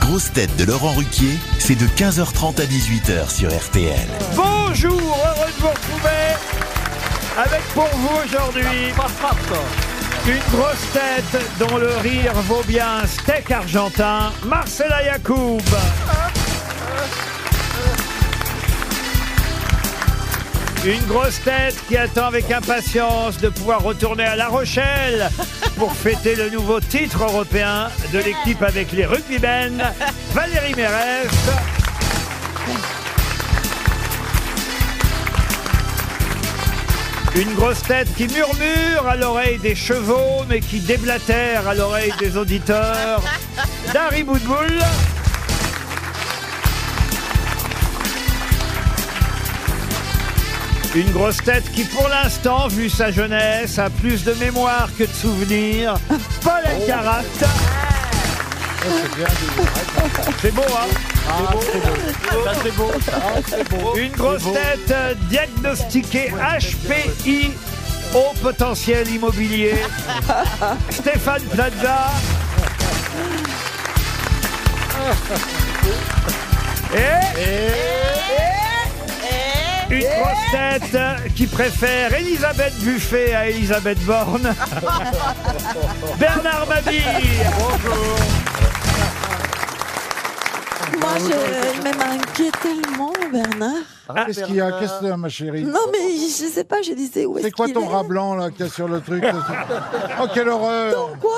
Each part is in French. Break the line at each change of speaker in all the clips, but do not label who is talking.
grosses têtes de Laurent Ruquier, c'est de 15h30 à 18h sur RTL.
Bonjour, heureux de vous retrouver avec pour vous aujourd'hui une grosse tête dont le rire vaut bien un steak argentin, Marcela Yacoub. Une grosse tête qui attend avec impatience de pouvoir retourner à La Rochelle pour fêter le nouveau titre européen de l'équipe avec les rugbymen, Valérie Mérès. Une grosse tête qui murmure à l'oreille des chevaux, mais qui déblatère à l'oreille des auditeurs. Dari Boudboul. Une grosse tête qui, pour l'instant, vu sa jeunesse, a plus de mémoire que de souvenirs. Paul Alcarat. C'est beau, hein
Ah, c'est beau.
Une grosse tête euh, diagnostiquée HPI, haut potentiel immobilier. Stéphane Plaza. Et une grosse tête euh, qui préfère Elisabeth Buffet à Elisabeth Borne. Bernard Mabille.
Moi, je me manquais tellement, Bernard.
Ah,
Qu'est-ce qu'il y a Qu'est-ce que c'est, ma chérie
Non, mais je sais pas, je disais où est-ce
C'est quoi
qu'il
ton
est
rat blanc là qu'il y a sur le truc Oh quelle horreur
Quoi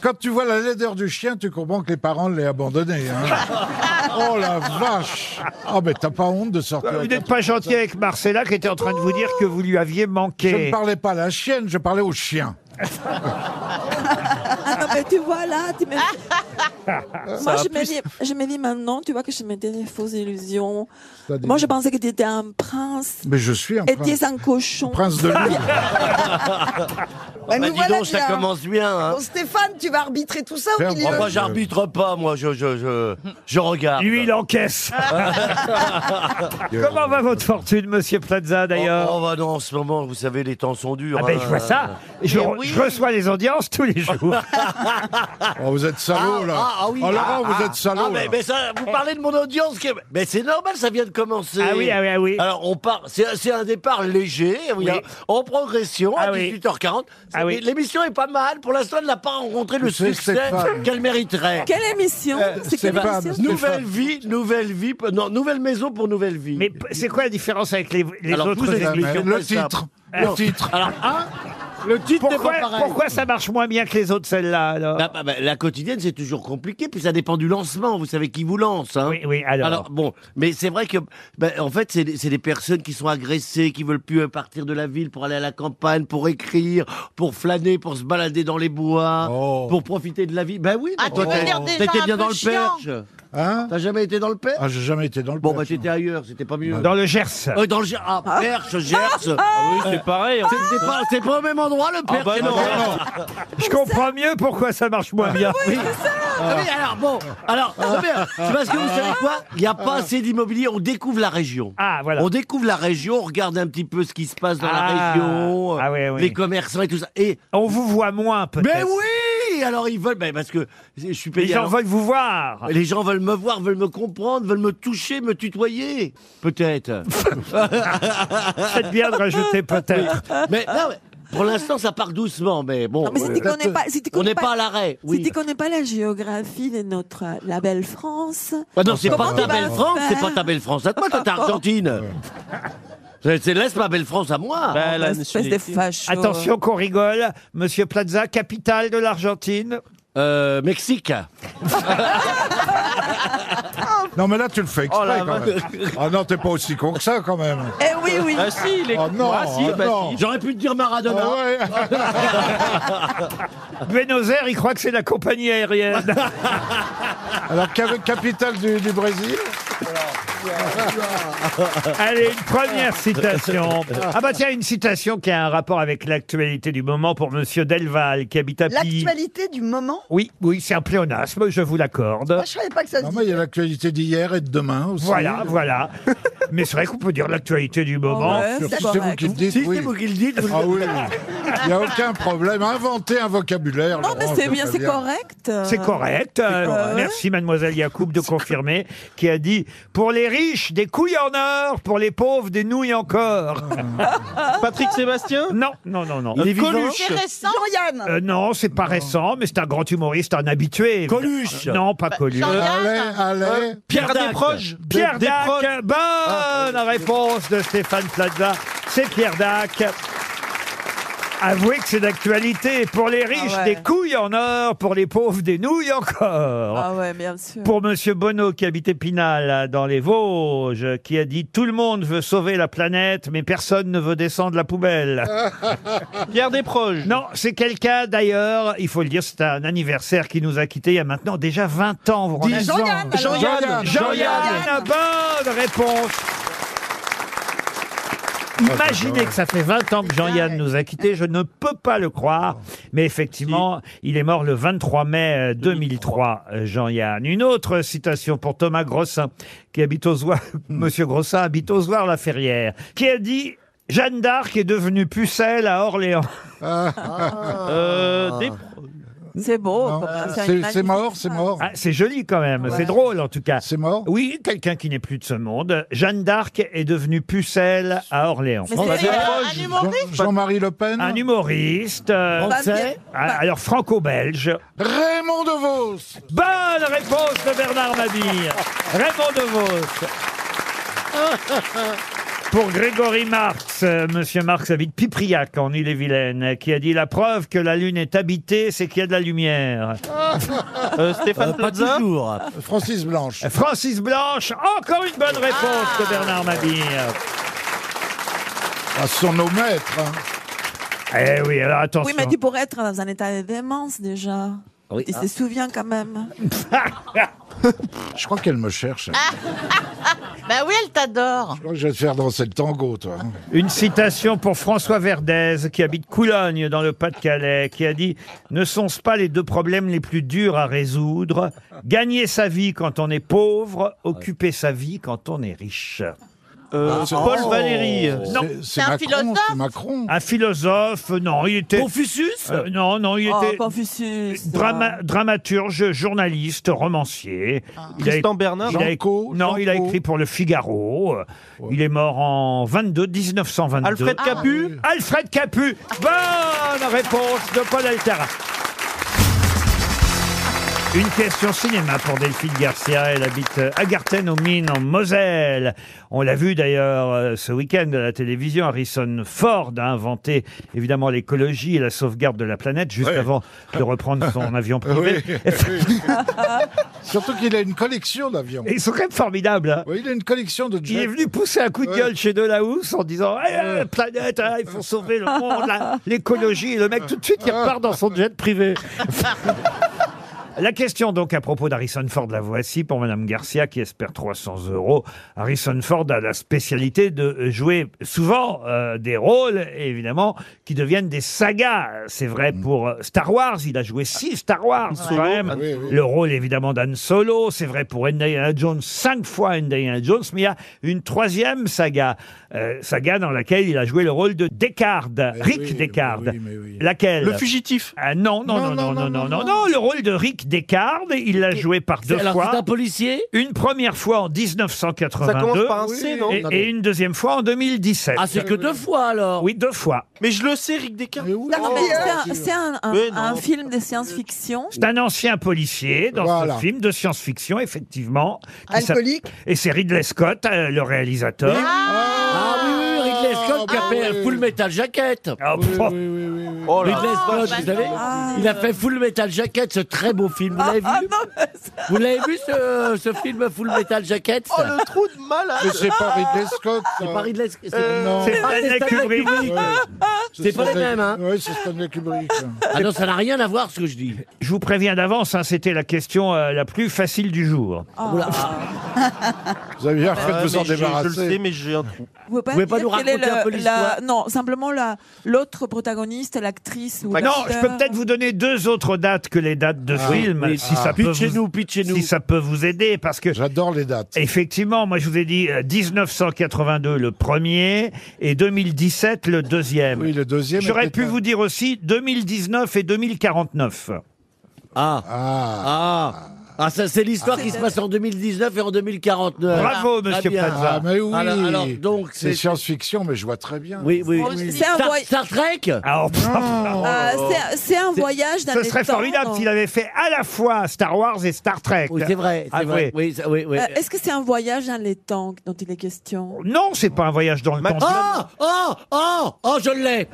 Quand tu vois la laideur du chien, tu comprends que les parents l'aient abandonné. hein. Oh la vache Oh mais t'as pas honte de sortir
Vous
avec
n'êtes pas gentil avec Marcella qui était en train de vous dire que vous lui aviez
Je ne
manqué.
parlais pas à la chienne, je parlais au chien.
Ah non, mais tu vois là, tu me... Moi, je me, dis, je me dis maintenant, tu vois que je mettais des fausses illusions.
C'est-à-dire
Moi, je pensais que tu étais un prince
Mais je suis un
et
prince,
t'es un cochon.
prince de l'île.
Bah,
Bah,
nous
dis
voilà
donc, ça
bien.
commence bien. Hein.
Bon, Stéphane, tu vas arbitrer tout ça
Ferme
au milieu.
ta
Oh, moi,
euh.
je-
j'arbitre pas, moi, je, je, je, je regarde.
Lui, il encaisse. Ah, Comment va votre fortune, monsieur Plaza,
Oh,
d'ailleurs
oh, bah non, en ce moment, vous savez, les temps sont durs.
Ah ben
hein.
je vois ça. Je,
Mais
re-
oui.
je reçois les audiences tous les jours.
Oh, vous êtes salaud
Ah,
là
ah, ah oui.
Oh Laurent,
Ah, ah,
vous êtes salaud
Ah, mais,
là.
mais ça, vous parlez de mon audience. qui est- Mais c'est normal, ça vient de commencer.
Eh. Ah oui, ah oui, ah oui.
Alors, on part. C'est c'est un départ léger, oui,
Oui.
hein, en progression,
Ah
à
oui.
18h40.
Ah oui.
L'émission est pas mal. Pour l'instant, elle n'a pas rencontré le
Tu sais,
succès
Stéphane. Eh,
qu'elle mériterait.
Quelle émission C'est quelle
Stéphane,
émission
Nouvelle vie, nouvelle vie. Non, nouvelle maison pour nouvelle vie.
Mais p- c'est quoi la différence avec les, les
Alors,
autres Ah.
vous
Ah, mais
émissions
expliquez.
Le titre,
Non.
le titre.
Alors, un, le titre n'est
pourquoi,
pas pareil.
pourquoi ça marche moins bien que les autres, celle-là alors
Ah, bah, bah, la quotidienne, c'est toujours compliqué, puis ça dépend du lancement. Vous savez qui vous lance. Hein.
Oui, oui, alors.
bon, mais c'est vrai que, bah, en fait, c'est des c'est des personnes qui sont agressées, qui veulent plus euh, partir de la ville pour aller à la campagne, pour écrire, pour flâner, pour se balader dans les bois,
Oh.
pour profiter de la vie. Ben oui, mais
Ah, tu veux
t'es-
dire des gens
t'étais
un
bien
peu
dans le
chiants.
perche.
Hein
T'as jamais été dans le perche
Ah, j'ai jamais été dans le
Bon, bah,
perche,
t'étais ailleurs, c'était pas mieux.
Dans le Gers.
Euh, dans le Gers, ah, Perche, Gers. Ah oui, c'est pareil. Ah, C'est pas, c'est pas au même endroit le Perche. et le Gers.
Je comprends mieux pourquoi ça marche moins bien.
Ah oui, alors bon, alors,
Ah.
très bien. c'est parce que vous savez quoi Il n'y a pas assez d'immobilier, on découvre la région.
Ah, voilà.
On découvre la région, on regarde un petit peu ce qui se passe dans
Ah.
la région,
Ah oui, oui.
les commerçants et tout ça. Et,
On vous voit moins peut-être.
mais oui Alors ils veulent, ben, parce que je suis
Les
payé.
gens
alors-
veulent vous voir.
les gens veulent me voir, veulent me comprendre, veulent me toucher, me tutoyer. Peut-être.
Faites bien de rajouter peut-être.
mais, non, mais pour l'instant, ça part doucement, mais bon.
Non, mais si tu
euh,
connais pas, si tu
on
connais
n'est pas à l'arrêt.
Si
Oui.
tu connais pas la géographie de notre euh, la belle France,
Ah non, c'est
Comment
pas ta
tu vas
belle
le
France, c'est
faire
pas ta belle France. À toi, toi, t'es Argentine. C'est- c'est- Laisse ma belle France à moi.
Bah,
Ah, bah, espèce de facho.
Attention qu'on rigole. Monsieur Plaza, capitale de l'Argentine.
Euh, Mexique.
Non mais là tu le fais exprès
Oh, la
quand même. Ah non, t'es pas aussi con que ça quand même.
Eh oui, oui.
Ah,
Ah,
si, les
Oh non, oh,
bah,
bah,
non.
J'aurais pu te dire Maradona.
Ah ouais.
Buenos Aires, il croit que c'est la compagnie aérienne.
Alors, cap- capitale du, du Brésil
Allez, une première citation. Ah bah tiens, une citation qui a un rapport avec l'actualité du moment pour Monsieur Delval, qui habite à Pilly.
L'actualité du moment
Oui, oui, c'est un pléonasme, je vous l'accorde.
Moi, Je savais pas que ça se
Non,
dit.
mais il y a l'actualité d'hier et de demain aussi.
Voilà, voilà. Mais c'est vrai qu'on peut dire l'actualité du
Oh,
moment.
ouais.
Surtout,
C'est
C'est vous
correct.
qui le dites, oui.
qui le dites, vous-
Ah oui, il n'y a aucun problème. Inventez un vocabulaire.
Non, mais
Laurent,
c'est bien,
très
c'est correct.
C'est correct. Euh,
correct.
Merci mademoiselle Yacoub de confirmer qui a dit pour les riches des couilles en or, pour les pauvres des nouilles encore.
Patrick Sébastien
Non, non, non, non.
Il est vivant
Coluche
Jean-Yann
Euh, non, c'est pas récent, mais c'est un grand humoriste, un habitué. Euh,
Coluche.
Non,
Bah,
pas Coluche. Euh,
Allez, allez.
Pierre
Dac.
Desproges De-
Pierre Dac.
Desproges.
Bonne réponse de Stéphane Plaza. C'est Pierre Dac. Avouez que c'est d'actualité. Pour les riches,
Ah ouais.
des couilles en or. Pour les pauvres, des nouilles encore.
Ah ouais, bien sûr.
Pour Monsieur Bonneau, qui habitait Pinal, hein, dans les Vosges, qui a dit « Tout le monde veut sauver la planète, mais personne ne veut descendre la poubelle ».
Pierre Desproges
Non, c'est quelqu'un d'ailleurs, il faut le dire, c'est un anniversaire qui nous a quittés il y a maintenant déjà 20 ans. Vous vous rendez-
Dix ans.
Jean-Yann, alors.
Jean-Yann.
Jean-Yann,
Jean-Yann.
la bonne réponse Imaginez que ça fait 20 ans que Jean-Yann nous a quittés, je ne peux pas le croire, mais effectivement, il est mort le 23 mai euh, 2003, euh, Jean-Yann. Une autre citation pour Thomas Grossin, qui habite aux Oies, Monsieur Grossin habite aux la ferrière qui a dit « Jeanne d'Arc est devenue pucelle à Orléans ».
Euh, Despro-
C'est beau.
Ah. Non,
quand même.
c'est-
une
c'est
magnifique
mort, c'est
phrase.
mort.
Ah, c'est joli quand même, c'est drôle en tout cas.
C'est mort
Oui, quelqu'un qui n'est plus de ce monde. Jeanne d'Arc est devenue pucelle à Orléans.
Mais c'est
Oh, bah, Jean- Jean-Marie Le Pen
Un humoriste. euh,
Pas bien-
ah, alors franco-belge.
Raymond DeVos
Bonne réponse de Bernard Mabille. Raymond DeVos. Pour Grégory Marx, euh, Monsieur Marx habite Pipriac en Ille-et-Vilaine, qui a dit la preuve que la Lune est habitée, c'est qu'il y a de la lumière.
euh, Stéphane
Euh, Pas
Plaza
toujours.
Francis Blanche.
Francis Blanche, encore une bonne réponse de
Ah.
Bernard Mabille.
Euh, À son nom maître. hein.
Eh oui, alors attention.
Oui, mais tu pourrais être dans un état de démence déjà. Il
ah.
se souvient quand même.
Je crois qu'elle me cherche.
Bah oui, elle t'adore.
Je crois que je vais te faire danser le tango, toi. hein.
Une citation pour François Verdez, qui habite Coulogne, dans le Pas-de-Calais, qui a dit « Ne sont-ce pas les deux problèmes les plus durs à résoudre Gagner sa vie quand on est pauvre, occuper sa vie quand on est riche. Ah,
Euh, Paul Valéry
Non.
C'est-
un
Macron,
philosophe
c'est Macron. »
Un philosophe, non, il était...
Confucius
euh, non, non, il
Oh,
était...
Confucius.
drama- dramaturge, journaliste, romancier. Il a-
Tristan Bernard
il a-
Janco,
non, il a
Janco.
écrit pour le Figaro. Il est mort en 22, 1922.
Alfred Capu
Ah Alfred Capu. Bonne réponse de Paul Alcara. Une question cinéma pour Delphine Garcia. Elle habite à Garten aux Mines, en Moselle. On l'a vu d'ailleurs euh, ce week-end à la télévision. Harrison Ford a inventé évidemment l'écologie et la sauvegarde de la planète juste avant de reprendre son avion privé.
Surtout qu'il a une collection d'avions.
Et ils sont quand même formidables. hein.
Oui, il a une collection de
Il est
jets.
venu pousser un coup de
Ouais.
gueule chez Delahousse en disant Eh, euh, planète, hein, il faut sauver le monde, la- l'écologie. Et le mec, tout de suite, il repart dans son jet privé. La question donc à propos d'Harrison Ford, la voici pour Madame Garcia qui espère 300 euros. Harrison Ford a la spécialité de jouer souvent euh, des rôles, évidemment, qui deviennent des sagas. C'est vrai
Mm.
pour euh, Star Wars, il a joué six Star Wars quand même.
Ah Oui, oui.
Le rôle évidemment d'Anne Solo, c'est vrai pour Indiana Jones, cinq fois Indiana Jones, mais il y a une troisième saga, euh, saga dans laquelle il a joué le rôle de Descartes, Rick
oui,
Descartes.
mais oui, mais oui.
Laquelle
Le fugitif
ah non, non, non, non, non, non, non, non, le rôle de Rick Descartes, il l'a joué par deux
Alors, c'est
fois.
un policier
Une première fois en
Ça commence
1982
par un C, non
et, et une deuxième fois en 2017.
Ah, c'est que deux fois alors
Oui, deux fois.
Mais je le sais, Rick Descartes
Mais oui.
Non, non, mais
Oh,
c'est un- c'est un, un-
Mais non.
un film de science-fiction.
C'est un ancien policier dans
Voilà.
ce film de science-fiction, effectivement. qui s'appelle-
Alcoolique
Et c'est Ridley Scott, euh, le réalisateur.
Ah oui, oui, oui, Ridley Scott qui a
Ah,
fait
oui.
Full Metal Jacket
Ah,
Oui,
bon.
oui, oui, oui, oui.
Oh là
Ridley Scott, vous savez
Ah.
Il a fait Full Metal Jacket, ce très beau film. Vous l'avez
Ah
vu
non, mais ça-
Vous l'avez vu ce, ce film Full Metal Jacket
Oh, le trou de malade
Mais c'est pas Ridley Scott. ça.
Paris de l'Est.
Euh, non.
C'est Stanley Kubrick.
Ouais. C'est
pas les mêmes, hein.
Oui, c'est Stanley Kubrick.
Ah non, ça n'a rien à voir ce que je dis.
Je vous préviens d'avance, hein, c'était la question euh, la plus facile du jour.
Oh.
Vous avez bien fait de vous en
Euh, je, je le sais,
débarrasser.
mais j'ai un trou.
Vous pouvez pas
Vous pouvez pas
dire
nous
quelle est
raconter
le-
un peu l'histoire
la- Non, simplement la- l'autre protagoniste, l'actrice ou
Bah Non, je peux
l'acteur.
peut-être vous donner deux autres dates que les dates de
Ah.
film, si, ça peut vous,
Pitchez-nous, pitchez-nous.
si ça peut vous aider, parce que
J'adore les dates.
Effectivement, moi je vous ai dit euh, 1982 le premier et 2017 le deuxième.
Oui, le deuxième.
J'aurais
était
pu
un-
vous dire aussi 2019 et 2049.
Ah,
Ah,
ah. Ah, ça, c'est l'histoire qui se passe en 2019 et en 2049.
Bravo,
Très
monsieur
bien.
Plaza.
Ah, mais oui.
Alors- alors, donc,
c'est
c'est- Oh,
science-fiction, mais je vois très bien. Ah, oh,
Oui, oui.
Moi aussi.
C'est un
Star,
voy-
Star Trek
Alors,
Oh
Ah,
Euh, c'est- c'est un voyage d'un
ce serait
étang,
formidable
non
s'il avait fait à la fois Star Wars et Star Trek.
Oui, c'est vrai, c'est
Ah,
vrai.
oui.
Oui, ça- oui, oui.
Euh, Est-ce que c'est un voyage dans les temps dont il est question
Non, c'est pas un voyage dans le temps.
Oh, oh, oh, oh, je l'ai.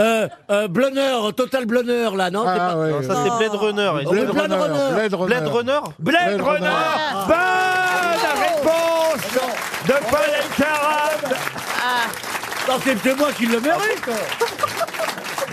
Euh, euh, Blunner, Total Blunner, là, non c'est
Ah,
pas-
ouais.
Non, ça, c'est Blade Runner.
Oh,
Et-
oui, Blade Runner.
Blade Runner.
Blade Runner
Blade
Blade
Runner.
Runner.
Ah.
Bonne réponse de Paul Elkarat.
Ah. Non, c'est peut-être moi qui le mérite.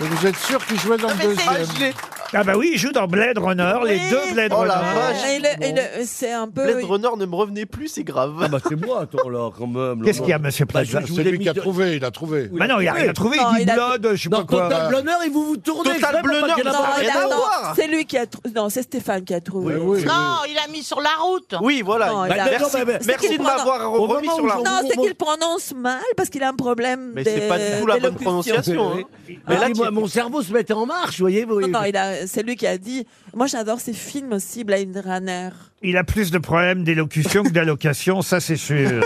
Mais Vous êtes sûr qu'il jouait dans le
mais c'est-
deuxième
Ah bah oui, il joue dans Blade Runner, les
Oui.
deux Blade
Oh la
Runner.
vache.
Et le- et le- C'est un peu.
Blade Runner ne me revenait plus, c'est grave.
Ah bah c'est moi, attends, là, quand même.
Qu'est-ce
là.
qu'il y a, monsieur
Bah,
Plaza
je- je vous
C'est
l'ai
lui
mis
qui a
de-
trouvé, il a trouvé.
Bah non, il a rien trouvé, il
Non,
dit
il a-
Blood, je sais
Ah, Dans
pas quoi.
Total Blunner, et vous vous tournez.
Total
exprès pour pas
Blunner,
qu'il y en a
Non,
pas-
rien
il a-
à
non,
voir.
c'est lui qui a trouvé. Non, c'est Stéphane qui a trouvé.
Oui, oui.
Ah,
Non, il a mis sur la
Hein.
route.
Oui, voilà.
Non, Oh, il a-
merci
Bah, bah, bah,
C'est
merci
qu'il
de
prend-
m'avoir
Au
remis
moment
sur
où
la
j'en-
route.
Non,
Bon,
c'est
bon,
qu'il prononce mal parce qu'il a un problème.
Mais c'est pas du tout la bonne
d'élocution.
prononciation. hein.
Mais
là,
dis-moi,
tu-
Ah, mon cerveau se mettait en marche, vous voyez. vous-
Non, non, il a- c'est lui qui a dit. Moi, j'adore ces films aussi, Blade Runner.
Il a plus de problèmes d'élocution que d'allocation, ça c'est sûr.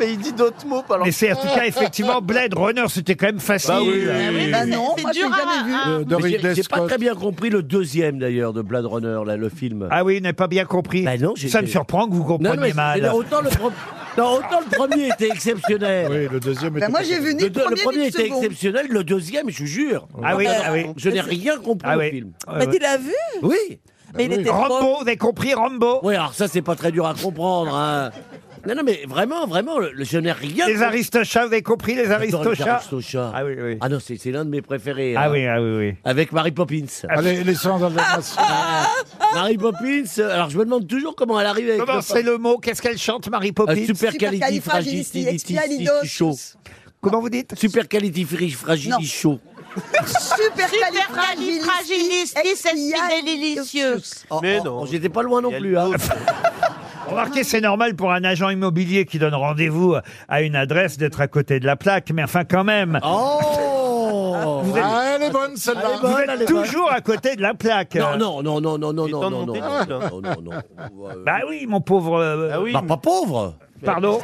Mais il dit d'autres mots, pas
Mais c'est en tout cas effectivement Blade Runner, c'était quand même facile. Euh,
Ah oui,
Bah
c'est-
non,
c'est
moi, je l'ai
dur à-
jamais vu.
à-
De, de
Mais j'ai-
Ridley
J'ai pas
Scott.
très bien compris le deuxième d'ailleurs de Blade Runner, là, le film.
Ah oui, il n'a pas bien compris.
Bah non, j'ai-
ça me surprend que vous
non,
compreniez
non, mais
mal.
c'est- autant le, pro- non, autant le premier était exceptionnel.
Oui, le deuxième
Ben,
Bah,
était
moi,
pas
j'ai
très
vu
bien.
ni
Le,
le
deux- le
premier,
premier
ni le
était
second.
exceptionnel, le deuxième, je vous jure.
Ah oui, ah oui.
Je n'ai rien compris
Ah
au
oui.
film.
Ah
Mais
oui.
tu l'as vu
Oui.
Mais il
oui.
était trop.
Rambo, vous avez compris Rambo
Oui, alors ça, c'est pas très dur à comprendre. hein. Non, non, mais vraiment, vraiment, le, le- je n'ai rien
Les
compris.
Aristochats, vous avez compris les
J'adore les
Aristochats
Aristochats.
Ah oui, oui.
Ah non, c'est c'est l'un de mes préférés.
Ah
hein.
oui, ah oui, oui.
Avec Mary Poppins. Ah,
Allez, Ah, les sens dans la
Mary Poppins, euh, alors je me demande toujours comment elle arrive avec
Comment
le-
c'est le mot Qu'est-ce qu'elle chante, Marie
Un
Poppins
super quality
Supercalifragilisticexpialidocious.
Comment vous dites
Super quality fragilicho.
Supercalifragilisticexpialidocious.
Mais non.
Oh, J'étais pas loin non
Il y a
plus. hein.
Remarquez, c'est normal pour un agent immobilier qui donne rendez-vous à une adresse d'être à côté de la plaque, mais enfin quand même.
Oh
Vous Ah, elle est bonne
Elle
celle-là.
est
Vous
bonne, elle est
êtes toujours à côté de la plaque.
bonne. Non, non, non, non, non, non,
Il est
non,
temps de
non, non,
monter.
non, non, non, non. Euh,
Bah oui, mon pauvre. euh,
Ah oui.
bah, pas pauvre. Euh,
Pardon.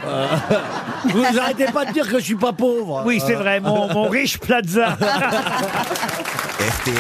Vous arrêtez pas de dire que je suis pas pauvre. Euh.
oui, c'est vrai, mon, mon riche plaza.
RTL,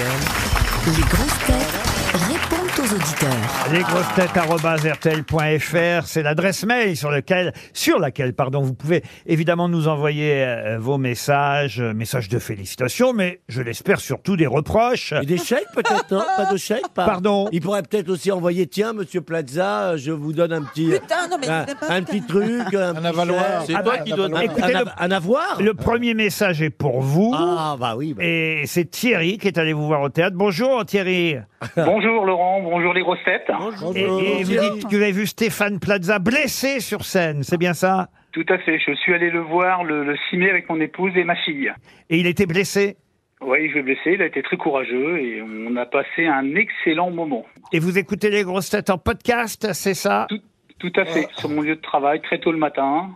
Les grosses têtes répondent aux auditeurs.
Les grosses têtes lesgrossetêtes.rtl.fr, c'est l'adresse mail sur laquelle, sur laquelle, pardon, vous pouvez évidemment nous envoyer euh, vos messages, euh, messages de félicitations, mais je l'espère surtout des reproches.
Et des chèques peut-être, non Pas de chèques pas...
Pardon.
Il pourrait peut-être aussi envoyer, tiens, monsieur Plaza, euh, je vous donne un petit...
Putain, non, mais
un,
il n'est pas
un petit truc,
Un
un, petit
avaloir.
chèque.
C'est
Ah
toi
bah,
qui donnes.
écoute- Écoutez,
un,
le-
av- un avoir
Le premier message est pour vous.
Ah, bah oui. bah.
Et c'est Thierry qui est allé vous voir au théâtre. Bonjour Thierry.
Bonjour Laurent, bonjour les grosses têtes.
Et, et vous dites que vous avez vu Stéphane Plaza blessé sur scène, c'est bien ça
Tout à fait, je suis allé le voir le, le 6 mai avec mon épouse et ma fille.
Et il était blessé
Oui, je l'ai blessé, il a été très courageux et on a passé un excellent moment.
Et vous écoutez les grosses têtes en podcast, c'est ça
Tout, tout à fait, sur mon lieu de travail, très tôt le matin.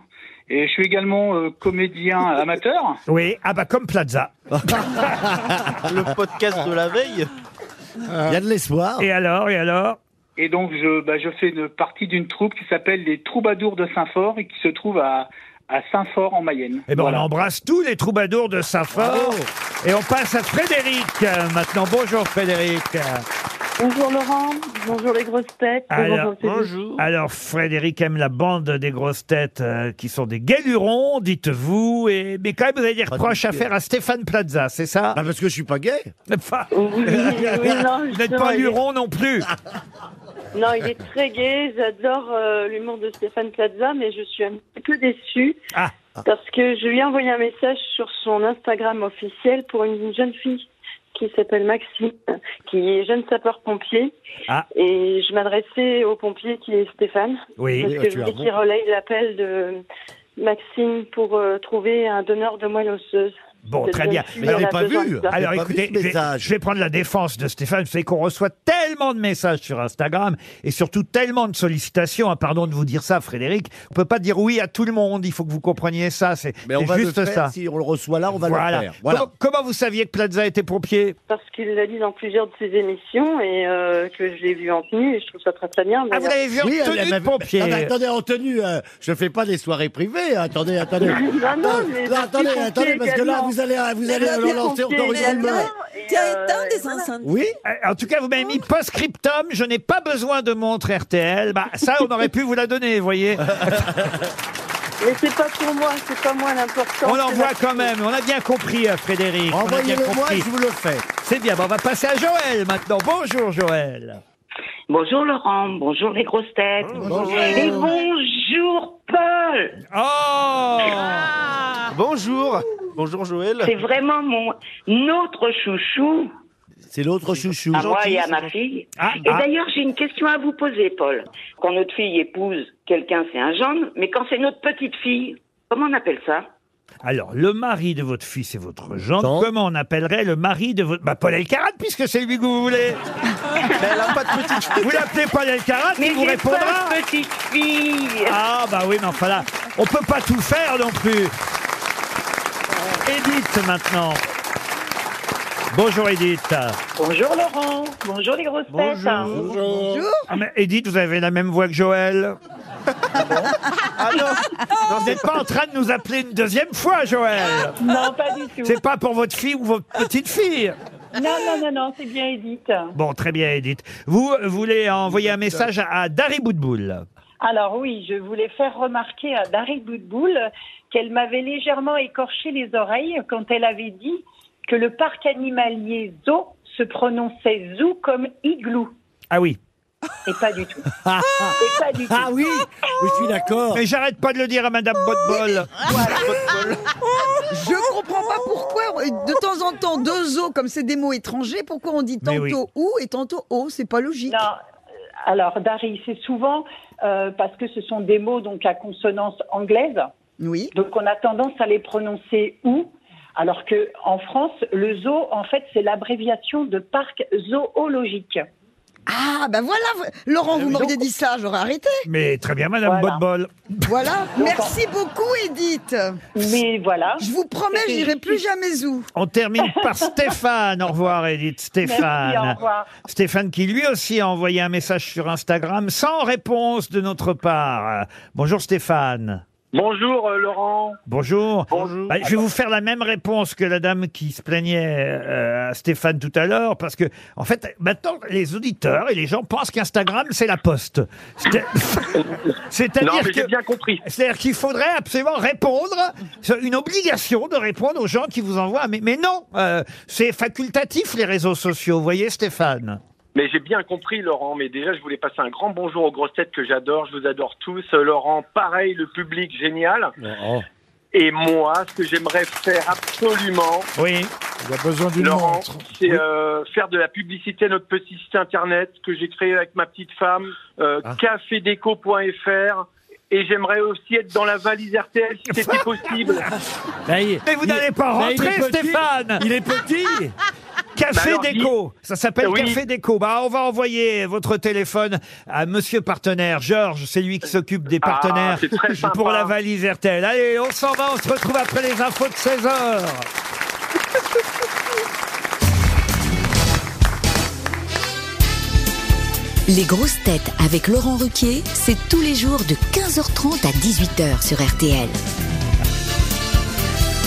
Et je suis également euh, comédien amateur.
Oui, ah bah comme Plaza.
Le podcast de la veille.
Il y a de l'espoir.
Ah. Et alors, et alors
Et donc, je, bah, je fais une partie d'une troupe qui s'appelle les Troubadours de Saint-Fort et qui se trouve à, à Saint-Fort en Mayenne.
Eh ben,
Voilà.
on embrasse tous les troubadours de Saint-Fort. Et on passe à Frédéric euh, maintenant. Bonjour Frédéric.
Bonjour Laurent, bonjour les grosses têtes.
Alors,
Cédric.
Alors Frédéric aime la bande des grosses têtes euh, qui sont des galurons, dites-vous. Et mais quand même vous avez des reproches à faire à Stéphane Plaza, c'est ça
Bah, parce que je suis pas gay.
Enfin,
Oui, oui, non,
Vous n'êtes
justement,
pas
il est-
luron non plus.
Non, il est très gai, j'adore euh, l'humour de Stéphane Plaza, mais je suis un petit peu déçue
Ah.
Parce que je lui ai envoyé un message sur son Instagram officiel pour une jeune fille qui s'appelle Maxime, qui est jeune sapeur-pompier.
Ah.
Et je m'adressais au pompier qui est Stéphane.
Oui.
parce
Oui,
que
Ah, tu
je
as
voulais
bon.
qu'il relaye l'appel de Maxime pour euh, trouver un donneur de moelle osseuse.
Bon,
Cette
très
jeune
bien.
fille, elle a besoin de ça.
Alors écoutez, je vais, je vais prendre la défense de Stéphane. C'est qu'on reçoit tellement de messages sur Instagram et surtout tellement de sollicitations. hein. pardon de vous dire ça, Frédéric. On peut pas dire oui à tout le monde. Il faut que vous compreniez ça. C'est
Mais on
c'est
va
juste
le faire,
ça.
Si on le reçoit là, on va
voilà.
le faire. Voilà.
Comment, comment vous saviez que Plaza était pompier
Parce qu'il l'a dit dans plusieurs de ses émissions et euh, que je l'ai vu en tenue et je trouve ça très très bien.
Ah,
ah,
d'ailleurs.
Oui, elle m'avait- Ah, mais attendez, en tenue, euh, je fais pas des soirées privées. hein. Attendez, attendez.
Non, non, mais
Attends, attendez,
pompier
attendez, parce que là,
également.
vous allez, Ah, vous
Mais
allez
pompier,
lancer
pompier
encore une
également.
rumeur.
Tiens, éteins des enceintes.
Oui.
Euh, En tout cas, vous m'avez mis post-scriptum. Je n'ai pas besoin de montre RTL. Bah, ça, on aurait pu vous la donner, vous voyez.
Mais c'est pas pour moi, c'est pas moi l'important.
On
c'est
l'envoie
la-
quand même. On a bien compris, euh, Frédéric. On a bien
Envoyez-le-moi,
compris.
je vous le fais.
C'est bien. Bon, on va passer à Joël maintenant. Bonjour, Joël.
Bonjour Laurent, bonjour les grosses têtes. Et bonjour Paul.
Oh Ah.
Bonjour. Bonjour Joël.
C'est vraiment mon notre chouchou
C'est l'autre chouchou.
à Ah, moi et à ma fille.
Ah,
et
ah.
d'ailleurs, j'ai une question à vous poser Paul. Quand notre fille épouse quelqu'un, c'est un gendre, mais quand c'est notre petite fille, comment on appelle ça
Alors, le mari de votre fils et votre gendre, comment on appellerait le mari de votre... Bah, Paul Elkarat, puisque c'est lui que vous voulez.
Mais elle a pas de petite
Vous l'appelez Paul Elkarat,
Mais
il vous
j'ai
répondra.
pas de petite fille.
Ah, bah oui, mais enfin là, on peut pas tout faire non plus. Edith, maintenant. Bonjour, Edith.
Bonjour Laurent, bonjour les grosses têtes.
Bonjour. Ah, mais Edith, vous avez la même voix que Joël.
Ah non.
Vous n'êtes pas en train de nous appeler une deuxième fois, Joël.
Non, pas du tout.
C'est pas pour votre fille ou votre petite fille.
Non, non, non, non, c'est bien Edith.
Bon, très bien, Edith. Vous euh, voulez envoyer un message à à Dari Boudboul.
Alors oui, je voulais faire remarquer à Dari Boudboul qu'elle m'avait légèrement écorché les oreilles quand elle avait dit que le parc animalier Zoo se prononçait Zoo comme igloo.
Ah oui. Ah.
Et pas du tout. Et pas du tout.
Ah oui, je suis d'accord.
Mais j'arrête pas de le dire à Madame Botbol.
Je comprends pas pourquoi, de temps en temps, deux os, comme c'est des mots étrangers, pourquoi on dit
Mais
tantôt ou et tantôt o, c'est pas logique.
euh, Alors Dari, c'est souvent euh, parce que ce sont des mots donc à consonance anglaise.
Oui.
Donc on a tendance à les prononcer ou. Alors que en France, le zoo, en fait, c'est l'abréviation de parc zoologique.
Ah, ben voilà, Laurent,
Euh,
vous m'auriez dit ça, j'aurais arrêté.
Mais très bien, Madame
Voilà.
Botbol.
Voilà, merci beaucoup, Edith.
Mais voilà.
Je vous promets,
C'était-
j'irai plus jamais où.
On termine par Stéphane. Au revoir, Edith. Stéphane.
Merci, au revoir.
Stéphane qui lui aussi a envoyé un message sur Instagram sans réponse de notre part. Euh, Bonjour Stéphane.
Bonjour euh, Laurent.
Bonjour.
Bonjour.
Bah, je vais vous faire la même réponse que la dame qui se plaignait euh, à Stéphane tout à l'heure, parce que, en fait, maintenant, les auditeurs et les gens pensent qu'Instagram, c'est la poste. C'est-
Non,
C'est-à-dire
mais j'ai
que.
bien compris.
C'est-à-dire qu'il faudrait absolument répondre, c'est une obligation de répondre aux gens qui vous envoient. Mais, mais non, euh, c'est facultatif les réseaux sociaux, vous voyez Stéphane
Mais j'ai bien compris, Laurent. Mais déjà, je voulais passer un grand bonjour aux grosses têtes que j'adore. Je vous adore tous. Euh, Laurent, pareil, le public génial. Et moi, ce que j'aimerais faire absolument.
Oui.
Il a besoin d'une
Laurent,
montre.
c'est euh, faire de la publicité à notre petit site internet que j'ai créé avec ma petite femme, euh,
Ah.
cafédéco.fr. Et j'aimerais aussi être dans la valise RTL si c'était possible.
Mais vous n'allez pas
mais il est
rentrer
petit.
Stéphane
Il est
petit Café
Bah alors,
Déco, ça s'appelle
Oui.
Café Déco. Bah, on va envoyer votre téléphone à Monsieur Partenaire, Georges, c'est lui qui s'occupe des
Ah,
partenaires
c'est très sympa.
pour la valise RTL. Allez, on s'en va, on se retrouve après les infos de 16 heures.
Les grosses têtes avec Laurent Ruquier, c'est tous les jours de 15h30 à 18h sur RTL.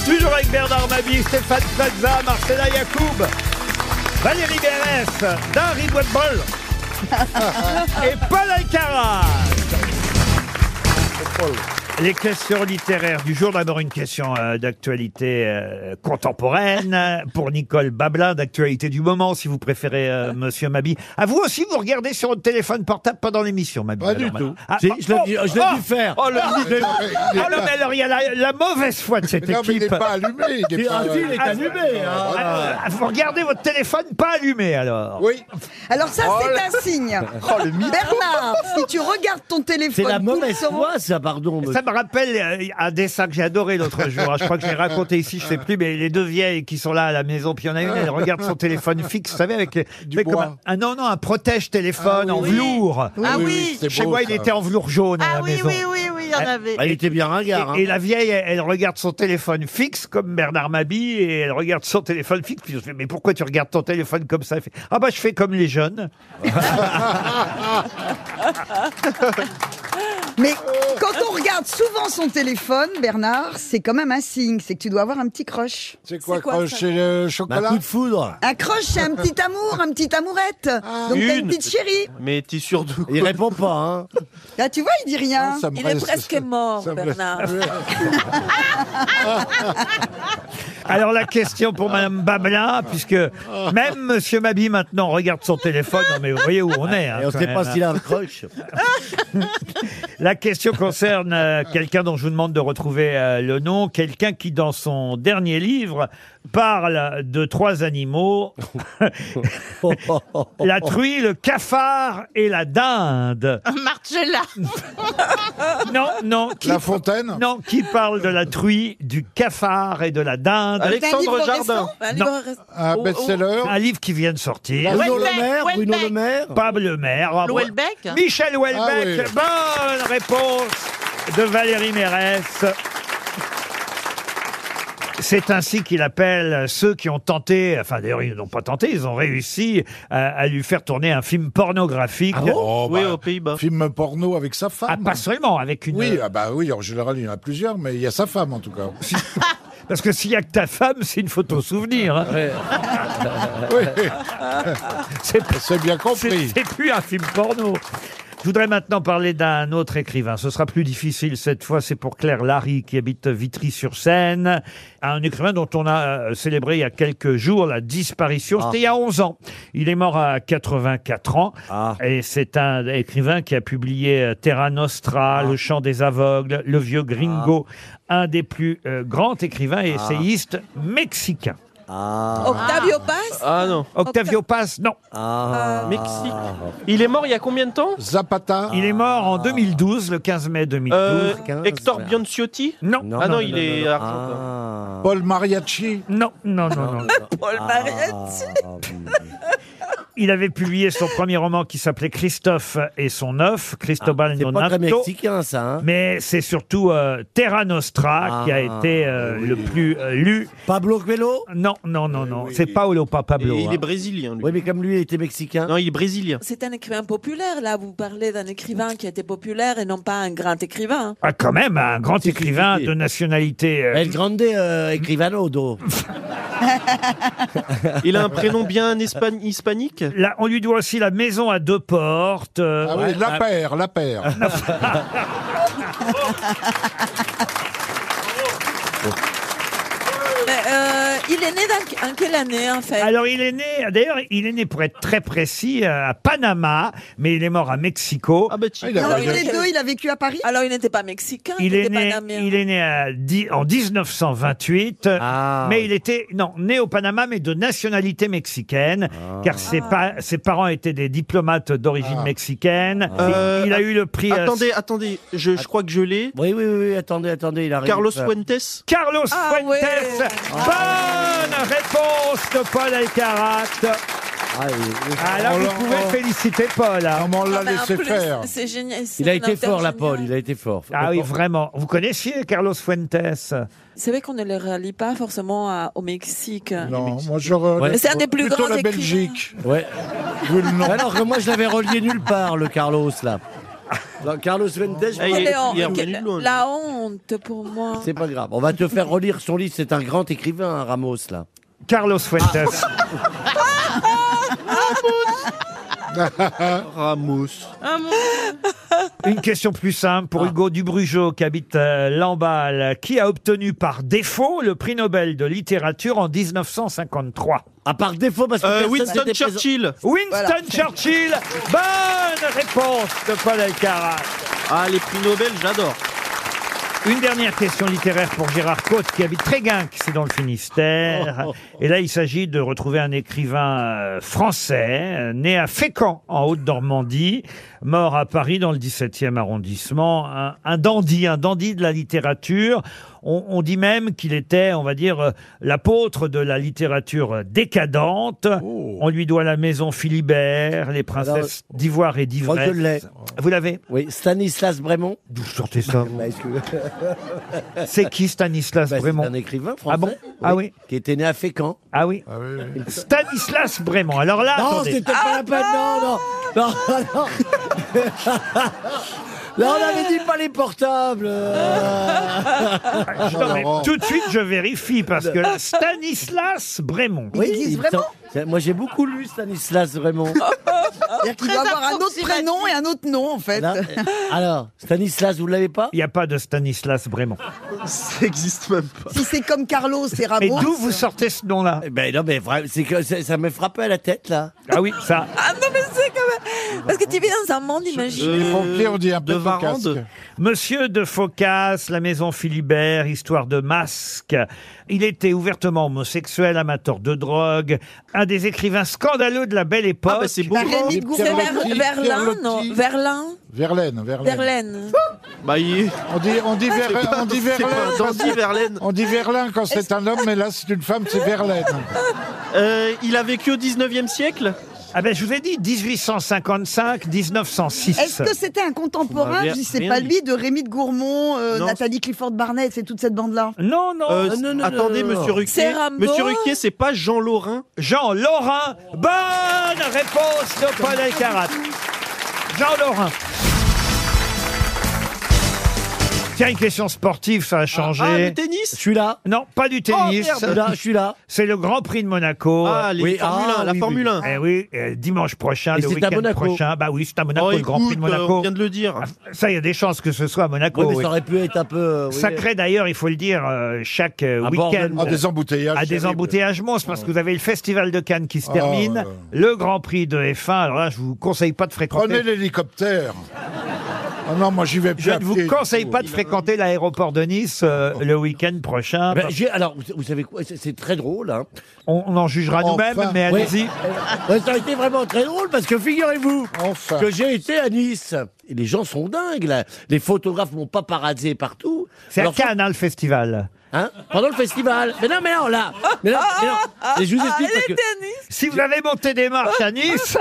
Toujours avec Bernard Mabie, Stéphane Plaza, Marcella Yacoub, Valérie Bérès, Dari Boitbol et Paul Alcaraz. Les questions littéraires du jour. D'abord, une question euh, d'actualité euh, contemporaine euh, pour Nicole Bablin, d'actualité du moment, si vous préférez, euh, monsieur Mabi. À vous aussi, vous regardez sur votre téléphone portable pendant l'émission, Mabi. Pas
du tout. J'ai- je l'ai dit- je l'ai dû faire.
Oh, le-
Ah,
le-
il est pas- il est
oh, non,
pas-
mais alors, il y a la, la mauvaise foi de cette
Non,
équipe.
mais il est pas allumé, il est Ah, pas- si, il est
Ah,
allumé,
ah,
hein.
ah, Vous regardez votre téléphone pas allumé, alors.
Oui. Alors ça,
Oh
c'est
là-
un signe.
Oh, le mytho.
Bernard, si tu regardes ton téléphone,
C'est la
tout
mauvaise
le temps-
foi, ça, pardon. Ça me rappelle euh, un dessin que j'ai adoré l'autre jour. hein. Je crois que j'ai raconté ici, je sais plus, mais les deux vieilles qui sont là à la maison, puis il y en a une, elle regarde son téléphone fixe, vous savez, avec les- vous savez,
bois.
un, ah non, non, un protège-téléphone
Ah
en
oui.
velours.
Oui, Ah oui, oui, c'est
Chez
beau,
moi, il
ça.
était en velours jaune à la
Ah oui,
maison. Eh, bah,
oui, oui, oui, il y en avait.
bien
ringard, hein.
Et, et la vieille, elle, elle regarde son téléphone fixe comme Bernard Mabie et elle regarde son téléphone fixe. Puis je fais, mais pourquoi tu regardes ton téléphone comme ça Elle fait, Ah bah je fais comme les jeunes.
Mais quand on regarde souvent son téléphone, Bernard, c'est quand même un signe. C'est que tu dois avoir un petit crush.
C'est quoi, croche C'est le chocolat
foudre.
Un crush, c'est un petit amour, un petit amourette. Donc t'as une petite chérie.
Mais t'es sûr de quoi
Il répond pas, hein.
Là, tu vois, il dit rien.
Non, ça me Il est reste- presque
Oh,
mort,
ça me reste-
Ah
Alors la question pour Madame Babla, puisque même Monsieur Mabi maintenant regarde son téléphone. Non mais vous voyez où on est. hein,
Et on
quand
sait
même,
pas
hein.
s'il a un crush.
La question concerne euh, quelqu'un dont je vous demande de retrouver euh, le nom, quelqu'un qui dans son dernier livre parle de trois animaux la truie, le cafard et la dinde.
Marcella.
Non, non. la fontaine Non, qui parle de la truie, du cafard et de la dinde.
Alexandre Un livre Jardin. récent Un livre
Non. Oh,
récent. Un best-seller
Un livre qui vient de sortir.
Bruno Houellebecq, Le Maire, Bruno Houellebecq. Le Maire
Pas Le Maire. ah bon.
Houellebecq
Michel
Ah oui.
Houellebecq. Bonne réponse de Valérie Mérès. C'est ainsi qu'il appelle ceux qui ont tenté, enfin d'ailleurs ils n'ont pas tenté, ils ont réussi à, à lui faire tourner un film pornographique.
Ah Oh,
oui,
bah.
aux Pays-Bas. Film porno avec sa femme. Ah, pas
seulement, avec une. euh,
Oui, ah bah oui, en général, il y en a plusieurs, mais il y a sa femme en tout cas.
Parce que s'il y a que ta femme, c'est une photo souvenir. hein.
Oui.
C'est bien compris. C'est plus un film porno. Je voudrais maintenant parler d'un autre écrivain. Ce sera plus difficile cette fois. C'est pour Claire Larry qui habite Vitry-sur-Seine. Un écrivain dont on a euh, célébré il y a quelques jours la disparition. C'était il y a 11 ans. Il est mort à 84 ans. Et c'est un écrivain qui a publié euh, Terra Nostra, Le Chant des Aveugles, Le Vieux Gringo. Un des plus euh, grands écrivains et
Ah.
essayistes mexicains.
Ah. Octavio Paz
Ah non. Euh,
Octavio Paz, non.
Ah.
Mexique. Il est mort il y a combien de temps
Zapata.
Il est mort en 2012, le 15 mai 2012.
Euh, Hector Bianciotti
Non.
Ah non,
non,
il
non,
est
non, non.
argentin.
Paul Mariachi.
Non, non, non, non.
Paul
Ah.
Mariachi.
Il avait publié son premier roman qui s'appelait Christophe et son œuf, Cristobal
Ah, c'est pas
Nonato.
très mexicain, ça, hein.
Mais c'est surtout euh, Terra Nostra qui a
Ah,
été euh, le plus euh, lu. Pablo Coelho Non, non, non, non. c'est Paolo, pas Pablo.
Et il
hein.
est brésilien, lui.
Oui, mais comme lui, il était mexicain.
Non, il est brésilien.
C'est un écrivain populaire, là. Vous parlez d'un écrivain qui était populaire et non pas un grand écrivain.
Ah, quand même, un grand écrivain de nationalité. euh,
El Grande euh, Écrivano, do.
Il a un prénom bien hispan- hispanique
Là, on lui doit aussi la maison à deux portes. euh,
Ah oui, la paire, la paire.
Mais, euh, il est né dans- en quelle année, en fait
Alors il est né, d'ailleurs il est né pour être très précis euh, à Panama, mais il est mort à Mexico.
Ah,
Ah,
Alors, les deux, il a vécu à Paris
Alors, il n'était pas mexicain, il,
Il est
était
né,
panaméen.
il est né à dix- en 1928,
Ah.
mais il était non né au Panama mais de nationalité mexicaine,
Ah.
car ses, pa- ses parents étaient des diplomates d'origine mexicaine.
Ah.
Euh,
il, il a eu le prix. euh,
Attendez, attendez, je, je crois que je l'ai.
Oui, oui, oui, oui, attendez, attendez, il arrive.
Carlos
Euh,
Fuentes
Carlos
Ah
Fuentes. Bonne réponse de Paul Alcarat.
Ah, oui, oui.
Ah, là,
Oh
vous
là,
pouvez
oh.
féliciter Paul. hein.
Comment on
Ah, mais en plus, C'est génial. c'est
Il a
un
été
auteur
fort, la
génial.
Paul, il a été fort.
Ah oui, vraiment. Vous connaissiez Carlos Fuentes
C'est vrai qu'on ne le relie pas forcément à- au Mexique.
Non, moi je relève
Ah, Mais c'est un des plus
plutôt
grands
la
écrivains.
Belgique.
Ouais.
le nom.
Alors que moi, je l'avais relié nulle part, le Carlos, là. Non, Carlos Fuentes, je-
Ah,
Oh, Léon, quelle-
hein,
la honte pour moi.
c'est pas grave. On va te faire relire son livre, c'est un grand écrivain, hein, Ramos, là. Ah.
Carlos Fuentes.
Ramos.
Une question plus simple pour Hugo Dubrugeot qui habite euh, Lamballe. Qui a obtenu par défaut le prix Nobel de littérature en 1953 Ah, par défaut parce
que Euh, personne Winston n'était présent. Churchill.
Winston
Voilà.
Churchill Bonne réponse de Paul Alcarat. Ah, les prix Nobel, j'adore. Une dernière question littéraire pour Gérard Côte qui habite Tréguinck, c'est dans le Finistère. Et là, il s'agit de retrouver un écrivain euh, français euh, né à Fécamp en Haute-Normandie, mort à Paris dans le 17e arrondissement, un, un dandy, un dandy de la littérature. On, on dit même qu'il était, on va dire, euh, l'apôtre de la littérature euh, décadente.
Oh.
On lui doit la maison Philibert, les princesses d'Ivoire et
Moi, je l'ai.
d'Ivresse. Vous l'avez
Oui, Stanislas Brémond.
D'où sortez ça vous C'est qui Stanislas Brémond
Bah, un écrivain français.
Ah bon Ah oui
Qui était né à Fécamp.
Ah oui. Stanislas Brémond. Alors là,
non,
attendez.
c'était pas la peine. Ah, bah, Non, non, non, non. Là, on avait dit pas les portables. euh.
Non, mais tout de suite, je vérifie parce que Stanislas Brémond.
Oui, il me semble- Moi, j'ai beaucoup lu Stanislas Brémond.
C'est-à-dire qu'il doit avoir un autre prénom et un autre nom, en fait.
Là, euh, alors, Stanislas, vous l'avez pas
Il n'y a pas de Stanislas Brémond.
Ça existe même pas.
Si c'est comme Carlos et Ramos.
sortez ce nom-là
Ben non, mais vrai- c'est que c'est- ça me frappé à la tête là.
Ah oui, ça.
Ah non, mais c'est quand même. Parce que tu vis dans un monde imaginaire.
Euh, de
Varande.
Monsieur de Focas, la maison Philibert, histoire de masque. Il était ouvertement homosexuel, amateur de drogue, un des écrivains scandaleux de la belle époque. Ah, c'est hein.
Bah, Rémi de Gourmand. C'est Ver- Verlin, non Verlin
Verlaine, Verlaine.
Verlaine.
Ah
Bah,
On dit, on dit, Ver-
C'est pas-
on dit
c'est pas
Verlaine.
un
parce-
dandy,
On dit Verlaine quand c'est un homme, mais là c'est une femme, c'est Verlaine.
Euh, il a vécu au 19e siècle Ah ben je vous ai dit 1855, 1906.
Est-ce que c'était un
Bah,
contemporain,
rien-
je sais
rien
pas
dit.
lui, de Rémi de Gourmont, euh,
Non.
Nathalie Clifford Barnett et toute cette bande-là
Non, non.
Euh,
non, non,
attendez, monsieur Ruquier. C'est Rimbaud Monsieur Ruquier,
c'est pas Jean Lorrain Jean Lorrain Bonne réponse de Paul Elkarat. Jean Lorrain. Tiens, une question sportive, ça a changé.
ah, le Oh,
tennis Je suis là. Non, pas du tennis.
merde. Je suis là, je suis là.
C'est le Grand Prix de Monaco.
Ah, les Formule un, la Formule un.
Eh oui, euh, dimanche prochain,
Et
le
c'est à
week-end
Monaco.
prochain. Bah oui, c'est à Monaco,
Oh,
le Grand Prix de
écoute, euh,
Monaco. Ah,
on vient
de le dire. Ça, il y a des chances que ce soit à Monaco.
Oui, mais
oui.
ça aurait pu être un peu. euh, oui.
Sacré d'ailleurs, il faut le dire, euh, chaque euh, week-end.
Bordel. Ah, des embouteillages
À des
terribles.
embouteillages monstres, parce que vous avez le Festival de Cannes qui se
Ah,
termine,
ouais.
le Grand Prix de F1. Alors là, je vous conseille pas de fréquenter.
Prenez l'hélicoptère. Ah non, moi j'y vais plus.
Je
à
ne vous
pied du
conseille
tout.
pas de fréquenter l'aéroport de Nice euh, le week-end prochain.
Ben,
parce-
j'ai- alors, vous- vous savez quoi C'est c'est très drôle. Hein.
on, on en jugera nous-mêmes, mais
Ouais.
allez-y.
Ouais, ça a été vraiment très drôle parce que figurez-vous
Enfin.
que j'ai été à Nice. Et les gens sont dingues là. Les photographes m'ont pas paradisé partout.
C'est à
Alors,
Cannes, hein, le festival.
Hein Pendant le festival. Mais non, mais non, là. Mais non, mais non. Mais je vous explique parce que.
Si vous avez monté des marches à Nice.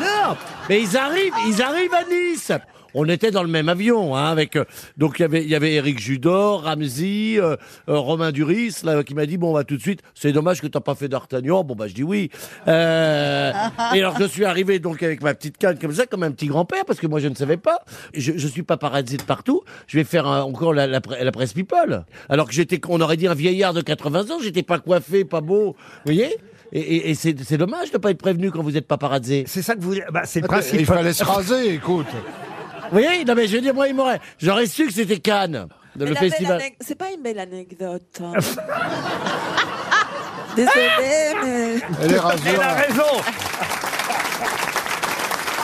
non, mais ils arrivent, ils arrivent à Nice. On était dans le même avion, hein, avec euh, donc il y avait il y avait Eric Judor, Ramsey, euh, euh, Romain Duris, là qui m'a dit bon on va tout de suite. C'est dommage que t'as pas fait d'Artagnan. Bon bah je dis oui. Euh, et alors je suis arrivé donc avec ma petite canne comme ça, comme un petit grand-père parce que moi je ne savais pas. Je, je suis pas paradis de partout. Je vais faire un- encore la, la, pre- la presse people. Alors que j'étais, on aurait dit un vieillard de 80 ans. J'étais pas coiffé, pas beau. Vous voyez. Et, et- et c'est c'est dommage de pas être prévenu quand vous êtes paparazzé.
C'est ça que vous voulez. Bah, c'est le
Attends,
principe.
Il fallait se raser, écoute.
Vous voyez Non, mais je veux dire, moi, il m'aurait. J'aurais su que c'était Cannes,
Mais
de le
la belle
festival.
anec- C'est pas une belle anecdote. hein. Désolée, mais.
Elle est rasoir.
Elle a raison.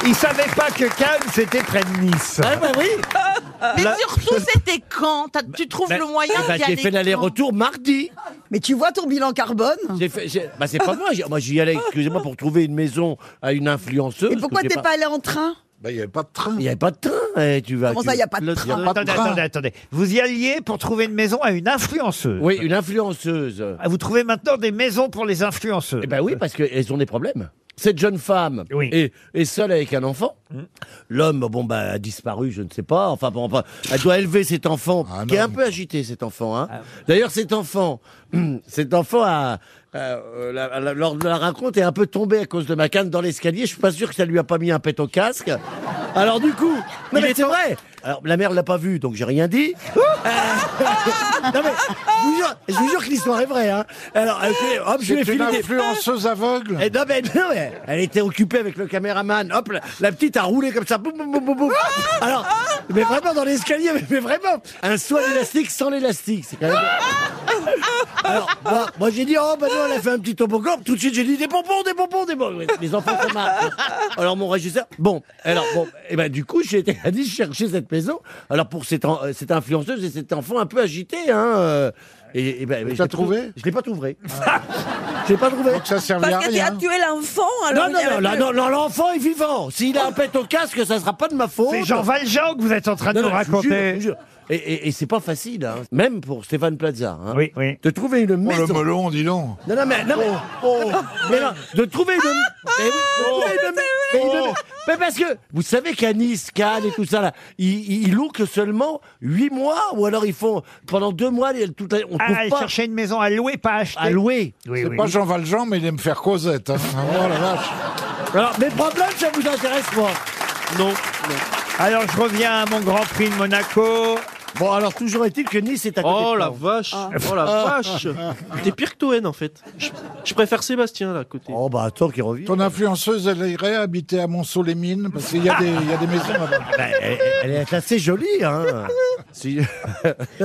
Il savait pas que Cannes c'était près de Nice.
Ah, bah oui
Mais
Là-
surtout, c'était quand T'as- Tu trouves
Bah,
le moyen
eh ben,
d'y
J'ai
aller
fait l'aller-retour mardi.
Mais tu vois ton bilan carbone
J'ai fait, j'ai- bah, c'est pas moi. j'ai- Moi, j'y allais, excusez-moi, pour trouver une maison à une influenceuse.
Et pourquoi
que
t'es
j'ai
pas... allé en train
Bah, il n'y avait pas de train.
Il n'y avait pas de train. eh, tu vas,
Comment
tu-
ça, il n'y a pas de
le-
train
y a pas de
Attendez,
train.
attendez, attendez. Vous y alliez pour trouver une maison à une influenceuse.
Oui, une influenceuse.
Ah, Vous trouvez maintenant des maisons pour les influenceuses.
Eh ben oui, parce qu'elles ont des problèmes. Cette jeune femme est, est seule avec un enfant.
Hmm.
L'homme, bon, bah, a disparu, je ne sais pas. Enfin, bon, bah, elle doit élever cet enfant,
Ah,
qui est un peu agité, cet enfant. hein. D'ailleurs, cet enfant, cet enfant a, a- euh, la- la- lors de la rencontre, est un peu tombé à cause de ma canne dans l'escalier. Je suis pas sûr que ça lui a pas mis un pète au casque. Alors, du coup, non, mais c'est vrai. Alors, la mère l'a pas vu, donc j'ai rien dit. Euh, non, mais, je vous jure, je vous jure que l'histoire est vraie. Hein. Alors, elle fait- hop, je lui ai
C'est une
filé des-
influenceuse aveugle.
Et Eh, non, mais, non, mais elle était occupée avec le caméraman. Hop, la, la petite a roulé comme ça. Boum, boum, boum, boum, boum.
Ah
Alors, mais vraiment dans l'escalier, mais, mais vraiment, un soin élastique sans l'élastique. C'est quand même. Alors, moi, moi, j'ai dit, oh, bah non, elle a fait un petit toboggan. Tout de suite, j'ai dit, des pompons, des pompons, des pompons. Les enfants sont marrent. Alors, mon régisseur, bon, alors, bon, et ben, du coup, j'ai été allé chercher cette maison. Alors, pour cette, en- euh, cette influenceuse et cet enfant un peu agité, hein. euh, et, et ben, je l'ai
trouvé Ah.
Je l'ai pas trouvé. je l'ai pas trouvé. Donc,
ça servait
Parce que hein, tu as tué l'enfant, alors.
non,
il
non,
y avait
non, là,
plus-
non, non, l'enfant est vivant. S'il a un pet au casque, ça sera pas de ma faute.
C'est Jean Valjean que vous êtes en train de
Non,
nous
non, je vous jure,
raconter.
je vous jure. Et, et- et c'est pas facile, hein. même pour Stéphane Plaza. hein.
Oui, oui.
De trouver une
Oh,
maison.
le melon, dis donc. Oh,
Non, non, mais. Non, mais, mais non, de trouver une.
Ah,
mais oui, de trouver une- mais une- mais parce que, vous savez qu'à Nice, Cannes et tout ça, là, ils, ils- ils louent que seulement 8 mois, ou alors ils font. Pendant 2 mois, les- toute la, on trouve
Ah, elle
pas.
cherchait une maison à louer, pas à acheter.
À louer.
Oui,
C'est
oui.
pas Jean Valjean, mais il aime faire Cosette. hein. Oh la vache.
Alors, mes problèmes, ça vous intéresse pas Non, non.
Alors, je reviens à mon Grand Prix de Monaco.
Bon, alors, toujours est-il que Nice est à côté
Oh
de Ah.
la
Caen.
vache Oh la
Ah.
vache T'es pire que Toen en fait. Je, je préfère Sébastien là à côté.
Oh bah attends qu'il revient.
Ton influenceuse, elle irait habiter à Monceau-les-Mines parce qu'il y, a des- il y a des maisons là-bas.
Bah, elle, elle est assez jolie, hein. Si-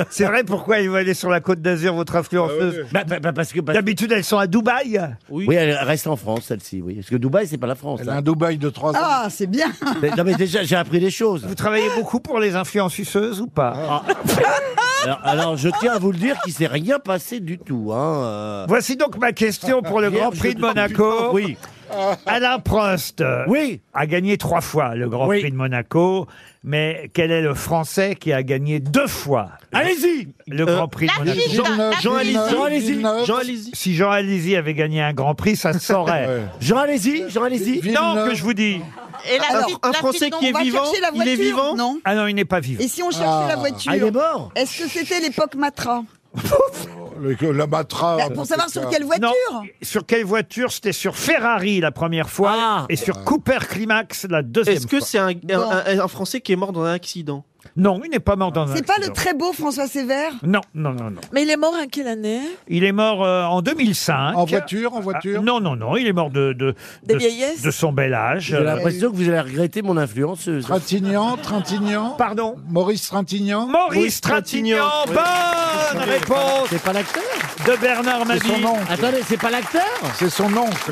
C'est vrai pourquoi il veut aller sur la côte d'Azur, votre influenceuse
Ah,
Bah, bah, bah, parce que. parce-
D'habitude, elles sont à Dubaï.
Oui, elle reste en France, celle-ci, oui. Parce que Dubaï, c'est pas la France.
Elle a
hein.
un Dubaï de 3 ans.
Ah, c'est bien.
Mais- non, mais déjà, j'ai appris des choses. Ah.
Vous travaillez beaucoup pour les influenceuses ou pas
Alors, alors, je tiens à vous le dire qu'il s'est rien passé du tout. Hein. euh.
Voici donc ma question pour le
Vierge
Grand Prix
de
de Monaco.
Oui.
Alain Prost euh,
Oui.
a gagné trois fois le Grand
Oui.
Prix de Monaco, mais quel est le Français qui a gagné deux fois
Allez-y
le
Euh,
Grand Prix de Monaco
Jean-
Jean Alesi.
Jean Alesi.
Jean Alesi.
Si Jean Alesi avait gagné un Grand Prix, ça se saurait.
Jean, allez-y, Jean, allez-y.
Ville-
Non,
Villeneuve.
que je vous dis.
Et la
Alors,
petite-
un
la
Français
petite-
qui est
on va
vivant,
chercher la
il est
voiture.
vivant
Non.
Ah non, il n'est pas vivant.
Et si on cherchait
Ah.
la
Ah, il est
voiture
mort
Est-ce que c'était l'époque Matra
Oh, Le- La Batra.
Bah, Pour savoir sur quelle voiture
Non. Sur quelle voiture C'était sur Ferrari la première fois
Ah.
et sur Cooper Climax la deuxième
Est-ce que
fois.
c'est un, un-
Bon.
un- un Français qui est mort dans un accident
Non, il n'est pas mort dans un
C'est pas le
accident.
très beau François Sévère
Non, non, non, non.
Mais il est mort en quelle année
Il est mort euh, en 2005.
En voiture, en voiture.
Ah, non, non, non, il est mort de, de,
Des
de-
vieillesses
de son bel âge.
J'ai
Euh,
l'impression que vous allez regretter mon euh, influenceuse.
Trintignant, Trintignant.
Pardon
Maurice Trintignant.
Maurice
Maurice
Trintignant,
Trintignant.
bonne réponse
C'est pas l'acteur
de Bernard
C'est son
Mabille.
oncle.
Attendez, c'est pas l'acteur
C'est son oncle.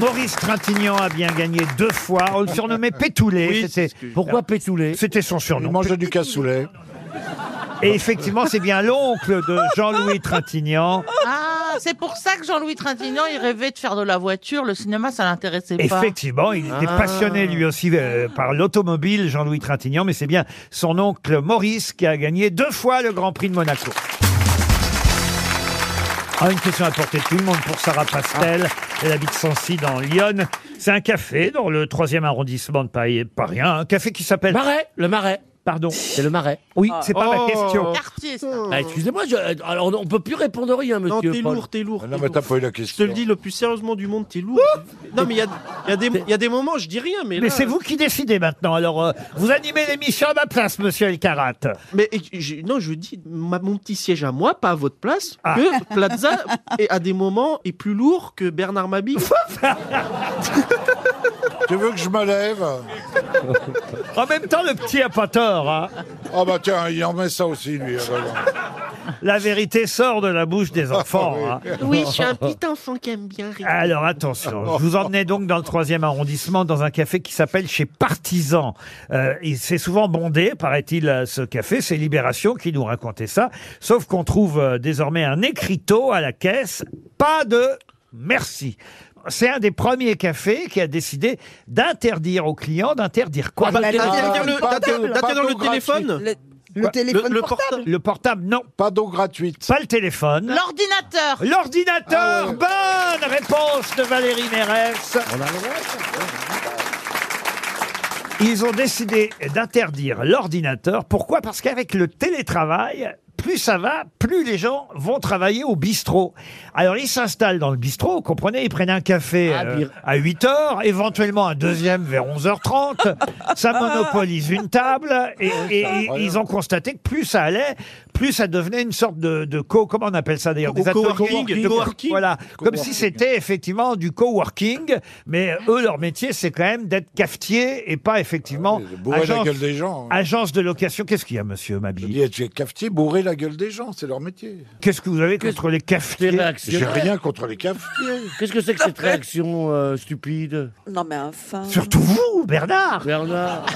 Maurice Trintignant a bien gagné deux fois. On le surnommait Pétoulé. C'était-
Pourquoi pétouler
C'était son
Il
surnom.
mange du cassoulet.
Et effectivement, c'est bien l'oncle de Jean-Louis Trintignant.
Ah, c'est pour ça que Jean-Louis Trintignant, il rêvait de faire de la voiture. Le cinéma, ça l'intéressait pas.
Effectivement, il était
Ah.
passionné lui aussi euh, par l'automobile, Jean-Louis Trintignant, mais c'est bien son oncle Maurice qui a gagné deux fois le Grand Prix de Monaco. Ah, une question à portée de tout le monde pour Sarah Pastel. Elle habite Sancy dans l'Yonne. C'est un café dans le troisième arrondissement de Paris. Pas rien. hein. Un café qui s'appelle.
Marais, le marais.
Pardon.
C'est le marais.
Oui, c'est pas ma
Oh.
question.
Quartier, ça.
Ah, Excusez-moi, je- alors, on peut plus répondre rien,
Non,
monsieur.
t'es
Paul.
lourd, t'es lourd.
Ah, Non,
t'es
mais
lourd.
t'as pas eu la
Je te
question.
le dis le plus sérieusement du monde, t'es lourd. non, mais il y a, il y a des- il y a des moments, je dis rien, mais là.
Mais c'est vous qui décidez maintenant. Alors, euh, vous animez l'émission à ma place, monsieur Elkarat.
Mais et, je- non, je dis ma- mon petit siège à moi, pas à votre place,
Ah.
que Plaza, est, à des moments, est plus lourd que Bernard Mabille.
Tu veux que je me lève
En même temps, le petit a pas tort. hein.
Ah bah tiens, il en met ça aussi, lui. euh, alors.
La vérité sort de la bouche des enfants.
Ah
hein.
oui, je suis un petit enfant qui aime bien rire.
Alors attention, je vous emmenais donc dans le troisième arrondissement, dans un café qui s'appelle chez Partisan. Euh, et c'est souvent bondé, paraît-il, euh, ce café. C'est Libération qui nous racontait ça. Sauf qu'on trouve euh, désormais un écriteau à la caisse. Pas de merci. C'est un des premiers cafés qui a décidé d'interdire aux clients d'interdire quoi
Ah bah,
bah,
t'as-
là,
t'as-
là,
t'as-
le
t'as-
portable,
t'as- t'as dans le
portable
téléphone
Le, le téléphone
le
portable.
portable.
Le portable, non.
Pas d'eau gratuite. Ah
Pas le téléphone.
L'ordinateur.
L'ordinateur, bonne réponse de Valérie Mérès. Ils ont décidé d'interdire l'ordinateur. Pourquoi Parce qu'avec le télétravail, plus ça va, plus les gens vont travailler au bistrot. Alors ils s'installent dans le bistrot, vous comprenez, ils prennent un café euh, à 8 heures, éventuellement un deuxième vers 11h30, ça monopolise une table, et, et- et ils ont constaté que plus ça allait, plus ça devenait une sorte de, de co, comment on appelle ça d'ailleurs,
Au
ateliers-
coworking,
de-
du coworking.
Voilà, comme si
Coworking.
c'était effectivement du coworking, mais eux, leur métier, c'est quand même d'être cafetier et pas effectivement
bourrer la gueule des gens, hein.
agence de location. Qu'est-ce qu'il y a, monsieur Mabille
Les cafetiers bourrer la gueule des gens, c'est leur métier.
Qu'est-ce que vous avez contre les cafetiers
J'ai rien contre les cafetiers.
Qu'est-ce que c'est que cette réaction euh, stupide
Non, mais enfin.
Surtout vous, Bernard Ah,
Bernard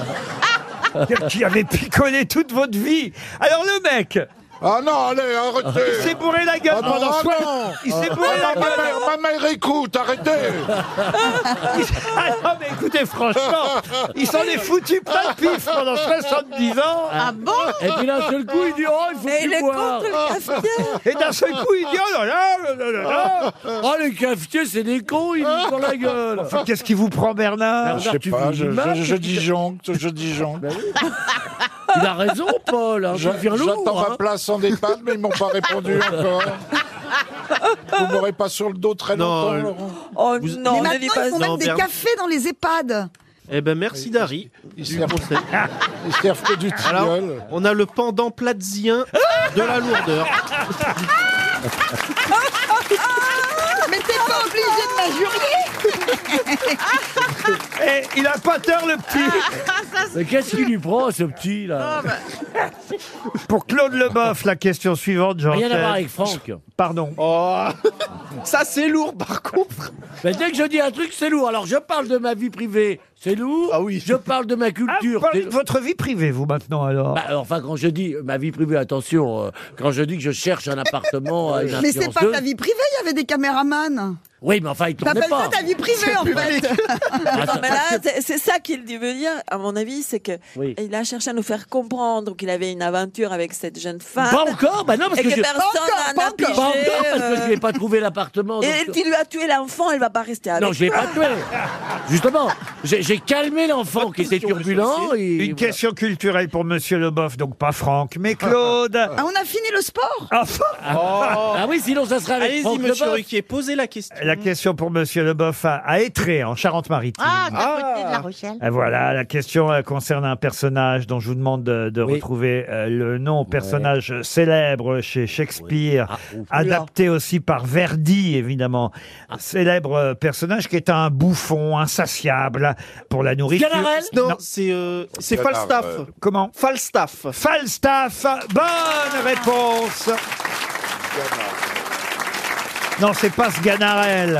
Qui avait picolé toute votre vie Alors le mec
Ah non, allez, arrêtez
Il s'est bourré la gueule
Ah non,
pendant
ah
soi-
non.
Il s'est
Ah
bourré
non,
la
ma
gueule
mère- Ma mère écoute, arrêtez
Ah non, mais écoutez, franchement, il s'en est foutu plein de pif pendant 70 ans.
Ah bon
Et puis d'un seul coup, il dit Oh, il faut
Mais
plus
il est
boire.
contre le cafetier. Et d'un seul coup, il dit, Oh là là, là là là
Oh, les cafetiers, c'est des cons, ils nous font la gueule
Enfin, Qu'est-ce qui vous prend, Bernard
Je sais pas, je, je, je disjoncte, je disjoncte.
Il a raison, Paul. hein,
Bah Je-
faut faire lourd,
J'attends
hein.
ma place en EHPAD, mais ils m'ont pas répondu encore. Vous m'aurez pas sur le dos très longtemps,
euh,
Laurent.
Oh
Vous-
non,
Mais
on
maintenant,
n'allait pas-
ils font
Non,
même des
Bernard.
cafés dans les EHPAD.
Eh ben merci Dari. du conseil.
Ils servent que du
Alors,
tilleul.
on a le pendant platzien de la lourdeur.
Ah,
Mais t'es pas obligé de m'injurier
Et Eh, il a pas tort, le petit
Ah.
Mais qu'est-ce qu'il lui prend, ce petit, là
bah.
Pour Claude Leboeuf, la question suivante, jean
Rien à voir avec Franck.
Pardon. Oh.
Ça, c'est lourd, par contre.
Mais dès que je dis un truc, c'est lourd. Alors, je parle de ma vie privée, c'est lourd. Ah oui. Je parle de ma
Ah, vous
culture.
parlez
c'est-
de votre vie privée, vous, maintenant, alors
Bah, alors, enfin, quand je dis euh, ma vie privée, attention, euh, quand je dis que je cherche un appartement à une
Mais c'est pas
influenceuse-
ta vie privée, il y avait des caméramans.
Oui, mais enfin, il tournait
T'appelles
pas. Ah,
pas ta vie privée en fait.
Non, mais là, c'est- c'est ça qu'il veut dire, à mon avis, c'est que
Oui.
il a cherché à nous faire comprendre qu'il avait une aventure avec cette jeune femme.
Pas encore Bah non, parce
et
que,
que
je-
personne
Pas encore,
n'en a
pas encore. Pas
pigé,
encore, parce que je
euh,
n'ai pas trouvé l'appartement.
Et
donc- euh,
elle qui lui a tué l'enfant, elle va pas rester avec
Non, je l'ai
toi.
pas tué. Justement, j'ai j'ai calmé l'enfant qui était turbulent. Et
Une
voilà.
question culturelle pour Monsieur Leboeuf, donc pas Franck, mais Claude.
Ah, on a fini le sport
Ah,
Oh.
Ah oui, sinon ça serait avec
Allez-y,
Franck
monsieur
Leboeuf.
Ruquier, posez la question.
La question pour Monsieur Leboeuf à, à Étré, en Charente-Maritime.
Ah, d'à côté de la Rochelle.
Ah, Voilà, la question euh, concerne un personnage dont je vous demande de, de
Oui.
retrouver euh, le nom, personnage célèbre chez Shakespeare, adapté aussi par Verdi, évidemment. Célèbre euh, personnage qui est un bouffon insatiable pour la nourriture.
Sganarelle
Non.
Non, c'est euh, c'est
Bernard,
Falstaff.
euh,
Comment
Falstaff.
Falstaff, bonne réponse. Non, c'est pas Sganarelle.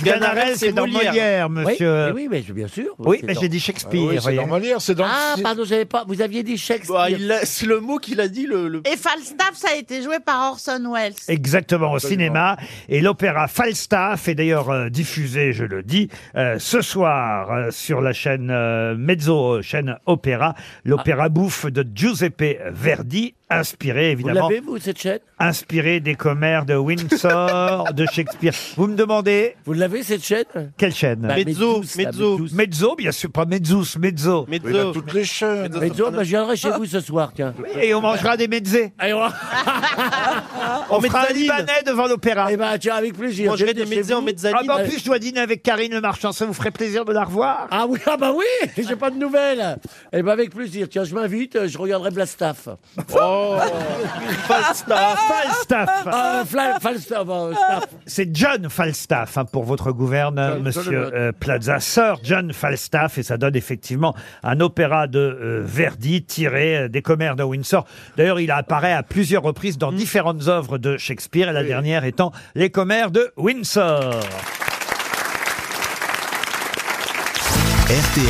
Sganarelle, c'est dans Molière,
Oui,
monsieur.
mais oui, mais je- bien sûr.
Oui,
c'est
mais
dans-
j'ai
Ah
dit
oui,
Shakespeare.
c'est
voyez.
dans Molière, c'est dans...
Ah,
c'est-
pardon, j'avais pas. Vous aviez dit Shakespeare.
Bah, il laisse le mot qu'il a dit le. le-
Et Falstaff, ça a été joué par Orson Welles.
Exactement, au
Absolument.
cinéma. Et l'opéra Falstaff est d'ailleurs euh, diffusé, je le dis, euh, ce soir euh, sur la chaîne euh, Mezzo, euh, chaîne Opéra, l'opéra bouffe de Giuseppe Verdi, inspiré
Ah. Vous
évidemment,
l'avez, vous, cette chaîne
inspiré des commères de Windsor, de Shakespeare. Vous me demandez
Vous l'avez, cette chaîne
quelle chaîne
Bah,
Mezzo,
Medus, là,
Mezzo.
Medus.
Mezzo, bien sûr, pas Mezzus, Mezzo.
Mezzo.
Il a toutes les chaînes.
Mezzo, bah, je viendrai chez vous ce soir, tiens.
Et on mangera des mezzés.
Allez, on...
On
En
fera un
mezzaline.
Libanais devant l'opéra.
Eh ben, tiens, avec
Je
plaisir.
mangerai des
Viens chez
mezzés en
vous.
mezzanine.
Ah bah en plus, je dois dîner avec Karine Le Marchand, ça vous ferait plaisir de la revoir
Ah oui, ah bah oui, j'ai pas de nouvelles. Eh ben, avec plaisir. Tiens, je m'invite, euh, je regarderai Blastaff.
Oh, Falstaff.
Falstaff
Ah, Fla- Falstaff, euh, Staff.
C'est John Falstaff hein, pour votre gouverne, monsieur
John.
euh, Plaza. Sir John Falstaff, et ça donne effectivement un opéra de euh, Verdi tiré euh, des commères de Windsor. D'ailleurs, il apparaît à plusieurs reprises
Mm.
dans différentes œuvres de Shakespeare, et la dernière étant Les commères de Windsor.
RTL,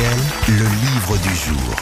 le livre du jour.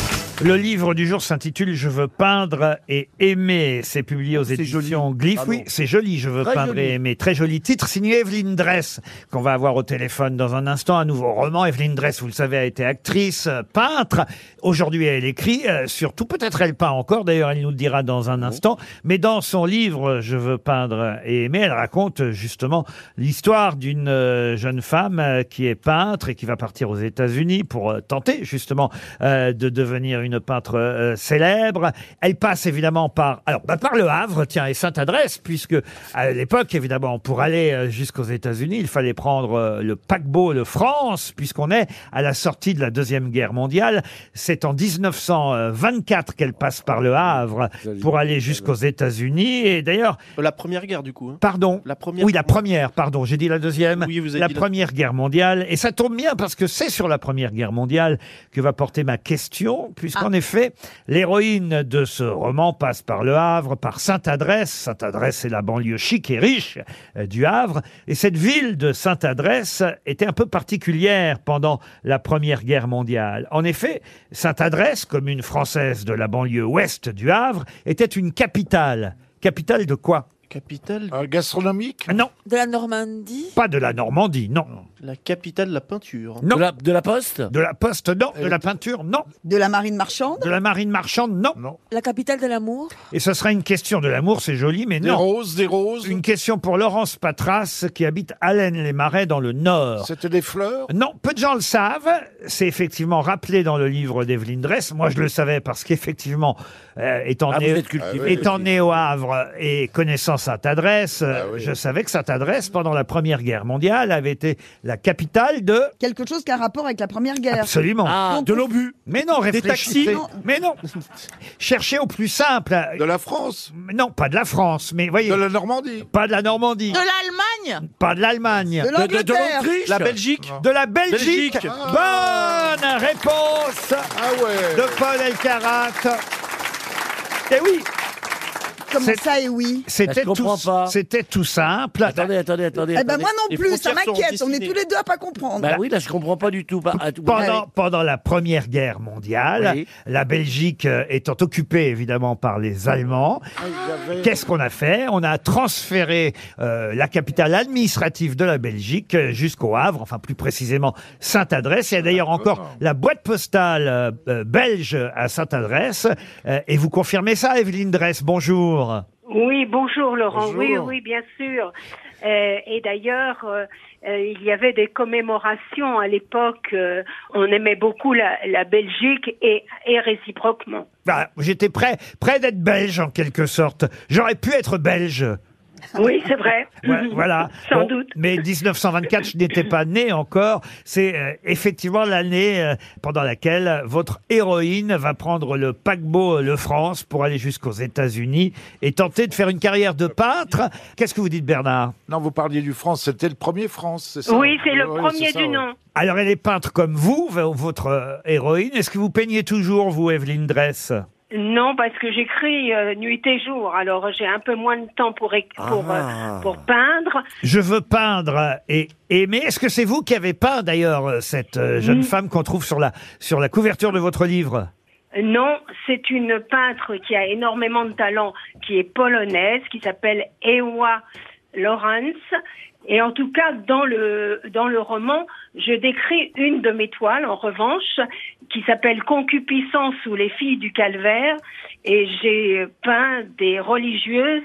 Le livre du jour s'intitule Je veux peindre et aimer. C'est publié aux éditions Glyph.
Bravo.
Oui, c'est joli, Je veux
Ah Très
peindre
joli.
et aimer. Très joli titre, signé Evelyne Dress, qu'on va avoir au téléphone dans un instant. Un nouveau roman. Evelyne Dress, vous le savez, a été actrice, euh, peintre. Aujourd'hui, elle écrit, euh, surtout, peut-être elle peint encore, d'ailleurs, elle nous le dira dans un instant. Mais dans son livre Je veux peindre et aimer, elle raconte euh, justement l'histoire d'une euh, jeune femme euh, qui est peintre et qui va partir aux États-Unis pour euh, tenter justement euh, de devenir une peintre euh, célèbre. Elle passe évidemment par alors bah, par le Havre, tiens, et sainte adresse, puisque à l'époque évidemment pour aller euh, jusqu'aux États-Unis, il fallait prendre euh, le paquebot de France, puisqu'on est à la sortie de la deuxième guerre mondiale. C'est en 1924 qu'elle passe par le Havre pour aller jusqu'aux États-Unis. Et d'ailleurs,
Euh, La première guerre, du coup. hein.
Pardon
La première.
Oui, la première, pardon. J'ai dit la deuxième.
vous avez
la
dit la-
première guerre mondiale. Et ça tombe bien parce que c'est sur la première guerre mondiale que va porter ma question, puisqu'en effet, l'héroïne de ce roman passe par Le Havre, par Sainte-Adresse. Sainte-Adresse, c'est la banlieue chic et riche euh, du Havre. Et cette ville de Sainte-Adresse était un peu particulière pendant la première guerre mondiale. En effet, Sainte-Adresse, commune française de la banlieue ouest du Havre, était une capitale. Capitale de quoi
Capitale
Euh, Gastronomique Non.
De la Normandie
Pas de la Normandie, non.
La capitale de la peinture. Euh,
non. De, la, poste De la poste, non. De la peinture, non.
De la marine marchande
De la marine marchande, non.
La capitale de l'amour
Et ce sera une question de l'amour, c'est joli, mais
Des
non.
roses,
des roses. Une question pour Laurence Patras, qui habite Allen-les-Marais, dans le Nord. C'était des fleurs Non, peu de gens le savent. C'est effectivement rappelé dans le livre d'Evelyne Dress. Moi, je le savais parce qu'effectivement, euh, étant,
Ah, vous
né,
êtes cultivé.
étant né au Havre et connaissant sainte adresse, je savais que sainte adresse, pendant la Première Guerre mondiale, avait été la capitale de...
Quelque chose qui a un rapport avec la première guerre.
Absolument. de l'obus. Mais non,
Des
réfléchissez.
taxis. Non.
Mais non. Cherchez au plus simple. De la France. Non, pas de la France, mais voyez. De la Normandie. Pas de la Normandie.
De l'Allemagne
Pas de l'Allemagne.
De De- de- de l'Angleterre. l'Autriche.
La Belgique. Ah. De la Belgique.
Belgique.
Bonne réponse de Paul Elkarat. Eh oui.
Comment ça, et oui
C'était tout, c'était tout simple. Attendez, attendez, attendez.
Eh ben moi non plus, ça m'inquiète. On est tous les deux à pas comprendre.
Bah là, je comprends pas du tout. pendant, pendant la Première Guerre mondiale,
Oui.
la Belgique euh, étant occupée évidemment par les Allemands,
Ah,
qu'est-ce qu'on a fait On a transféré euh, la capitale administrative de la Belgique euh, jusqu'au Havre, enfin plus précisément Sainte-Adresse. Il y a d'ailleurs encore la boîte postale euh, euh, belge à Sainte-Adresse. Euh, et vous confirmez ça, Evelyne Dress Bonjour.
Oui, bonjour Laurent.
Bonjour.
Oui, oui, bien sûr. Euh, et d'ailleurs, euh, euh, il y avait des commémorations à l'époque. euh, on aimait beaucoup la, la Belgique et, et réciproquement.
Bah, J'étais prêt, prêt d'être belge en quelque sorte. J'aurais pu être belge.
Oui, c'est vrai.
Voilà. voilà.
Sans
Bon,
doute.
Mais 1924, je n'étais pas né encore. C'est euh, effectivement l'année euh, pendant laquelle votre héroïne va prendre le paquebot euh, Le France pour aller jusqu'aux États-Unis et tenter de faire une carrière de peintre. Qu'est-ce que vous dites, Bernard
Non, vous parliez du France, c'était le premier France, c'est ça
Oui, c'est le
Ouais,
premier
ça,
du
ouais.
nom.
Alors, elle est peintre comme vous, v- votre euh, héroïne. Est-ce que vous peignez toujours, vous, Evelyne Dress
Non, parce que j'écris euh, nuit et jour. Alors j'ai un peu moins de temps pour éc- pour,
Ah.
euh, pour peindre.
Je veux peindre et aimer. Est-ce que c'est vous qui avez peint d'ailleurs euh, cette euh, jeune femme qu'on trouve sur la, sur la couverture de votre livre
Non, c'est une peintre qui a énormément de talent, qui est polonaise, qui s'appelle Ewa Lawrence. Et en tout cas, dans le, dans le roman, je décris une de mes toiles, en revanche, qui s'appelle Concupiscence ou les filles du calvaire. Et j'ai peint des religieuses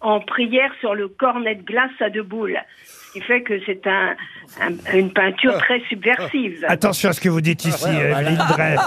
en prière sur le cornet de glace à deux boules. Ce qui fait que c'est un, un- une peinture très subversive.
Attention à ce que vous dites ici,
Ouais, Ah, voilà. Ah,
Evelyne Dreyf.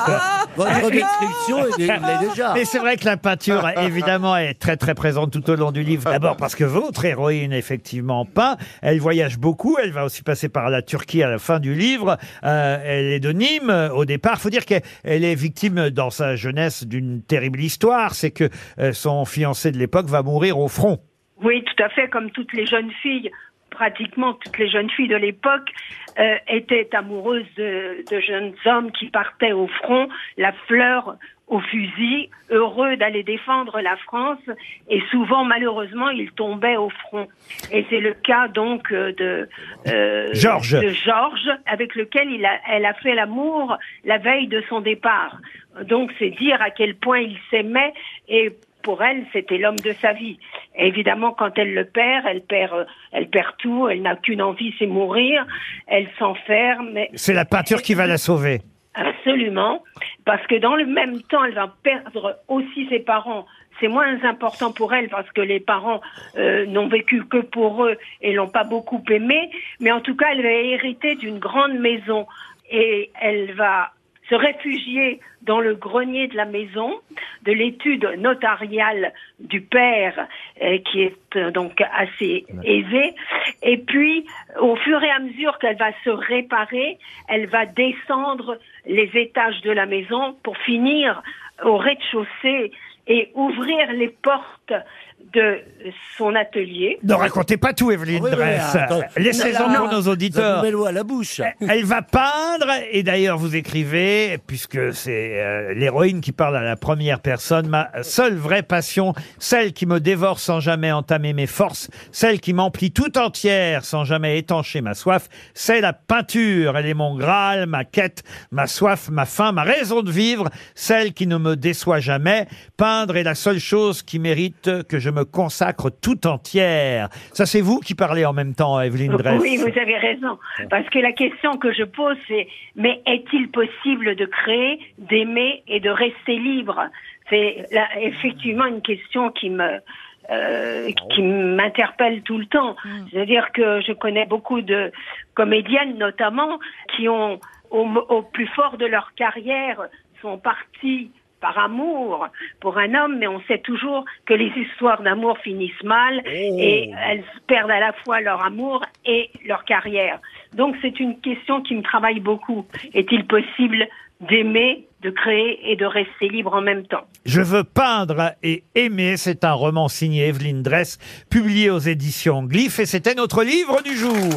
Votre description, elle est- elle est déjà.
Mais c'est vrai que la peinture, évidemment, est très très présente tout au long du livre. D'abord parce que votre héroïne, effectivement, peint. Elle voyage beaucoup. Elle va aussi passer par la Turquie à la fin du livre. Euh, elle est de Nîmes euh, au départ. Faut dire qu'elle elle est victime dans sa jeunesse d'une terrible histoire. C'est que euh, son fiancé de l'époque va mourir au front.
Oui, tout à fait, comme toutes les jeunes filles, pratiquement toutes les jeunes filles de l'époque euh, étaient amoureuses de, de jeunes hommes qui partaient au front, la fleur au fusil, heureux d'aller défendre la France, et souvent, malheureusement, ils tombaient au front. Et c'est le cas donc euh, de, euh,
Georges.
de Georges, avec lequel il a- elle a fait l'amour la veille de son départ. Donc c'est dire à quel point il s'aimait et pour elle, c'était l'homme de sa vie. Et évidemment, quand elle le perd, elle perd, euh, elle perd tout. Elle n'a qu'une envie, c'est mourir. Elle s'enferme.
C'est la peinture qui va la sauver.
Absolument, parce que dans le même temps, elle va perdre aussi ses parents. C'est moins important pour elle parce que les parents euh, n'ont vécu que pour eux et l'ont pas beaucoup aimé. Mais en tout cas, elle va hériter d'une grande maison et elle va se réfugier dans le grenier de la maison, de l'étude notariale du père, euh, qui est euh, donc assez aisée. Et puis, au fur et à mesure qu'elle va se réparer, elle va descendre les étages de la maison pour finir au rez-de-chaussée et ouvrir les portes de son atelier.
Ne racontez pas tout, Evelyne
Oui, oui,
Dresse.
attends.
Laissez-en
Non,
pour
non.
nos auditeurs.
Ça nous met l'eau à la bouche.
Elle va peindre, et d'ailleurs vous écrivez, puisque c'est euh, l'héroïne qui parle à la première personne, ma seule vraie passion, celle qui me dévore sans jamais entamer mes forces, celle qui m'emplit tout entière sans jamais étancher ma soif, c'est la peinture. Elle est mon graal, ma quête, ma soif, ma faim, ma raison de vivre, celle qui ne me déçoit jamais. Peindre est la seule chose qui mérite que je me consacre tout entière. Ça c'est vous qui parlez en même temps, Evelyne Dresse.
Oui, vous avez raison. Parce que la question que je pose, c'est mais est-il possible de créer, d'aimer et de rester libre C'est là, effectivement une question qui me euh, qui m'interpelle tout le temps. C'est-à-dire que je connais beaucoup de comédiennes, notamment, qui ont au, mo- au plus fort de leur carrière sont parties par amour pour un homme, mais on sait toujours que les histoires d'amour finissent mal et elles perdent à la fois leur amour et leur carrière. Donc c'est une question qui me travaille beaucoup. Est-il possible d'aimer, de créer et de rester libre en même temps
Je veux peindre et aimer, c'est un roman signé Evelyne Dress, publié aux éditions Glyph, et c'était notre livre du jour.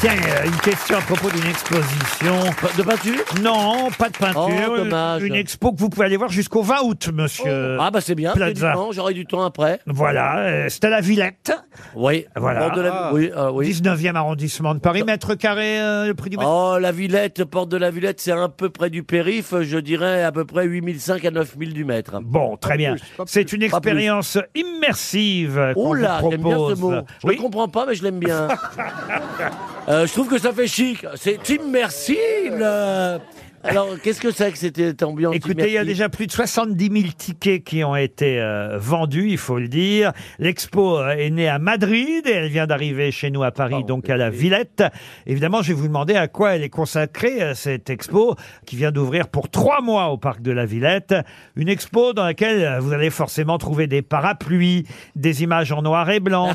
Tiens, euh, une question à propos d'une exposition. De peinture Non, pas de peinture.
Oh, dommage.
Une expo que vous pouvez aller voir jusqu'au 20 août, monsieur.
Ah bah c'est bien, j'ai du
Plaza.
temps, j'aurai du temps après.
Voilà, euh, c'était à la Villette.
Oui,
Voilà.
porte de la- oui, euh, oui.
19e arrondissement de Paris, mètre carré, euh, le prix du mètre.
Oh, la Villette, porte de la Villette, c'est un peu près du périph, je dirais à peu près 8500 à 9000 du mètre.
Bon, très bien. C'est une expérience immersive qu'on
Oh
vous
là, j'aime bien ce
propose.
mot. Je ne comprends pas, mais je l'aime bien. Euh, je trouve que ça fait chic. C'est immersible. Alors, qu'est-ce que c'est que cette ambiance
Écoutez, il y a
immersive
déjà plus de 70 000 tickets qui ont été euh, vendus, il faut le dire. L'expo euh, est née à Madrid et elle vient d'arriver chez nous à Paris, donc à la Villette. Évidemment, je vais vous demander à quoi elle est consacrée, euh, cette expo, qui vient d'ouvrir pour trois mois au parc de la Villette. Une expo dans laquelle euh, vous allez forcément trouver des parapluies, des images en noir et blanc,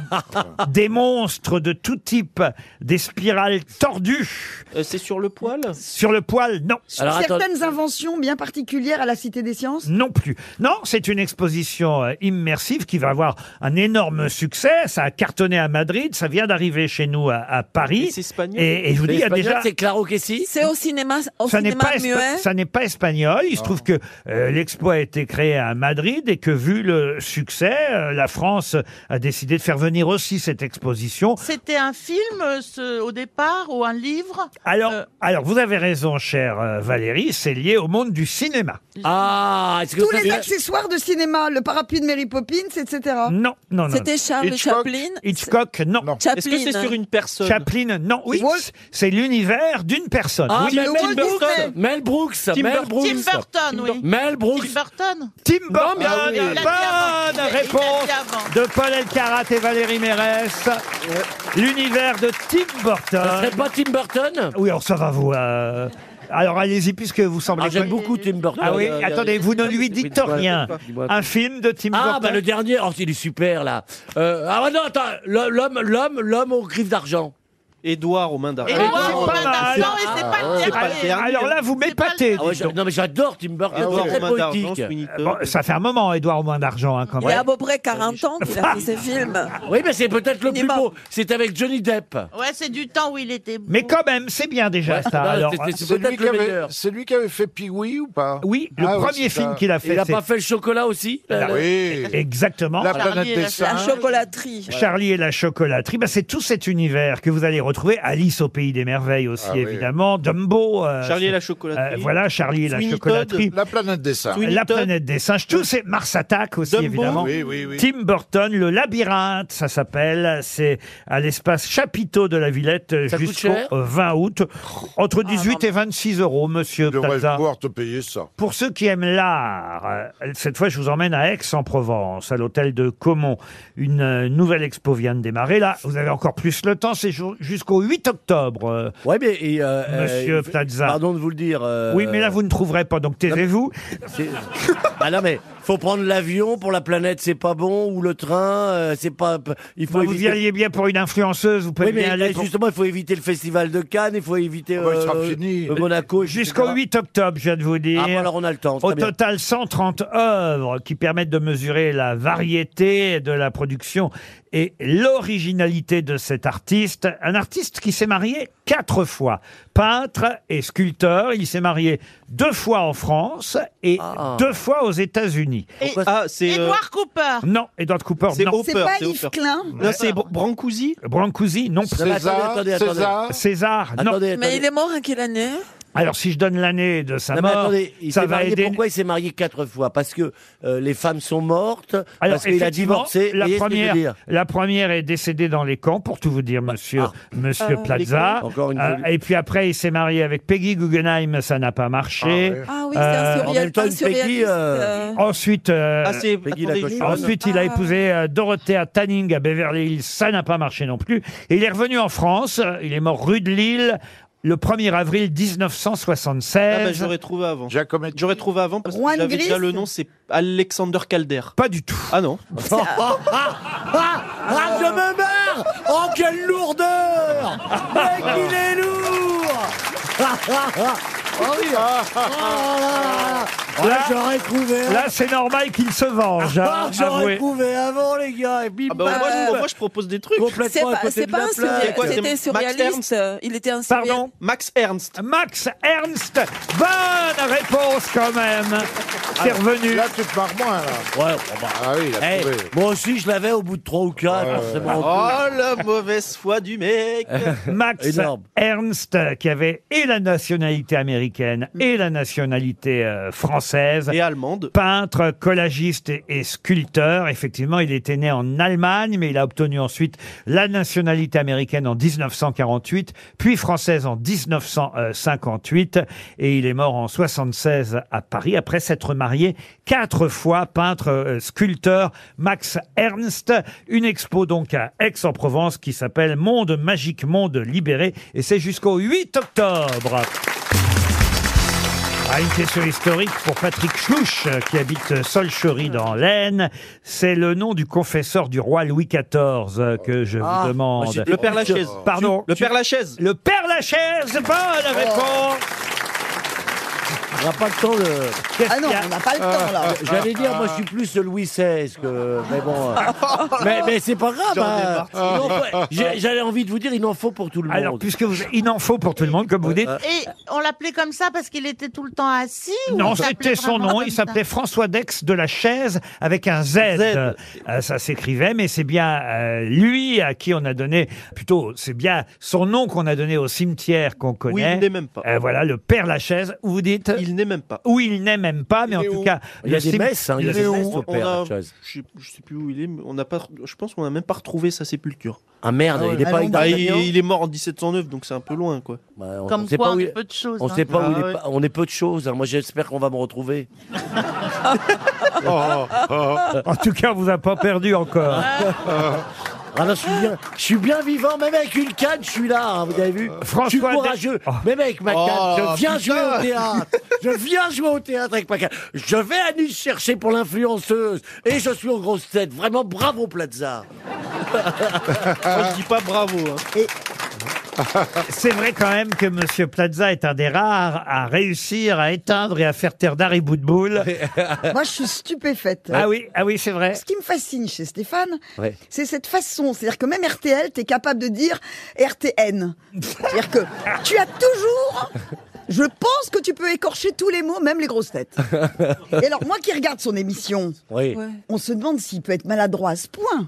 des monstres de tout type, des spirales tordues. Euh, C'est sur le poil Sur le poil, non.
Certaines inventions bien particulières à la Cité des Sciences
Non plus. Non, c'est une exposition euh, immersive qui va avoir un énorme succès. Ça a cartonné à Madrid, ça vient d'arriver chez nous à, à Paris.
c'est espagnol.
Et, et je vous dis, il y a
L'espagnol,
déjà.
c'est Claro Kessi
C'est au cinéma, au
Ça n'est,
cinéma
pas espa-
muet.
ça n'est pas espagnol. Il se trouve que euh, l'expo a été créée à Madrid et que vu le succès, euh, la France a décidé de faire venir aussi cette exposition.
C'était un film euh, ce- au départ ou un livre
Alors, alors vous avez raison, chère euh, Valérie, c'est lié au monde du cinéma.
Ah, est-ce
Tous les accessoires de cinéma, le parapluie de Mary Poppins, etc.
Non, non, non.
C'était
non.
Charles Chaplin
Hitchcock, non.
Chaplin. Est-ce que
hein.
c'est sur une
personne Chaplin, non. Oui, c'est l'univers d'une personne.
Ah,
Oui.
Mel, Mel Brooks. Mel Brooks.
Tim
Mel
Burton.
Brooks.
Tim Burton,
Burton, oui.
Mel Brooks.
Tim Burton
Tim Burton,
mais ah oui. Il l'a dit avant. Il
bonne
l'a- il l'a dit
réponse
avant.
de Paul Elkarat et Valérie Mérès. L'univers de Tim Burton.
Ça serait pas Tim Burton
Oui, alors ça va vous. euh, Alors allez-y, puisque vous semblez.
Ah, j'aime beaucoup Tim Burton.
Ah oui,
Euh,
attendez,
euh,
vous ne lui
oui,
dites
dis-moi,
rien.
dis-moi.
Un film de Tim
Ah,
Burton.
bah le dernier, oh, il est super là. Euh, ah, bah, non, attends, le- l'homme, l'homme, l'homme aux griffes d'argent.
Édouard aux mains d'argent.
Édouard
C'est
aux
pas
mains
mal.
d'argent, et c'est pas le
C'est pas le dernier.
Alors là, vous m'épatez.
Ah ouais,
dites
j'a-
donc.
non, mais j'adore Tim
Ah,
Burton,
Ah, Édouard
c'est très
aux mains d'argent,
poétique.
Euh, bon, ça fait un moment, Édouard, au moins d'argent, hein, quand
Il y a à
même.
peu près 40 ans qu'il a fait ses films.
Oui, mais c'est peut-être le plus beau. C'est avec Johnny Depp.
Ouais, c'est du temps où il était beau.
Mais quand même, c'est bien déjà
Ouais,
ça.
Ah,
bah,
alors. hein,
c'était- c'était
C'est
peut-être
lui
le
qui avait-
meilleur.
C'est lui qui avait fait Pee-Wee ou pas Ah
Oui, le premier film qu'il a fait.
Il a
c'est-
pas fait le chocolat aussi
Ah
oui.
Exactement.
euh, La planète des
La
singes.
chocolaterie.
Charlie et la chocolaterie, bah, c'est tout cet univers que vous allez retrouver. Alice au pays des merveilles aussi,
Ah oui.
évidemment. Dumbo. euh,
Charlie et la
c'est-
chocolaterie.
euh, voilà, Charlie et la
Sweeney Todd.
chocolaterie.
La planète des singes.
La planète des singes, tous ces Mars Attack aussi
Dumbo.
évidemment.
Oui, oui, oui.
Tim Burton, le labyrinthe, ça s'appelle. C'est à l'espace chapiteau de la Villette
Ça coûte
jusqu'au
cher Ah,
20 août, entre 18 et 26 euros, Monsieur
devrais
Plaza.
pouvoir te payer ça.
Pour ceux qui aiment l'art, euh, cette fois je vous emmène à Aix-en-Provence, à l'hôtel de Caumont. Une euh, nouvelle expo vient de démarrer. Là, vous avez encore plus le temps, c'est ju- jusqu'au 8 octobre. euh,
Ouais, mais. et, euh,
Monsieur
euh,
Plaza.
Pardon de vous le dire. euh,
Oui, mais là, vous ne trouverez pas, donc taisez-vous.
c'est- ah non, mais faut prendre l'avion pour la planète, c'est pas bon, ou le train, euh, c'est pas. Il faut
Bah, vous y alliez bien pour une influenceuse, vous pouvez
Oui, mais
bien aller pour-
justement, il faut éviter le festival de Cannes, il faut éviter
bah, il sera
euh,
fini.
euh, Monaco.
Jusqu'au 8 octobre, je viens de vous dire.
Ah, bon, alors on a le temps.
Au
très bien.
total, 130 œuvres qui permettent de mesurer la variété de la production et l'originalité de cet artiste. Un artiste qui s'est marié quatre fois. Peintre et sculpteur, il s'est marié deux fois en France et
Ah.
deux fois aux États-Unis.
Et- Ah, c'est, euh,
Edouard Cooper.
Non, Edward Cooper,
C'est
non.
Hopper, C'est pas c'est Yves Hopper. Klein Non, c'est Br-
Brancusi Brancusi, non.
César, Attendez, attendez, attendez. César
César, non.
Attendez,
Mais il est mort en quelle année
Alors, si je donne l'année de sa
Non, mais
mort,
attendez, il
ça
s'est
va
marié,
aider.
Pourquoi il s'est marié quatre fois Parce que euh, les femmes sont mortes,
Alors,
parce qu'il a
effectivement,
divorcé.
La
voyez ce que je veux
première,
dire Bah,
la première est décédée dans les camps, pour tout vous dire, monsieur, monsieur
Ah.
Plaza.
Encore une
Euh,
folie.
et puis après, il s'est marié avec Peggy Guggenheim, ça n'a pas marché. Euh,
Ah oui, c'est un surréal- En même temps, un une Peggy, surréaliste, euh, euh,
Ensuite, euh,
Ah, c'est- Peggy la attendez, cochonne.
ensuite il a
Ah.
épousé euh, Dorothea Tanning à Beverly Hills, ça n'a pas marché non plus. Et il est revenu en France, euh, il est mort rue de Lille. Le 1er avril 1976.
Ah bah, j'aurais trouvé avant. J'aurais trouvé avant parce que
Juan
j'avais
Gris
déjà le nom, c'est Alexander Calder.
Pas du tout.
Ah non.
Ah, ah, ah, ah, je me barre Oh, quelle lourdeur Mais qu'il est lourd Ah, ah, ah.
ah,
Oh là là.
Là-
Ah, j'aurais trouvé
Là, c'est normal qu'il se venge. hein,
Ah, j'aurais
avouez.
trouvé avant, les gars Et bim,
Ah bah, au
bam.
moins, je- au moins, je propose des trucs.
C'est
Complètement à
pas,
côté
c'est
de
pas
la
un
plaque.
surréaliste,
quoi, c'est
c'était
Max
surréaliste. Il était un surréaliste.
Pardon
Max Ernst.
Max Ernst. Bonne réponse quand même.
Ah.
C'est revenu.
Là, tu te marres moins, là.
Ouais, bon, bah,
Ah oui, il a
eh,
trouvé.
moi aussi, je l'avais au bout de 3 ou 4,
Oh la mauvaise foi du mec.
Max
Énorme.
Ernst, qui avait et la nationalité américaine et la nationalité euh, française.
Mm. Et allemande.
Peintre, collagiste et, et sculpteur. Effectivement, il était né en Allemagne, mais il a obtenu ensuite la nationalité américaine en 1948, puis française en 1958. Et il est mort en 76 à Paris, après s'être marié quatre fois, peintre, euh, sculpteur, Max Ernst. Une expo donc à Aix-en-Provence qui s'appelle Monde magique, monde libéré. Et c'est jusqu'au 8 octobre. Ah, une question historique pour Patrick Schlouch, euh, qui habite Solcherie dans l'Aisne. C'est le nom du confesseur du roi Louis XIV euh, que je
Ah,
vous
moi,
demande.
j'étais- Le Père Lachaise.
Pardon.
Le Père Lachaise.
Le Père Lachaise,
Oh.
bonne réponse.
On n'a pas le temps de. Euh,
Qu'est-ce
Ah non,
qu'il y a
on n'a pas le temps, là.
J'allais dire, moi je suis plus Louis XVI que. Mais bon. euh, mais mais c'est pas grave.
Ah. J'en ai
hein.
marre. Ah.
Il en faut- j'ai- J'avais envie de vous dire, il en faut pour tout le
Alors,
monde. Euh,
puisque vous, il en faut pour tout le monde, comme vous dites.
Et on l'appelait comme ça parce qu'il était tout le temps assis
Ah.
ou
Non,
il
c'était
s'appelait
son
vraiment
nom.
comme
Il
ça
s'appelait François Dex de la Chaise avec un Z. Euh, ça s'écrivait, mais c'est bien euh, lui à qui on a donné, plutôt, c'est bien son nom qu'on a donné au cimetière qu'on
Oui,
connaît.
il n'est même pas.
Euh, voilà, le Père Lachaise, où vous dites
Il n'est même pas.
Où il n'est même pas, mais en tout cas.
Il y a
le
des
cim-
messes, hein, il y a des
le-
messes au
On
Père
a-
Lachaise.
je, sais, je sais plus où il est, mais on n'a pas. Je pense qu'on n'a même pas retrouvé sa sépulture.
Ah merde, il n'est pas
Bah, il,
italien.
il est mort en 1709, donc c'est un peu loin, quoi.
Bah, on-
Comme
on sait
quoi,
pas
on
où
est
il-
peu de choses,
On
hein.
sait pas où
Ah
il est.
ouais.
pas- On est peu de choses. hein. Moi, j'espère qu'on va me retrouver.
En tout cas, on vous a pas perdu encore.
Ah non, je suis bien, je suis bien vivant, même avec une canne, je suis là. hein, vous avez vu Je suis
François
courageux.
Des-
Même avec ma canne,
Oh,
je viens
putain.
jouer au théâtre. Je viens jouer au théâtre avec ma canne. Je vais à Nice chercher pour l'influenceuse et je suis aux grosses têtes. Vraiment, bravo Plaza.
Moi, je dis pas bravo. hein.
C'est vrai quand même que Monsieur Plaza est un des rares à réussir à éteindre et à faire taire Dari Boudboul.
Moi, je suis stupéfaite.
Ah oui, ah oui, c'est vrai.
Ce qui me fascine chez Stéphane,
Ouais.
c'est cette façon. C'est-à-dire que même RTL, t'es capable de dire RTN. C'est-à-dire que tu as toujours. Je pense que tu peux écorcher tous les mots, même les grosses têtes. Et alors, moi qui regarde son émission,
Oui.
on se demande s'il peut être maladroit à ce point.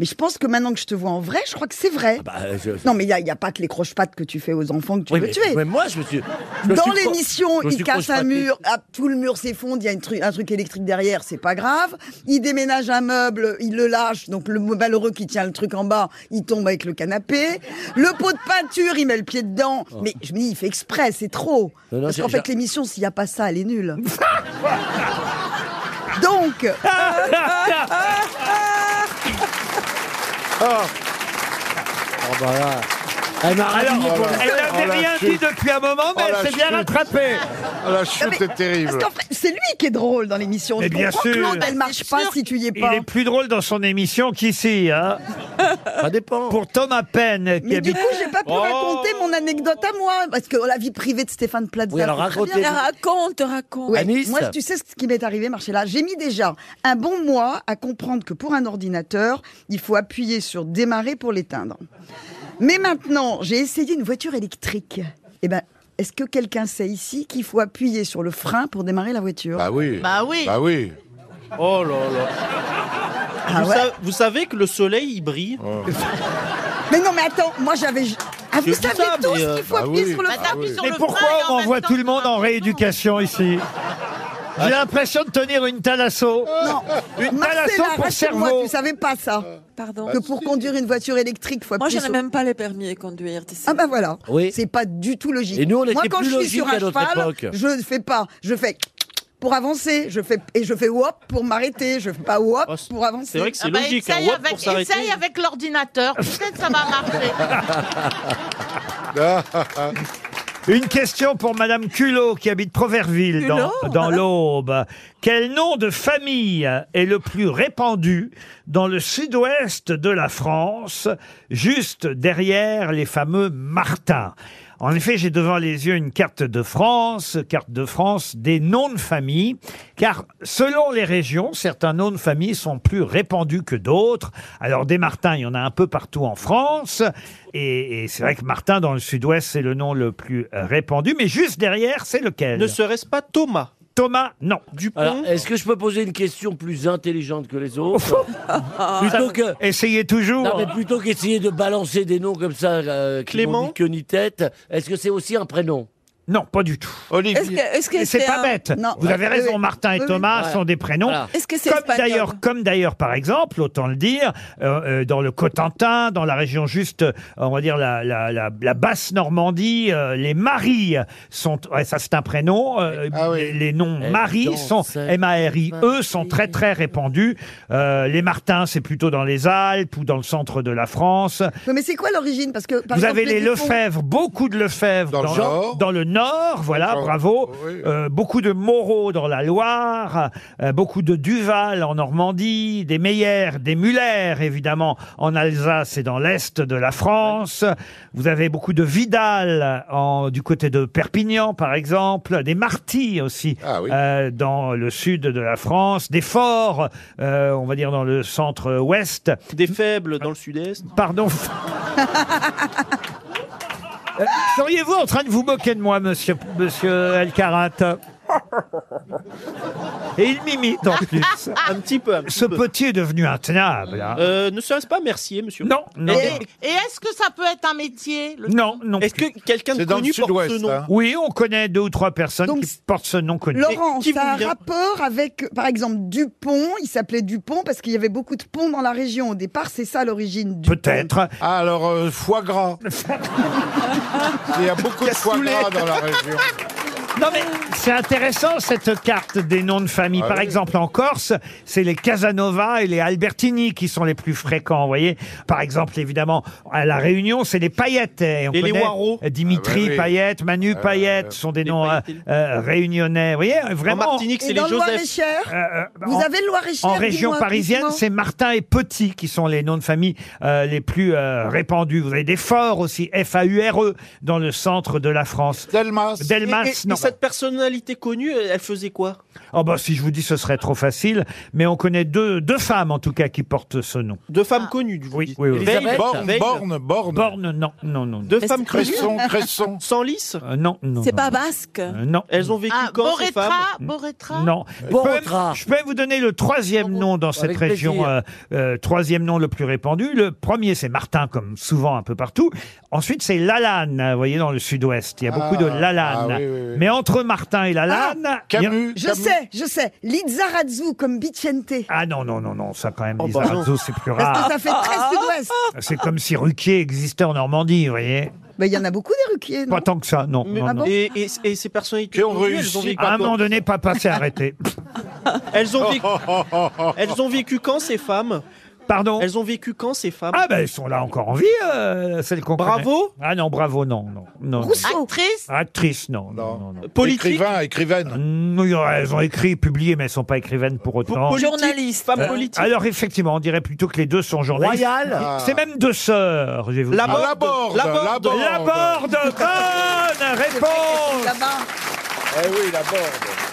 Mais je pense que maintenant que je te vois en vrai, je crois que c'est vrai.
Bah, je-
Non, mais il n'y a, il y a pas que les croche-pattes que tu fais aux enfants que tu
Oui,
veux
mais-
tuer.
mais moi, je me suis. je me
Dans
suis-
l'émission,
je me
il
suis
casse un
prostraté.
mur, ah, tout le mur s'effondre, il y a une tru- un truc électrique derrière, c'est pas grave. Il déménage un meuble, il le lâche, donc le malheureux qui tient le truc en bas, il tombe avec le canapé. Le pot de peinture, il met le pied dedans. Mais je me dis, il fait exprès, c'est trop.
Oh. Non, non,
Parce
j'ai-
qu'en fait,
j'ai-
l'émission, s'il n'y a pas ça, elle est nulle. donc, euh,
Oh, bah là. Elle m'a
Alors,
rhabillé pour le
elle
faire.
n'avait
Oh, la
rien
chute.
dit depuis un moment, mais
Oh, la
elle s'est bien
chute.
Oh,
rattrapée.
la
Non, mais- Parce qu'en fait, c'est lui qui est drôle dans l'émission.
Mais
Je
bien
comprends que
sûr.
Claude, elle marche pas si tu y es
Il
pas.
est plus drôle dans son émission qu'ici. Hein Ça dépend. Pour Thomas Penn, qui
Mais du
habite. Oh
coup, j'ai pas pu
Oh,
raconter mon anecdote à moi, parce que la vie privée de Stéphane Plaza.
Oui, alors
c'est très
racontez-nous.
bien. Raconte, raconte.
Anis
Moi, tu sais ce qui m'est arrivé, Marcella J'ai mis déjà un bon mois à comprendre que pour un ordinateur, il faut appuyer sur démarrer pour l'éteindre. Mais maintenant, j'ai essayé une voiture électrique. Eh ben, est-ce que quelqu'un sait ici qu'il faut appuyer sur le frein pour démarrer la voiture
Bah oui.
Bah oui.
Bah oui.
Oh là là.
Ah
vous, sa- vous savez que le soleil, il brille.
Oh.
Mais non, mais attends, moi j'avais. Ah,
Je
vous
dis
savez
ça,
tous
mais, euh,
qu'il faut
bah
appuyer
oui.
sur le
Bah,
frein.
t'appuies sur
Mais pourquoi on envoie tout le monde en rééducation ici J'ai l'impression de tenir une thalasso.
Non,
Une thalasso
Marcella,
pour
rassure-moi,
cerveau.
tu savais pas ça.
Pardon.
Que pour conduire une voiture électrique, faut
Moi, je
appuyer
n'ai
sur-
même pas les permis de conduire. tu sais.
Ah ben voilà, c'est pas du tout logique.
Et nous, on
Moi,
était
quand
plus
je suis sur
logique
un
à notre
cheval,
époque.
je ne fais pas, je fais pour avancer, je fais et je fais hop pour m'arrêter, je fais pas hop pour avancer.
c'est vrai que c'est
Ah bah,
logique,
hein,
essaye
un wop
avec-
pour s'arrêter.
Essaye avec l'ordinateur, peut-être ça va marcher.
Une question pour Madame Culot qui habite Proverville dans,
Culot,
dans l'Aube. Quel nom de famille est le plus répandu dans le sud-ouest de la France, juste derrière les fameux Martins En effet, j'ai devant les yeux une carte de France, carte de France des noms de famille, car selon les régions, certains noms de famille sont plus répandus que d'autres. Alors des Martins, il y en a un peu partout en France. Et, et c'est vrai que Martin, dans le sud-ouest, c'est le nom le plus euh, répandu. Mais juste derrière, c'est lequel
Ne serait-ce pas Thomas
Thomas, Ah, non.
Dupont
Alors,
Est-ce que je peux poser une question plus intelligente que les autres Plutôt que.
Essayez toujours.
Non, mais plutôt qu'essayer de balancer des noms comme ça, euh, qui
Clément
n'ont ni queue ni tête, est-ce que c'est aussi un prénom
Non, pas du tout.
Olivier.
Est-ce que- est-ce que
Et c'est
c'est
pas
un-
bête.
Non.
Vous avez
Oui,
raison,
oui.
Martin et
Oui, oui.
Thomas
Voilà.
sont des prénoms.
Voilà. Est-ce que c'est
comme
espagnol
d'ailleurs, comme d'ailleurs, par exemple, autant le dire, euh, euh, dans le Cotentin, dans la région juste, euh, on va dire la, la- la- la basse Normandie, euh, les Maries sont. ouais, ça c'est un prénom. euh,
Ah
les, les noms
Elle
Marie sont
danse, elle
M A R I E sont très très répandus. Euh, les Martins, c'est plutôt dans les Alpes ou dans le centre de la France.
Non, mais c'est quoi l'origine Parce que par
Vous
exemple,
avez les
Dupont-
Lefebvre, beaucoup de Lefebvre dans,
le Nord.
dans le Nord, voilà, bravo. Euh, beaucoup de Moreau dans la Loire, euh, beaucoup de Duval en Normandie, des Meyer, des Muller, évidemment, en Alsace et dans l'Est de la France. Vous avez beaucoup de Vidal en, du côté de Perpignan, par exemple, des Marty aussi euh, dans le sud de la France, des Forts, euh, on va dire dans le centre-ouest.
Des faibles dans le sud-est.
Pardon. Euh, Seriez-vous en train de vous moquer de moi, monsieur, monsieur Alcarat Et il m'imite en plus.
Un petit peu. un petit
Ce
peu.
petit est devenu intenable. hein.
Euh, ne serait-ce pas Mercier, monsieur
Non, non.
Et-
Et est-ce que ça peut être un métier le-
Non, non.
Est-ce que quelqu'un de
C'est dans
connu
le hein.
porte ce nom
Oui, on connaît deux ou trois personnes qui portent ce nom connu.
Laurent,
Qui
ça a un
vous vient
rapport avec, par exemple, Dupont. Il s'appelait Dupont parce qu'il y avait beaucoup de ponts dans la région. Au départ, c'est ça l'origine. Dupont.
Peut-être.
Ah, alors, euh, foie gras. Il y a beaucoup de foie
Cassoulet.
gras dans la région.
Non mais c'est intéressant cette carte des noms de famille.
Ah
Par
oui.
exemple en Corse, c'est les Casanova et les Albertini qui sont les plus fréquents. Vous voyez, par exemple évidemment à la Réunion, c'est les Paillettes. Et, on
Et les
connaît
Waro.
Dimitri
Ah bah oui.
Payette, Manu
Ah,
Payette sont des noms euh, euh, réunionnais. Vous voyez, vraiment.
En Martinique,
Et dans le Loir-et-Cher,
bah,
vous
en-
avez le Loir-et-Cher.
En région
dis-moi,
parisienne,
dites-moi.
c'est Martin et Petit qui sont les noms de famille euh, les plus euh, répandus. Vous avez des forts aussi, F-A-U-R-E, E, dans le centre de la France.
Delmas.
Delmas,
Et- et-
non.
et cette personnalité connue, elle elle faisait quoi
Oh bah si je vous dis ce serait trop facile, mais on connaît deux, deux femmes en tout cas qui portent ce nom.
Deux femmes connues, vous
Oui,
dites.
oui, oui.
Elisabeth
Borne,
Veil.
borne, borne.
Borne, non, non, non. non.
Deux femmes connues.
Cresson, Cresson.
Sans lice
Euh, non, non.
C'est
non,
pas
non.
basque.
Euh, non.
Elles ont vécu
Ah,
quand ces femmes
Boretra, Boretra
Non. Je peux, même- Euh, je peux vous donner le troisième nom dans cette
Avec
région,
plaisir.
euh, euh, troisième nom le plus répandu. Le premier, c'est Martin, comme souvent un peu partout. Ensuite, c'est Lalanne, vous voyez, dans le sud-ouest. Il y a beaucoup de
Ah,
Lalanne.
ah oui, oui, oui.
Mais entre Martin et Lalanne...
Ah,
il y a-
Camus,
Je sais, je sais. Lizarazu comme Bicente.
Ah non, non, non, non, ça quand même,
Oh, bah
Lizarazu,
non.
c'est plus
Parce
rare. Ah,
que ça fait très sud-ouest.
C'est comme si Ruquier existait en Normandie, vous voyez.
Mais il y en a beaucoup des ruquiers. non
Pas tant que ça, non. non, non.
Et, et- et ces personnalités
Qui ont
connues, ah elles
réussi
ont vécu
À un moment
quand
donné, papa s'est arrêté.
elles ont, vécu, elles ont vécu quand ces femmes
Pardon
Elles ont vécu quand ces femmes
Ah ben, elles sont là encore en vie, euh, celles qu'on
Bravo
connaît. Ah non, bravo, non, non. non, non.
Actrice
Actrice, non. non. non, non.
Politique
Écrivain, écrivaine.
Oui, elles ont écrit, publié, mais elles sont pas écrivaines pour autant. Euh,
Politique, Journaliste. femme politique.
Alors effectivement, on dirait plutôt que les deux sont journalistes.
Royal.
Ah. C'est même deux sœurs, j'ai vous
Ah,
La
dire.
Laborde.
Laborde.
Laborde.
Laborde. Bonne réponse.
Eh oui, la borde.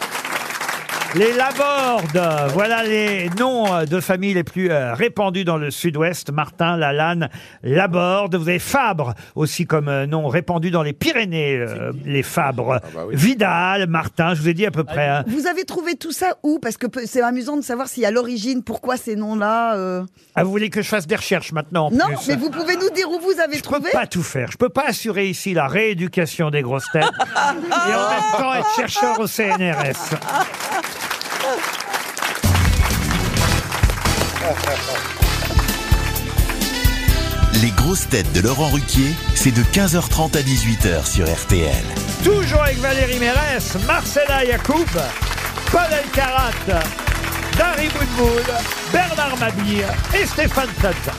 Les Labordes, voilà les noms euh, de familles les plus euh, répandus dans le sud-ouest. Martin, Lalanne, Laborde. Vous avez Fabre aussi comme euh, nom répandu dans les Pyrénées, euh, les Fabres. Vidal, Martin, je vous ai dit à peu près. hein.
Vous avez trouvé tout ça où Parce que peu- c'est amusant de savoir s'il y a l'origine, pourquoi ces noms-là. euh.
Ah, vous voulez que je fasse des recherches maintenant en
Non,
plus
mais vous pouvez nous dire où vous avez trouvé
pas tout faire. Je peux pas assurer ici la rééducation des grosses têtes et en même temps être chercheur au CNRS.
Les grosses têtes de Laurent Ruquier, c'est de 15h30 à 18h sur RTL.
Toujours avec Valérie Mérès, Marcella Yacoub, Paul Elkarat, Dari Boudboul, Bernard Mabille et Stéphane Plaza.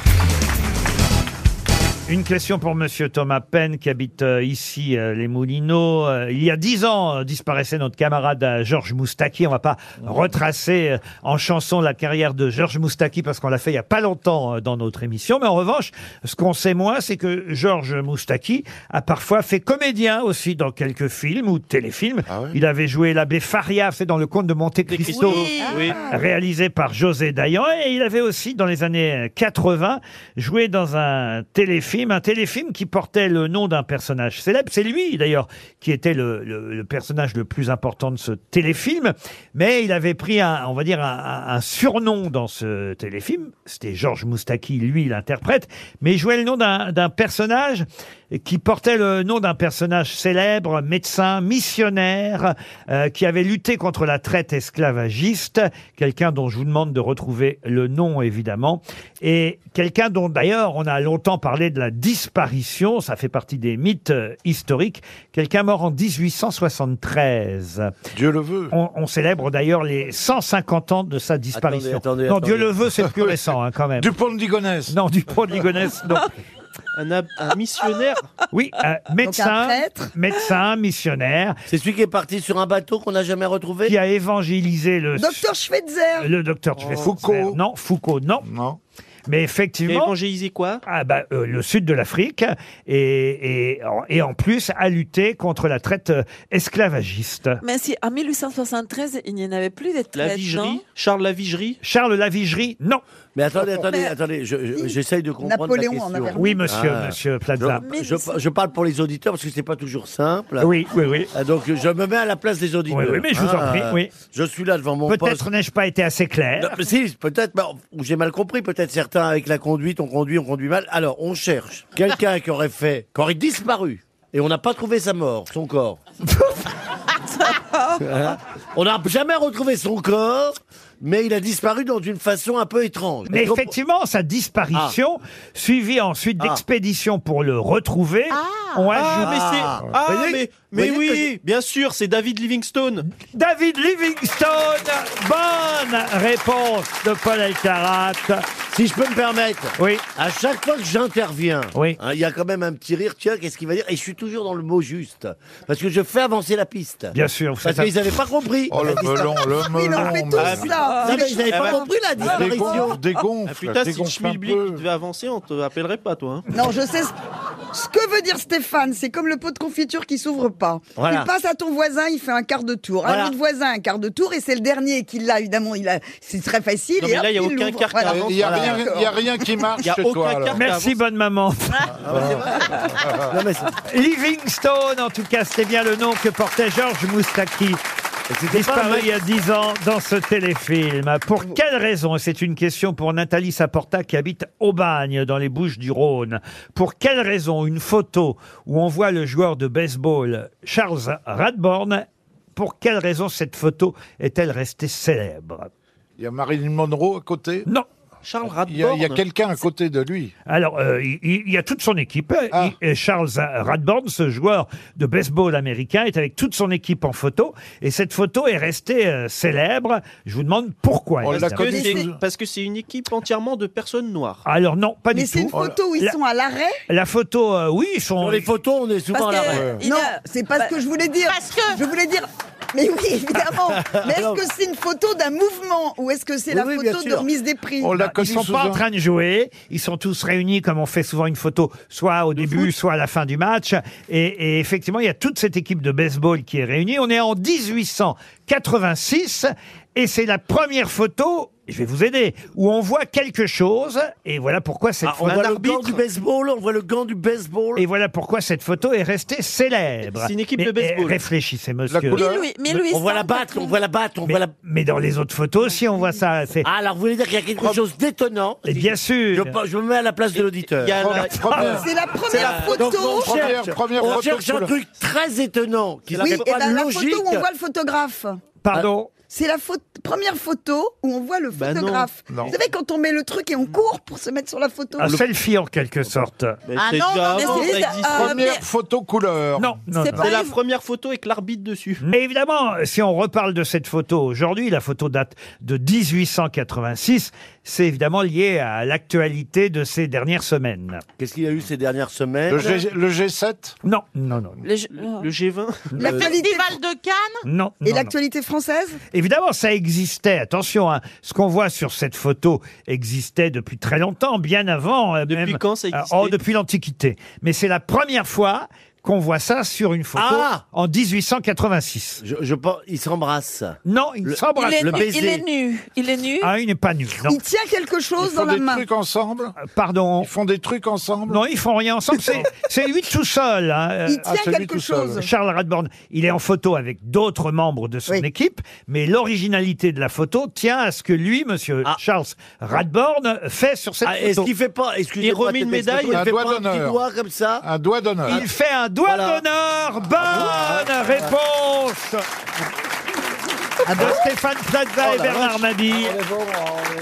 Une question pour Monsieur Thomas Penn qui habite euh, ici euh, les Moulineaux. Euh, il y a dix ans euh, disparaissait notre camarade euh, Georges Moustaki. On va pas retracer euh, en chanson la carrière de Georges Moustaki parce qu'on l'a fait il y a pas longtemps euh, dans notre émission. Mais en revanche, ce qu'on sait moins, c'est que Georges Moustaki a parfois fait comédien aussi dans quelques films ou téléfilms. Il avait joué l'abbé Faria, c'est dans le conte de Monte Cristo,
Oui. Oui.
réalisé par José Dayan. Et il avait aussi, dans les années 80, joué dans un téléfilm, un téléfilm qui portait le nom d'un personnage célèbre. C'est lui, d'ailleurs, qui était le, le- le personnage le plus important de ce téléfilm. Mais il avait pris, un, on va dire, un, un- un surnom dans ce téléfilm. C'était Georges Moustaki, lui, l'interprète. Mais il jouait le nom d'un d'un personnage qui portait le nom d'un personnage célèbre, médecin, missionnaire, euh, qui avait lutté contre la traite esclavagiste, quelqu'un dont je vous demande de retrouver le nom évidemment, et quelqu'un dont d'ailleurs on a longtemps parlé de la disparition, ça fait partie des mythes euh, historiques, quelqu'un mort en 1873. Dieu le veut. On, on célèbre d'ailleurs les 150 ans de sa disparition.
attendez,
non,
attendez.
Dieu le veut, c'est plus récent hein, quand même. Dupont de Ligonnès. Non, Dupont de Ligonnès, non.
Un, ab- un missionnaire
Oui, euh, médecin,
prêtre.
médecin, missionnaire. C'est celui qui est parti sur un bateau qu'on n'a jamais retrouvé Qui a évangélisé le...
Docteur Schweitzer
Le docteur
Oh.
Oh.
Foucault. Non, Foucault, non. Non. Mais effectivement...
Il a évangélisé quoi
ah bah, euh, Le sud de l'Afrique et, et, en- et en plus à lutter contre la traite euh, esclavagiste.
Mais si, en 1873, il n'y en avait plus des traites, non
Charles Lavigerie Charles Lavigerie, non.
Mais attendez, attendez,
Mais-
attendez, je- je- j'essaye de comprendre
Napoléon
la
en
question. Ah.
avait
remis. Oui, monsieur, monsieur Plaza.
Je, je, je parle pour les auditeurs parce que c'est pas toujours simple. Ah,
Oui, oui, oui.
Donc je me mets à la place des auditeurs.
Oui, oui, mais je vous en
hein.
prie, oui.
Je suis là devant mon poste.
Peut-être n'ai-je pas été assez
Non,
clair.
mais si, peut-être, bah, ou j'ai mal compris, peut-être certains avec la conduite, on conduit, on conduit mal. Alors, on cherche quelqu'un qui aurait fait, qui aurait disparu, et on n'a pas trouvé sa mort, son corps. Hein on n'a jamais retrouvé son corps, mais il a disparu dans une façon un peu étrange.
Mais
Est-ce qu'on-
effectivement, sa disparition,
Ah.
suivie ensuite
Ah.
d'expéditions pour le retrouver, on a
Ah, mais c'est.
Ah.
Ah,
Vous voyez-
mais,
vous
mais
voyez que
oui, bien sûr, c'est David Livingstone.
David Livingstone, bonne réponse de Paul Alcarat.
Si je peux me permettre,
oui.
à chaque fois que j'interviens,
Oui.
hein, il y a quand même un petit rire, tiens, qu'est-ce qu'il va dire Et je suis toujours dans le mot juste, parce que je fais avancer la piste.
Bien sûr, vous
Parce
faites-
qu'ils n'avaient pas compris.
Oh, le
La distance.
melon, le melon.
Ah,
Ah,
mais-
Non, mais ils n'avaient
bah,
pas compris la
Dégonfle,
disparition.
dégonfle,
Ah, putain, si
dégonfle un
Schmilblick
peu.
il devait avancer, on te appellerait pas, toi. hein.
Non, je sais ce, ce que veut dire Stéphane. C'est comme le pot de confiture qui s'ouvre pas.
Voilà.
Il passe à ton voisin, il fait un quart de tour.
Voilà.
Un autre voisin, un quart de tour. Et c'est le dernier qui l'a, évidemment. Il a, c'est très facile.
Non,
et
mais là,
hop,
il y a aucun
l'ouvre.
quart qui
Voilà.
avance.
Il y a,
Voilà.
rien, il y a rien qui marche
Il y a
chez
aucun
toi, alors.
quart.
Merci, bonne maman. Livingstone, en tout cas, c'était bien le nom que portait Georges Moustaki. Disparu il y a 10 ans dans ce téléfilm. Pour quelle raison et C'est une question pour Nathalie Saporta qui habite Aubagne dans les Bouches du Rhône. Pour quelle raison une photo où on voit le joueur de baseball Charles Radborn, pour quelle raison cette photo est-elle restée célèbre
Il y a Marilyn Monroe à côté
Non.
Charles
Il y a, il y a
Radborn.
quelqu'un à côté de lui. Ah.
Alors, euh, il, il- il y a toute son équipe. Il- et Charles Radborn, ce joueur de baseball américain, est avec toute son équipe en photo. Et cette photo est restée euh, célèbre. Je vous demande pourquoi.
Parce
évidemment.
que c'est- Parce que c'est une équipe entièrement de personnes noires.
Alors non, pas
Mais
du tout.
c'est une photo où ils
La-
Ils sont à l'arrêt.
La photo, euh, oui, ils sont...
Sur les
photos, on est
Non, c'est pas ce que je voulais dire. Je voulais dire. Mais oui, évidemment. Mais est-ce que c'est une photo d'un mouvement ou est-ce que c'est la photo de remise des prix
Bah, Ils sont pas en train de jouer. Ils sont tous réunis comme on fait souvent une photo, soit au début, soit à la fin du match. Et, et effectivement, il y a toute cette équipe de baseball qui est réunie. On est en 1886 et c'est la première photo. Je vais vous aider. Où on voit quelque chose, et voilà pourquoi cette
Ah, on
photo.
voit le gant du
baseball, on voit le gant du baseball. Et voilà pourquoi cette photo est restée célèbre.
C'est une équipe
Mais,
de baseball.
eh, Réfléchissez, monsieur.
couleur. 1800, On voit la batte, on voit la batte, on
Mais,
voit la.
mais dans les autres photos aussi, on voit ça. C'est-
Ah, alors vous voulez dire qu'il y a quelque chose d'étonnant
Et bien sûr.
Je, pe- je me mets à la place de l'auditeur.
Il y a la- Ah,
C'est la première photo.
Donc, on
Première-
cherche,
première
on
photo
cherche
sous
un
le-
truc très étonnant qui eh ben,
Oui,
n'est
et
pas
la, la
logique.
photo où on voit le photographe.
Pardon
Ah,
C'est la photo- première photo où on voit le
Bah non.
photographe.
Non.
Vous savez, quand on met le truc et on court pour se mettre sur la photo.
Un selfie en quelque sorte.
Ah c'est non, déjà non, mais avant, c'est- ça existait. euh, Première mais-
photo couleur. Non, non,
C'est
non.
la première photo avec l'arbitre dessus.
Mais évidemment, si on reparle de cette photo aujourd'hui, la photo date de 1886, c'est évidemment lié à l'actualité de ces dernières semaines.
Qu'est-ce qu'il y a eu ces dernières semaines
Le G- le
7
Non, non, non.
Le,
oh.
G20
Le festival de Cannes
Non. non, non.
française
Évidemment, ça existait. Attention, hein, ce qu'on voit sur cette photo existait depuis très longtemps, bien avant. Depuis
quand ça existait
Oh, depuis l'Antiquité. Mais c'est la première fois qu'on voit ça sur une photo
Ah
en 1886.
Je, je pense, il s'embrasse.
Non, il s'embrasse.
Il est, il est nu. Il est nu.
Ah, il n'est pas nu. non.
Il tient quelque chose
Ils font
dans la
des
main.
trucs
ensemble
Pardon
Ils font des trucs ensemble
Non, ils font rien ensemble. C'est- C'est lui tout seul. hein.
Il tient Ah, c'est lui quelque tout seul. chose.
Charles Radborn, il est en photo avec d'autres membres de son équipe, mais l'originalité de la photo tient à ce que lui, Monsieur Charles Radborn, fait sur cette
Ah,
photo.
est-ce qu'il fait pas- excusez-moi Il remet cette une médaille, expression. il fait pas un petit doigt
comme ça
Un doigt d'honneur.
Il fait un doigt
Voilà. Ah.
d'honneur. Bonne réponse.
Ah
de Stéphane Plaza
Oh
et
la
Bernard
vache.
Mabille.
oh,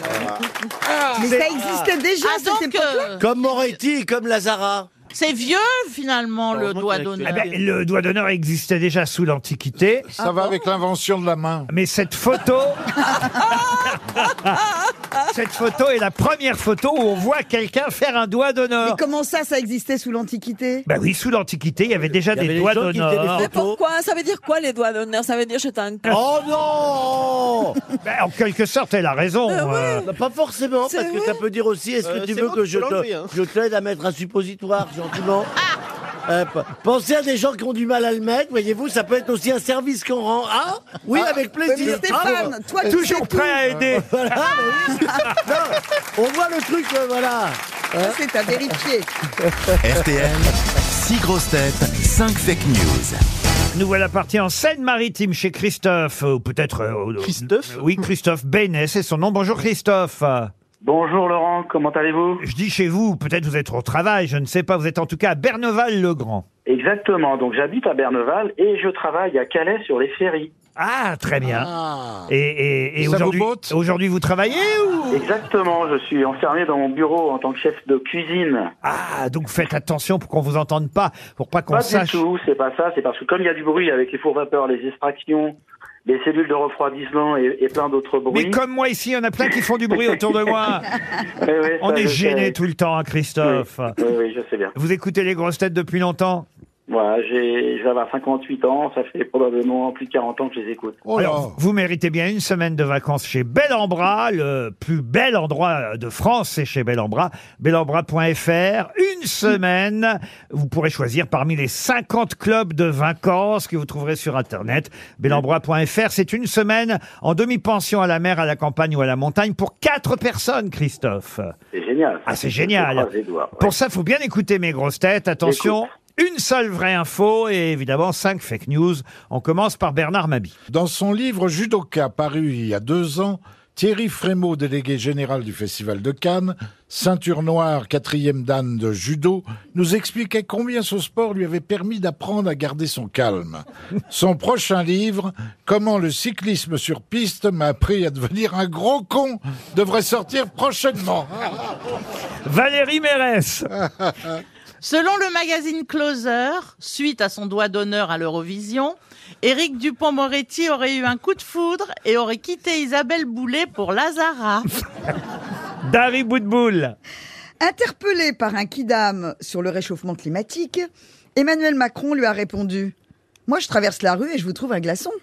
Mais ça existait déjà,
Ah, donc, euh,
Comme Moretti, comme Lazara.
c'est vieux finalement le doigt d'honneur.
Eh ben, le doigt d'honneur existait déjà sous l'Antiquité.
Ça va avec l'invention de la main.
Mais cette photo. cette photo est la première photo où on voit quelqu'un faire un doigt
Mais
d'honneur.
comment ça, ça existait sous l'Antiquité
Ben oui, sous l'Antiquité, il y avait déjà
y avait
des
des
doigts
gens qui faisaient des
d'honneur.
Mais pourquoi Ça veut dire quoi les doigts d'honneur Ça veut dire j'étais un cul.
Oh non
Ben, en quelque sorte, elle a raison. euh.
Bah, Pas forcément, parce
C'est
que
vrai.
ça peut dire aussi est-ce que
Euh,
tu
c'est
veux
bon,
que
tu
je
peux l'enlever,
te-
hein.
je t'aide à mettre un suppositoire gentiment
Ah.
Euh, p- Pensez à des gens qui ont du mal à le mettre, voyez-vous, ça peut être aussi un service qu'on rend. Ah Oui, avec
mais
plaisir.
Stéphane,
Ah,
toi, tu sais
toujours
tout. Ah,
prêt à aider. Voilà, bah oui. Non, on voit le truc, euh, voilà.
Ça, C'est à vérifier.
RTL, 6 grosses têtes, 5 fake news.
Nous voilà partis en Seine-Maritime chez Christophe, ou peut-être. Christophe Oui, Christophe Bénet, c'est son nom. Bonjour Christophe.
Bonjour Laurent, comment allez-vous
Je dis chez vous, peut-être vous êtes au travail, je ne sais pas, vous êtes en tout cas à Berneval-le-Grand.
Exactement, donc j'habite à Berneval et je travaille à Calais sur les ferries.
Ah, très bien. Et, et-
Ah.
et
Ça vous
aujourd'hui,
botte
aujourd'hui, vous travaillez ou
Exactement, je suis enfermé dans mon bureau en tant que chef de cuisine.
Ah, donc faites attention pour qu'on vous entende pas, pour pas Ah, qu'on
pas
sache.
du tout, c'est pas ça, c'est parce que comme il y a du bruit avec les fours vapeurs, les extractions, les cellules de refroidissement et, et plein d'autres bruits.
Mais comme moi ici, il y en a plein qui font du bruit autour de moi.
Oui, oui,
On
ça,
est
je
gêné
sais.
tout le temps, hein, Christophe.
Oui, oui, je sais bien.
Vous écoutez les grosses têtes depuis longtemps
Voilà, j'ai, je vais avoir 58 ans, ça fait probablement plus de 40 ans que je les écoute.
Alors, vous méritez bien une semaine de vacances chez Bellambra, le plus bel endroit de France, c'est chez Bellambra. Bellambra.fr, une semaine. Vous pourrez choisir parmi les 50 clubs de vacances que vous trouverez sur Internet. Bellambra.fr, c'est une semaine en demi-pension à la mer, à la campagne ou à la montagne pour quatre personnes, Christophe.
C'est génial.
Ah, c'est
Je
génial.
croise les doigts, Bah, ouais.
Pour ça, faut bien écouter mes grosses têtes. Attention, une seule vraie info et évidemment cinq fake news. On commence par Bernard Mabi.
Dans son livre Judoka, paru il y a deux ans, Thierry Frémaux, délégué général du Festival de Cannes, ceinture noire, quatrième dan de judo, nous expliquait combien ce sport lui avait permis d'apprendre à garder son calme. Son prochain livre, Comment le cyclisme sur piste m'a appris à devenir un gros con, devrait sortir prochainement.
Valérie Mérès.
Selon le magazine Closer, suite à son doigt d'honneur à l'Eurovision, Éric Dupont-Moretti aurait eu un coup de foudre et aurait quitté Isabelle Boulet pour Lazara.
Bah.
Ah.
Dari Boudboul.
Interpellé par un kidam sur le réchauffement climatique, Emmanuel Macron lui a répondu Moi, je traverse la rue et je vous trouve un glaçon.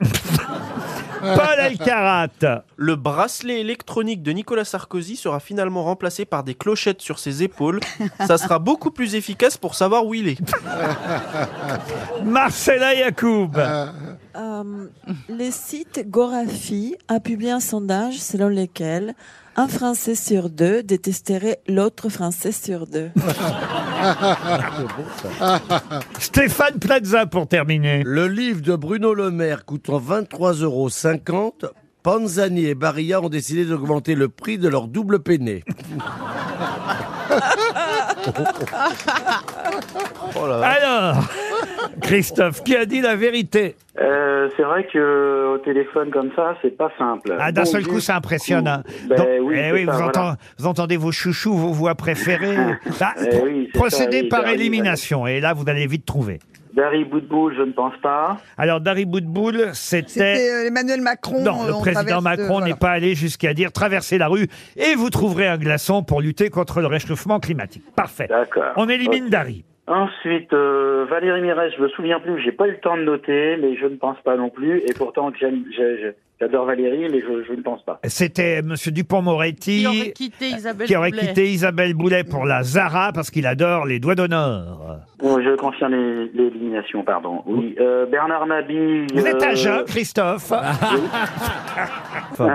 Paul Alcarat.
Le bracelet électronique de Nicolas Sarkozy sera finalement remplacé par des clochettes sur ses épaules. Ça sera beaucoup plus efficace pour savoir où il est.
Marcella Yacoub.
Euh, le site Gorafi a publié un sondage selon lequel un Français sur deux détesterait l'autre Français sur deux.
Stéphane Plaza pour terminer.
Le livre de Bruno Le Maire coûtant 23,50 euros, Panzani et Barilla ont décidé d'augmenter le prix de leur double peiné.
Alors, Christophe, qui a dit la vérité
Euh, c'est vrai que au téléphone comme ça, c'est pas simple.
Ah, d'un
Bon
seul
Dieu.
coup, ça impressionne. hein.
Ben
Donc-
oui,
eh
c'est
oui, vous,
ça, voilà.
entend- vous entendez vos chouchous, vos voix préférées. Ah,
Eh oui, c'est
procédez
ça, oui,
par
j'arrive,
élimination, et là, vous allez vite trouver.
Dari Boudboul, je ne pense pas.
Alors, Dari Boudboul,
C'était
c'était...
euh, Emmanuel Macron.
Non, le
on
président
traverse,
Macron
euh,
n'est pas allé jusqu'à dire traverser la rue et vous trouverez un glaçon pour lutter contre le réchauffement climatique. Parfait. On élimine
Ok.
Dari.
Ensuite, euh, Valérie Mérez, je me souviens plus, j'ai pas eu le temps de noter, mais je ne pense pas non plus. Et pourtant, j'aime- j'ai- j'ai- j'adore Valérie, mais je, je ne pense pas.
C'était Monsieur Dupont-Moretti
Qui aurait quitté Isabelle
qui aurait
Boulet.
quitté Isabelle Boulet pour la Zara parce qu'il adore les doigts d'honneur.
Bon, je confirme les- l'élimination, pardon. Oui, euh, Bernard Mabille.
Vous êtes à
euh,
jeun, Christophe
Ah,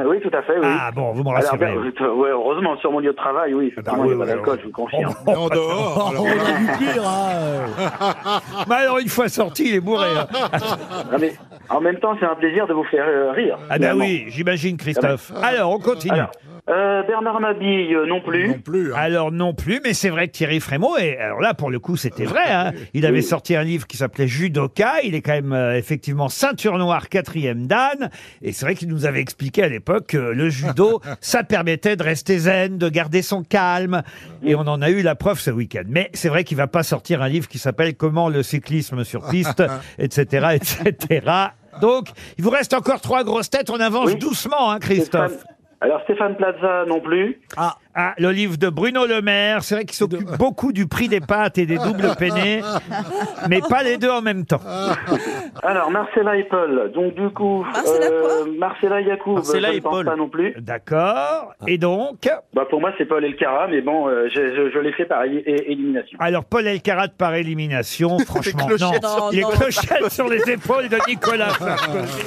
oui, tout à fait. Oui.
Ah, bon, vous me
Alors,
rassurez. Ah,
ben, euh, ouais, heureusement, sur mon lieu de travail, oui. effectivement, il n'y a pas d'alcool, je vous confirme.
En dehors,
Oh,
alors là.
Mais hein. alors, une fois sorti, il est bourré. hein.
Ah, mais en même temps, c'est un plaisir de vous faire euh, rire.
Ah bah
finalement.
oui, j'imagine, Christophe. Alors, on continue.
Ah, Alors, euh, Bernard Mabille, euh, non plus.
Alors non plus, mais c'est vrai que Thierry Frémaux, et alors là pour le coup c'était vrai, hein, il avait sorti un livre qui s'appelait Judoka, il est quand même euh, effectivement ceinture noire quatrième dan, et c'est vrai qu'il nous avait expliqué à l'époque que le judo, ça permettait de rester zen, de garder son calme, et on en a eu la preuve ce week-end. Mais c'est vrai qu'il va pas sortir un livre qui s'appelle Comment le cyclisme sur piste, etc., etc. Donc, il vous reste encore trois grosses têtes, on avance doucement, hein, Christophe.
Alors, Stéphane Plaza, non plus.
Ah. le livre de Bruno Le Maire. C'est vrai qu'il s'occupe beaucoup du prix des pâtes et des doubles peinés, mais pas les deux en même temps.
Alors, Marcella et Paul. Donc, du coup, Marcella, Marcella Yacoub,
Marcella
je
et
ne pense
Paul.
pas non plus.
D'accord. Et donc
Bah, pour moi, c'est Paul Elkara, mais bon, euh, je, je, je l'ai fait par é- é- élimination.
Alors, Paul Elkarat par élimination, franchement,
clochettes
non.
sur-
Les
Non, non,
clochettes
pas-
sur les épaules de Nicolas Sarkozy.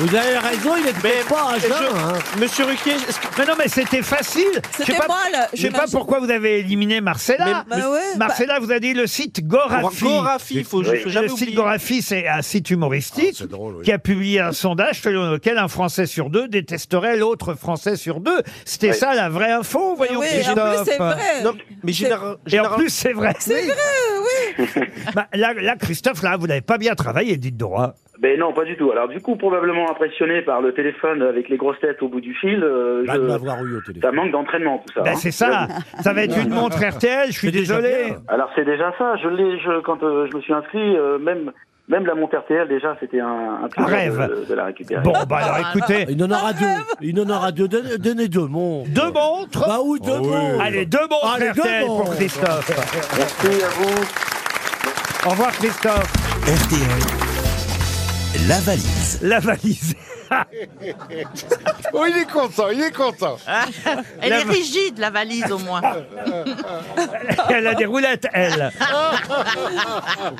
Vous avez raison, il est pas
jeun, hein.
Monsieur Ruquier, est-ce que- mais non, mais c'était facile. Je sais
C'était
pas-
molle,
Je sais pas
j'imagine.
pourquoi vous avez éliminé Marcella.
Mais- Bah ouais,
Marcella vous a dit le site Gorafi.
Gorafi, faut- faut jamais
Le site
oublier.
Gorafi, c'est un site humoristique qui a publié un sondage selon lequel un Français sur deux détesterait l'autre Français sur deux. C'était
Oui.
ça la vraie info, voyons.
oui, en plus,
Christophe.
c'est vrai. Non,
C'est-
mais général-
Et en
général-
plus, c'est vrai.
C'est vrai, oui.
Bah, là, là, Christophe, là, vous n'avez pas bien travaillé, dites hein. droit.
Ben non, pas du tout. Alors, du coup, probablement impressionné par le téléphone avec les grosses têtes au bout du fil. euh,
Bah,
je-
de m'avoir eu au téléphone.
Ça manque d'entraînement, tout ça.
Bah,
hein.
c'est ça. Ça va être une montre RTL, je suis désolé.
Alors c'est déjà ça. Je l'ai, je, quand euh, je me suis inscrit, euh, même même la montre RTL déjà, c'était un, un plaisir
rêve.
De, de la récupérer.
Il en aura deux. Il en aura deux. Donnez, donnez deux montres.
Deux montres
Bah oui, deux montres.
Ah Allez, deux montres
Allez, deux
RTL pour
montres.
Christophe.
Merci à vous.
Au revoir, Christophe.
RTL, la valise.
La valise.
Oh, il est content, il est content.
Elle
La
est
va-
rigide, la valise, au moins.
Elle a des roulettes, elle.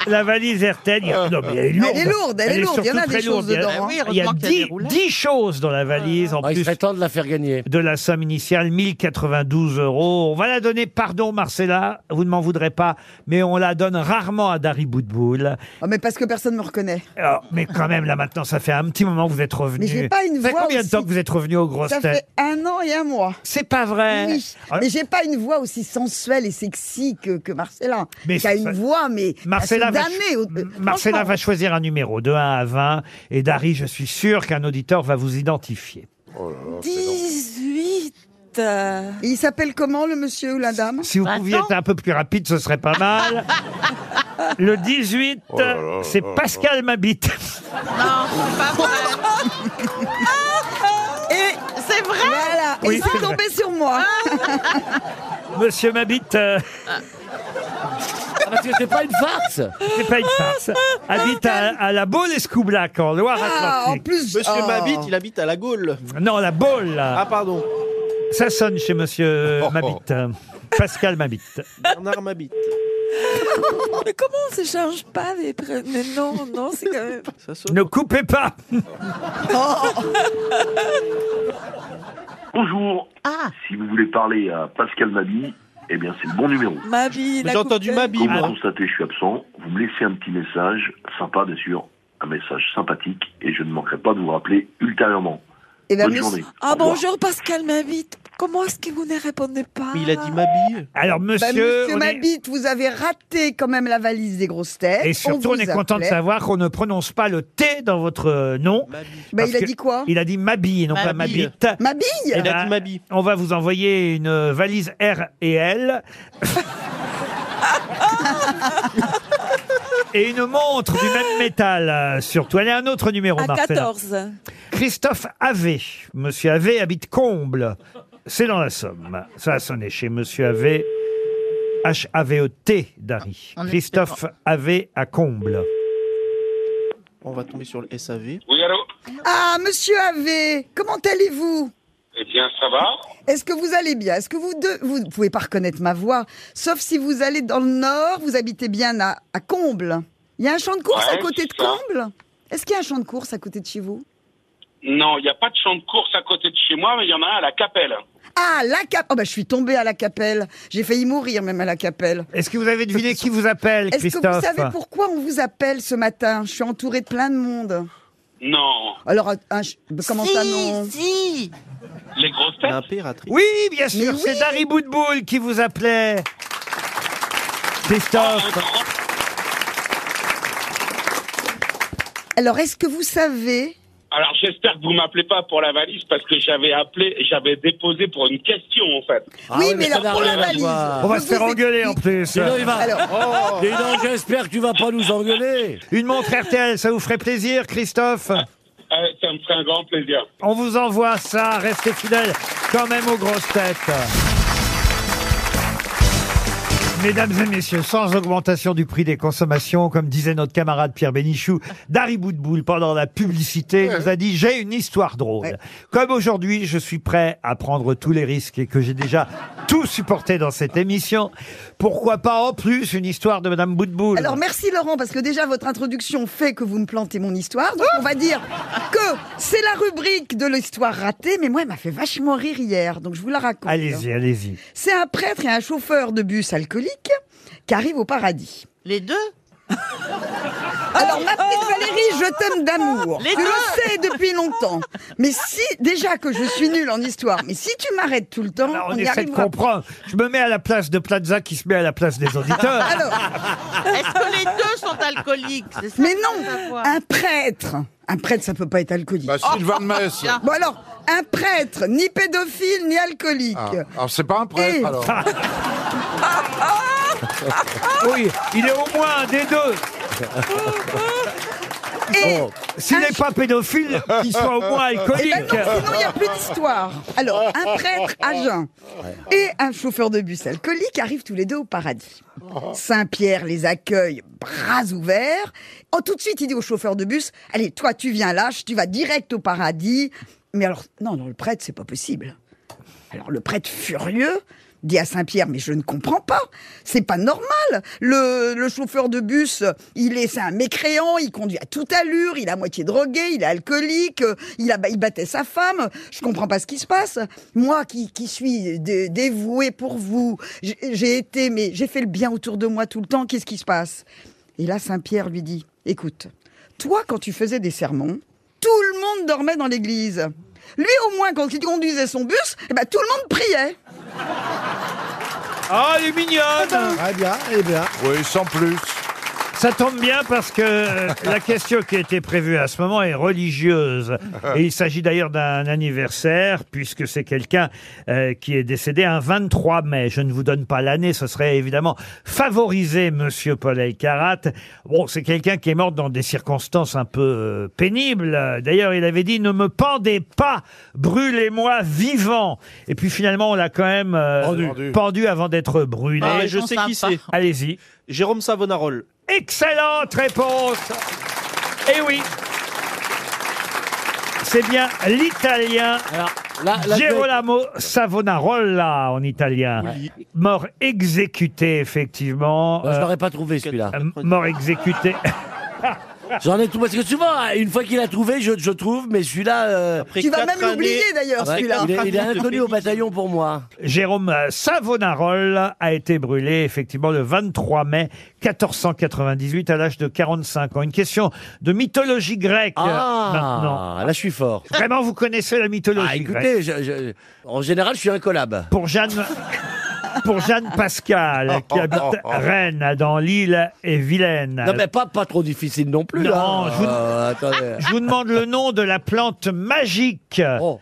La valise RTL, il y a- non, mais elle est lourde.
Elle est lourde, elle est lourde, il y en a
surtout
des
très lourde.
choses dedans,
Il y
hein.
a-
Oui, heureusement
Il y
qu'il
a
y a des
10,
roulettes.
10 choses dans la valise en plus. Il serait
Ah, temps de la faire gagner.
De la somme initiale, 1092 euros. On va la donner, pardon Marcella, vous ne m'en voudrez pas, mais on la donne rarement à Dari Boudboul. Ah,
Oh, mais parce que personne ne me reconnaît.
Alors, mais quand même, là maintenant, ça fait un petit moment que vous êtes revenu revenu.
Mais j'ai pas une
Ça fait
voix
combien de
aussi-
temps que vous êtes revenu aux grosses
Ça fait
têtes
un an et un mois.
C'est pas vrai.
Oui,
Ah.
mais j'ai pas une voix aussi sensuelle et sexy que, que Marcella.
Mais
qui a une
ça-
voix, mais
Marcella va,
damnée. au- euh,
Marcella
franchement.
va choisir un numéro de 1 à 20 et Dari, je suis sûr qu'un auditeur va vous identifier.
18. euh, et il s'appelle comment le monsieur ou la dame
Si
Bah,
vous pouviez être un peu plus rapide, ce serait pas mal. Le 18,
Oh là là
c'est
là là.
Pascal Mabite.
Non, c'est pas vrai.
Et
c'est vrai. Ah.
Voilà,
Oui,
et
c'est
c'est
vrai.
tombé sur moi.
Monsieur Mabite. euh,
Ah,
Parce que c'est pas une farce.
C'est pas une farce. Habite à, à la Baule-Escoublac, en
Ah,
Loire-Atlantique.
Monsieur
oh.
Mabit, il habite à la Gaule.
Non, la Baule.
Ah, pardon. Oh.
Ça sonne chez Monsieur Mabite. Pascal Mabite.
Bernard Mabit.
Mais comment on se charge pas des pré- Mais non, non, c'est quand même.
Ne coupez pas
Oh.
Bonjour.
Ah.
Si vous voulez parler à Pascal Mabi, eh bien c'est le bon numéro.
Mabi, la coupelle.
Comme vous constatez, je suis absent. Vous me laissez un petit message, sympa bien sûr, un message sympathique, et je ne manquerai pas de vous rappeler ultérieurement.
Eh ben,
Bonne
monsieur-
journée. Au
Ah
revoir.
bonjour Pascal Mabite. Comment est-ce que vous ne répondez pas
Mabille. Alors, monsieur,
Bah, monsieur
on est-
Mabit, vous avez raté quand même la valise des grosses têtes.
et surtout, on,
vous
est content de
appelait.
savoir qu'on ne prononce pas le T dans votre euh, nom.
Bah,
Parce
il a
que
dit quoi
Il a dit Mabille, non pas
Mabille.
Mabite.
Mabille
Eh
Il a
ben,
dit
On va vous envoyer une euh, valise R et L. Et une montre du même métal, euh, surtout. Allez, un autre numéro,
À
Marcella.
14.
Christophe Avé. Monsieur Avé habite Comble. C'est dans la Somme. Ça a sonné chez Monsieur Avé. H-A-V-E-T, E Dari.
Ah, on est
Christophe
d'accord.
Avé à Comble.
On va tomber sur le SAV.
Oui, allô
Ah, monsieur Ave, comment allez-vous
Eh bien, ça va
Est-ce que vous allez bien Est-ce que vous deux, vous ne pouvez pas reconnaître ma voix, sauf si vous allez dans le nord, vous habitez bien à, à Comble. Il y a un champ de course
Ouais,
à côté de
c'est ça.
Comble Est-ce qu'il y a un champ de course à côté de chez vous
Non, il n'y a pas de champ de course à côté de chez moi, mais il y en a un à la Capelle.
Ah, la cap. Oh, bah, je suis tombée à la capelle. J'ai failli mourir même à la capelle.
Est-ce que vous avez deviné qui vous appelle,
Est-ce que vous
Christophe
savez pourquoi on vous appelle ce matin Je suis entourée de plein de monde.
Non.
Alors, un- un ch- comment ça non
Si
Les grosses têtes
Oui, bien sûr,
Mais
c'est
oui.
Dari Boudboul qui vous appelait. Christophe.
Alors, est-ce que vous savez
Alors, j'espère que vous m'appelez pas pour la valise, parce que j'avais appelé, j'avais déposé pour une question, en fait.
Ah
oui, mais la première
Ah,
valise.
On va se faire engueuler hein. en plus.
Dis donc, il va-
Alors-
Dis donc, j'espère que tu vas pas nous engueuler.
Une montre RTL, ça vous ferait plaisir, Christophe
Euh, ça me ferait un grand plaisir.
On vous envoie ça. Restez fidèles quand même aux grosses têtes. Mesdames et messieurs, sans augmentation du prix des consommations, comme disait notre camarade Pierre Bénichou, Dari Boudboul, pendant la publicité, nous a dit « J'ai une histoire drôle Comme aujourd'hui, je suis prêt à prendre tous les risques et que j'ai déjà tout supporté dans cette émission, pourquoi pas en plus une histoire de Madame Boudboul
Alors merci Laurent, parce que déjà votre introduction fait que vous me plantez mon histoire. Donc on va dire que c'est la rubrique de l'histoire ratée, mais moi elle m'a fait vachement rire hier, donc je vous la raconte.
Allez-y, allez-y.
C'est un prêtre et un chauffeur de bus alcoolique qui arrivent au paradis.
Les deux
Alors ma petite Valérie, je t'aime d'amour.
Les
Je
deux.
le sais depuis longtemps. Mais si déjà que je suis nulle en histoire, mais si tu m'arrêtes tout le temps,
Alors,
on
on
n'y
essaie de
arrivera pas.
comprendre. Je me mets à la place de Plaza qui se met à la place des auditeurs.
Est-ce que les deux sont alcooliques C'est ça
Mais
que je veux
non,
savoir.
un prêtre. Un prêtre, ça peut pas être alcoolique.
Bah, Sylvain de Metz.
Bon alors, un prêtre, ni pédophile, ni alcoolique.
Ah, alors, c'est pas un prêtre,
Et-
alors.
Oui, il est au moins un des deux.
Et-
Bon, S'il n'est pas pédophile, qu'il soit au moins
Eh
alcoolique.
ben non, sinon il n'y a plus d'histoire. Alors, un prêtre à jeun et un chauffeur de bus alcoolique arrivent tous les deux au paradis. Saint-Pierre les accueille bras ouverts. Oh, tout de suite, il dit au chauffeur de bus, allez, toi, tu viens lâche, tu vas direct au paradis. Mais alors, non, non, le prêtre, c'est pas possible. Alors le prêtre furieux dit à Saint-Pierre, mais je ne comprends pas, c'est pas normal. Le, le chauffeur de bus, il est, c'est un mécréant, il conduit à toute allure, il est à moitié drogué, il est alcoolique, euh, il, a, il battait sa femme, je comprends pas ce qui se passe. Moi qui, qui suis dé- dévoué pour vous, j'ai- j'ai été, mais j'ai fait le bien autour de moi tout le temps, qu'est-ce qui se passe Et là, Saint-Pierre lui dit, écoute, toi quand tu faisais des sermons, tout le monde dormait dans l'église. Lui, au moins, quand il conduisait son bus, eh ben, tout le monde priait.
Ah, elle est mignonne
Très bien, eh bien. Oui, sans plus.
Ça tombe bien parce que euh, la question qui était prévue à ce moment est religieuse. Et il s'agit d'ailleurs d'un anniversaire, puisque c'est quelqu'un euh, qui est décédé un 23 mai. Je ne vous donne pas l'année, ce serait évidemment favoriser Monsieur Paul Elkarat. Bon, c'est quelqu'un qui est mort dans des circonstances un peu euh, pénibles. Euh, D'ailleurs, il avait dit « Ne me pendez pas, brûlez-moi vivant !» Et puis finalement, on l'a quand même euh, pendu. avant d'être brûlé.
Ah, je sais qui c'est.
Allez-y.
Jérôme Savonarole.
Excellente réponse. Eh oui. C'est bien l'italien
là,
Girolamo Savonarola en italien. Mort exécuté, effectivement.
Bah, je
Euh,
l'aurais pas trouvé celui-là.
euh, Mort exécuté.
J'en ai tout parce que souvent, une fois qu'il a trouvé, je, je trouve, mais celui-là. euh,
Tu vas même l'oublier, d'ailleurs,
Ouais,
celui-là.
Il, est- il est inconnu au bataillon pour moi.
Jérôme euh, Savonarole a été brûlé effectivement le 23 mai 1498 à l'âge de 45 ans. Une question de mythologie grecque euh,
Ah,
maintenant.
Là, je suis fort.
Vraiment, vous connaissez la mythologie
Ah,
grecque.
écoutez, je- je- en général, je suis incollable.
Pour Jeanne. Pour Jeanne
Oh,
Pascal, qui habite Rennes, dans l'île et Vilaine.
Non, mais pas, pas trop difficile non plus.
Non,
hein.
je vous- Ah,
Euh, attendez.
Je vous demande le nom de la plante magique
Oh.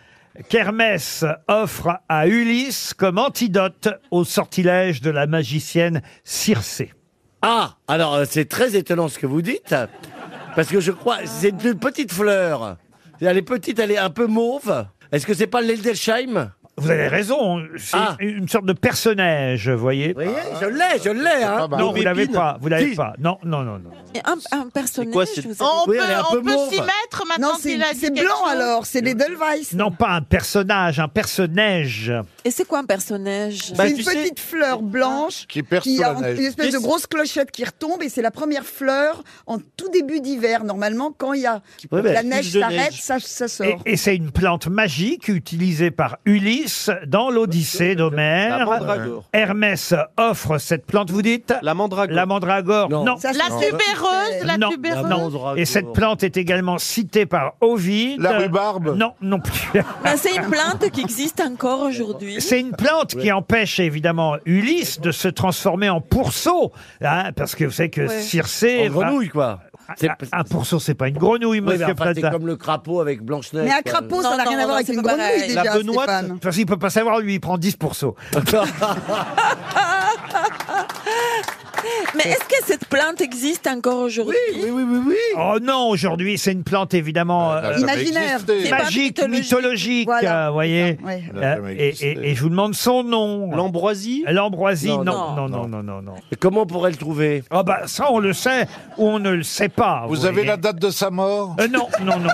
qu'Hermès offre à Ulysse comme antidote au sortilège de la magicienne Circé.
Ah, alors euh, c'est très étonnant ce que vous dites, parce que je crois c'est une petite fleur. Elle est petite, elle est un peu mauve. Est-ce que c'est pas l'Eldelsheim
Vous avez raison, c'est
Ah.
une sorte de personnage, vous voyez.
Vous voyez,
Eh,
je l'ai, je l'ai. Hein.
Non, vous l'avez pas, vous l'avez
Si.
pas. Non, non, non, non.
Et Un, un personnage,
quoi, c'est-
je vous
On
avais-
peut, on peut s'y mettre maintenant
Non, c'est-
qu'il a dit
c'est
quelque
blanc,
chose. Euh,
alors, c'est les Delweiss.
Non, pas un personnage, un personnage.
Et c'est quoi un
Bah,
personnage
c'est une petite fleur blanche
Bah, Qui perce sous
a
la
en-
neige.
une espèce de
Qui-
grosse clochette qui retombe et c'est la première fleur en tout début d'hiver. Normalement, quand il y a
peut
la
faire
neige
bah, plus de
s'arrête,
neige.
ça, ça sort.
Et, et c'est une plante magique utilisée par Ulysse dans l'Odyssée d'Homère.
La mandragore.
Hermès offre cette plante, vous dites La
mandragore.
La mandragore, non.
La tubéreuse, la
Non,
tubéreuse.
Ah,
non. Et cette plante est également citée par Ovide. La rhubarbe Non, non plus.
Mais Ben, c'est une plante qui existe encore aujourd'hui.
C'est une plante qui empêche évidemment Ulysse de se transformer en pourceau, hein, parce que vous savez que
Ouais.
Circé...
En
va- Ah,
grenouille, quoi.
Un, un pourceau, c'est pas une grenouille,
Oui, mais
monsieur
enfin, c'est
Plaza.
comme le crapaud avec Blanche Neige.
Mais un crapaud, ça n'a rien à voir avec une grenouille déjà, Stéphane.
Parce qu'il peut pas savoir, lui, il prend 10%.
Mais est-ce que cette plante existe encore aujourd'hui
Oui, oui, oui, oui.
Oh non, aujourd'hui, c'est une plante évidemment euh,
Imaginaire.
euh, magique, mythologique,
Voilà.
euh, vous voyez.
Ouais.
Euh, et, et- et je vous demande son nom.
L'ambroisie
L'ambroisie, non,
Non,
non, non,
non.
non, non,
Comment on pourrait le trouver
Ah bah ça, on le sait ou on ne le sait pas.
Vous avez
voyez.
la date de sa mort
Euh, Non, non, non.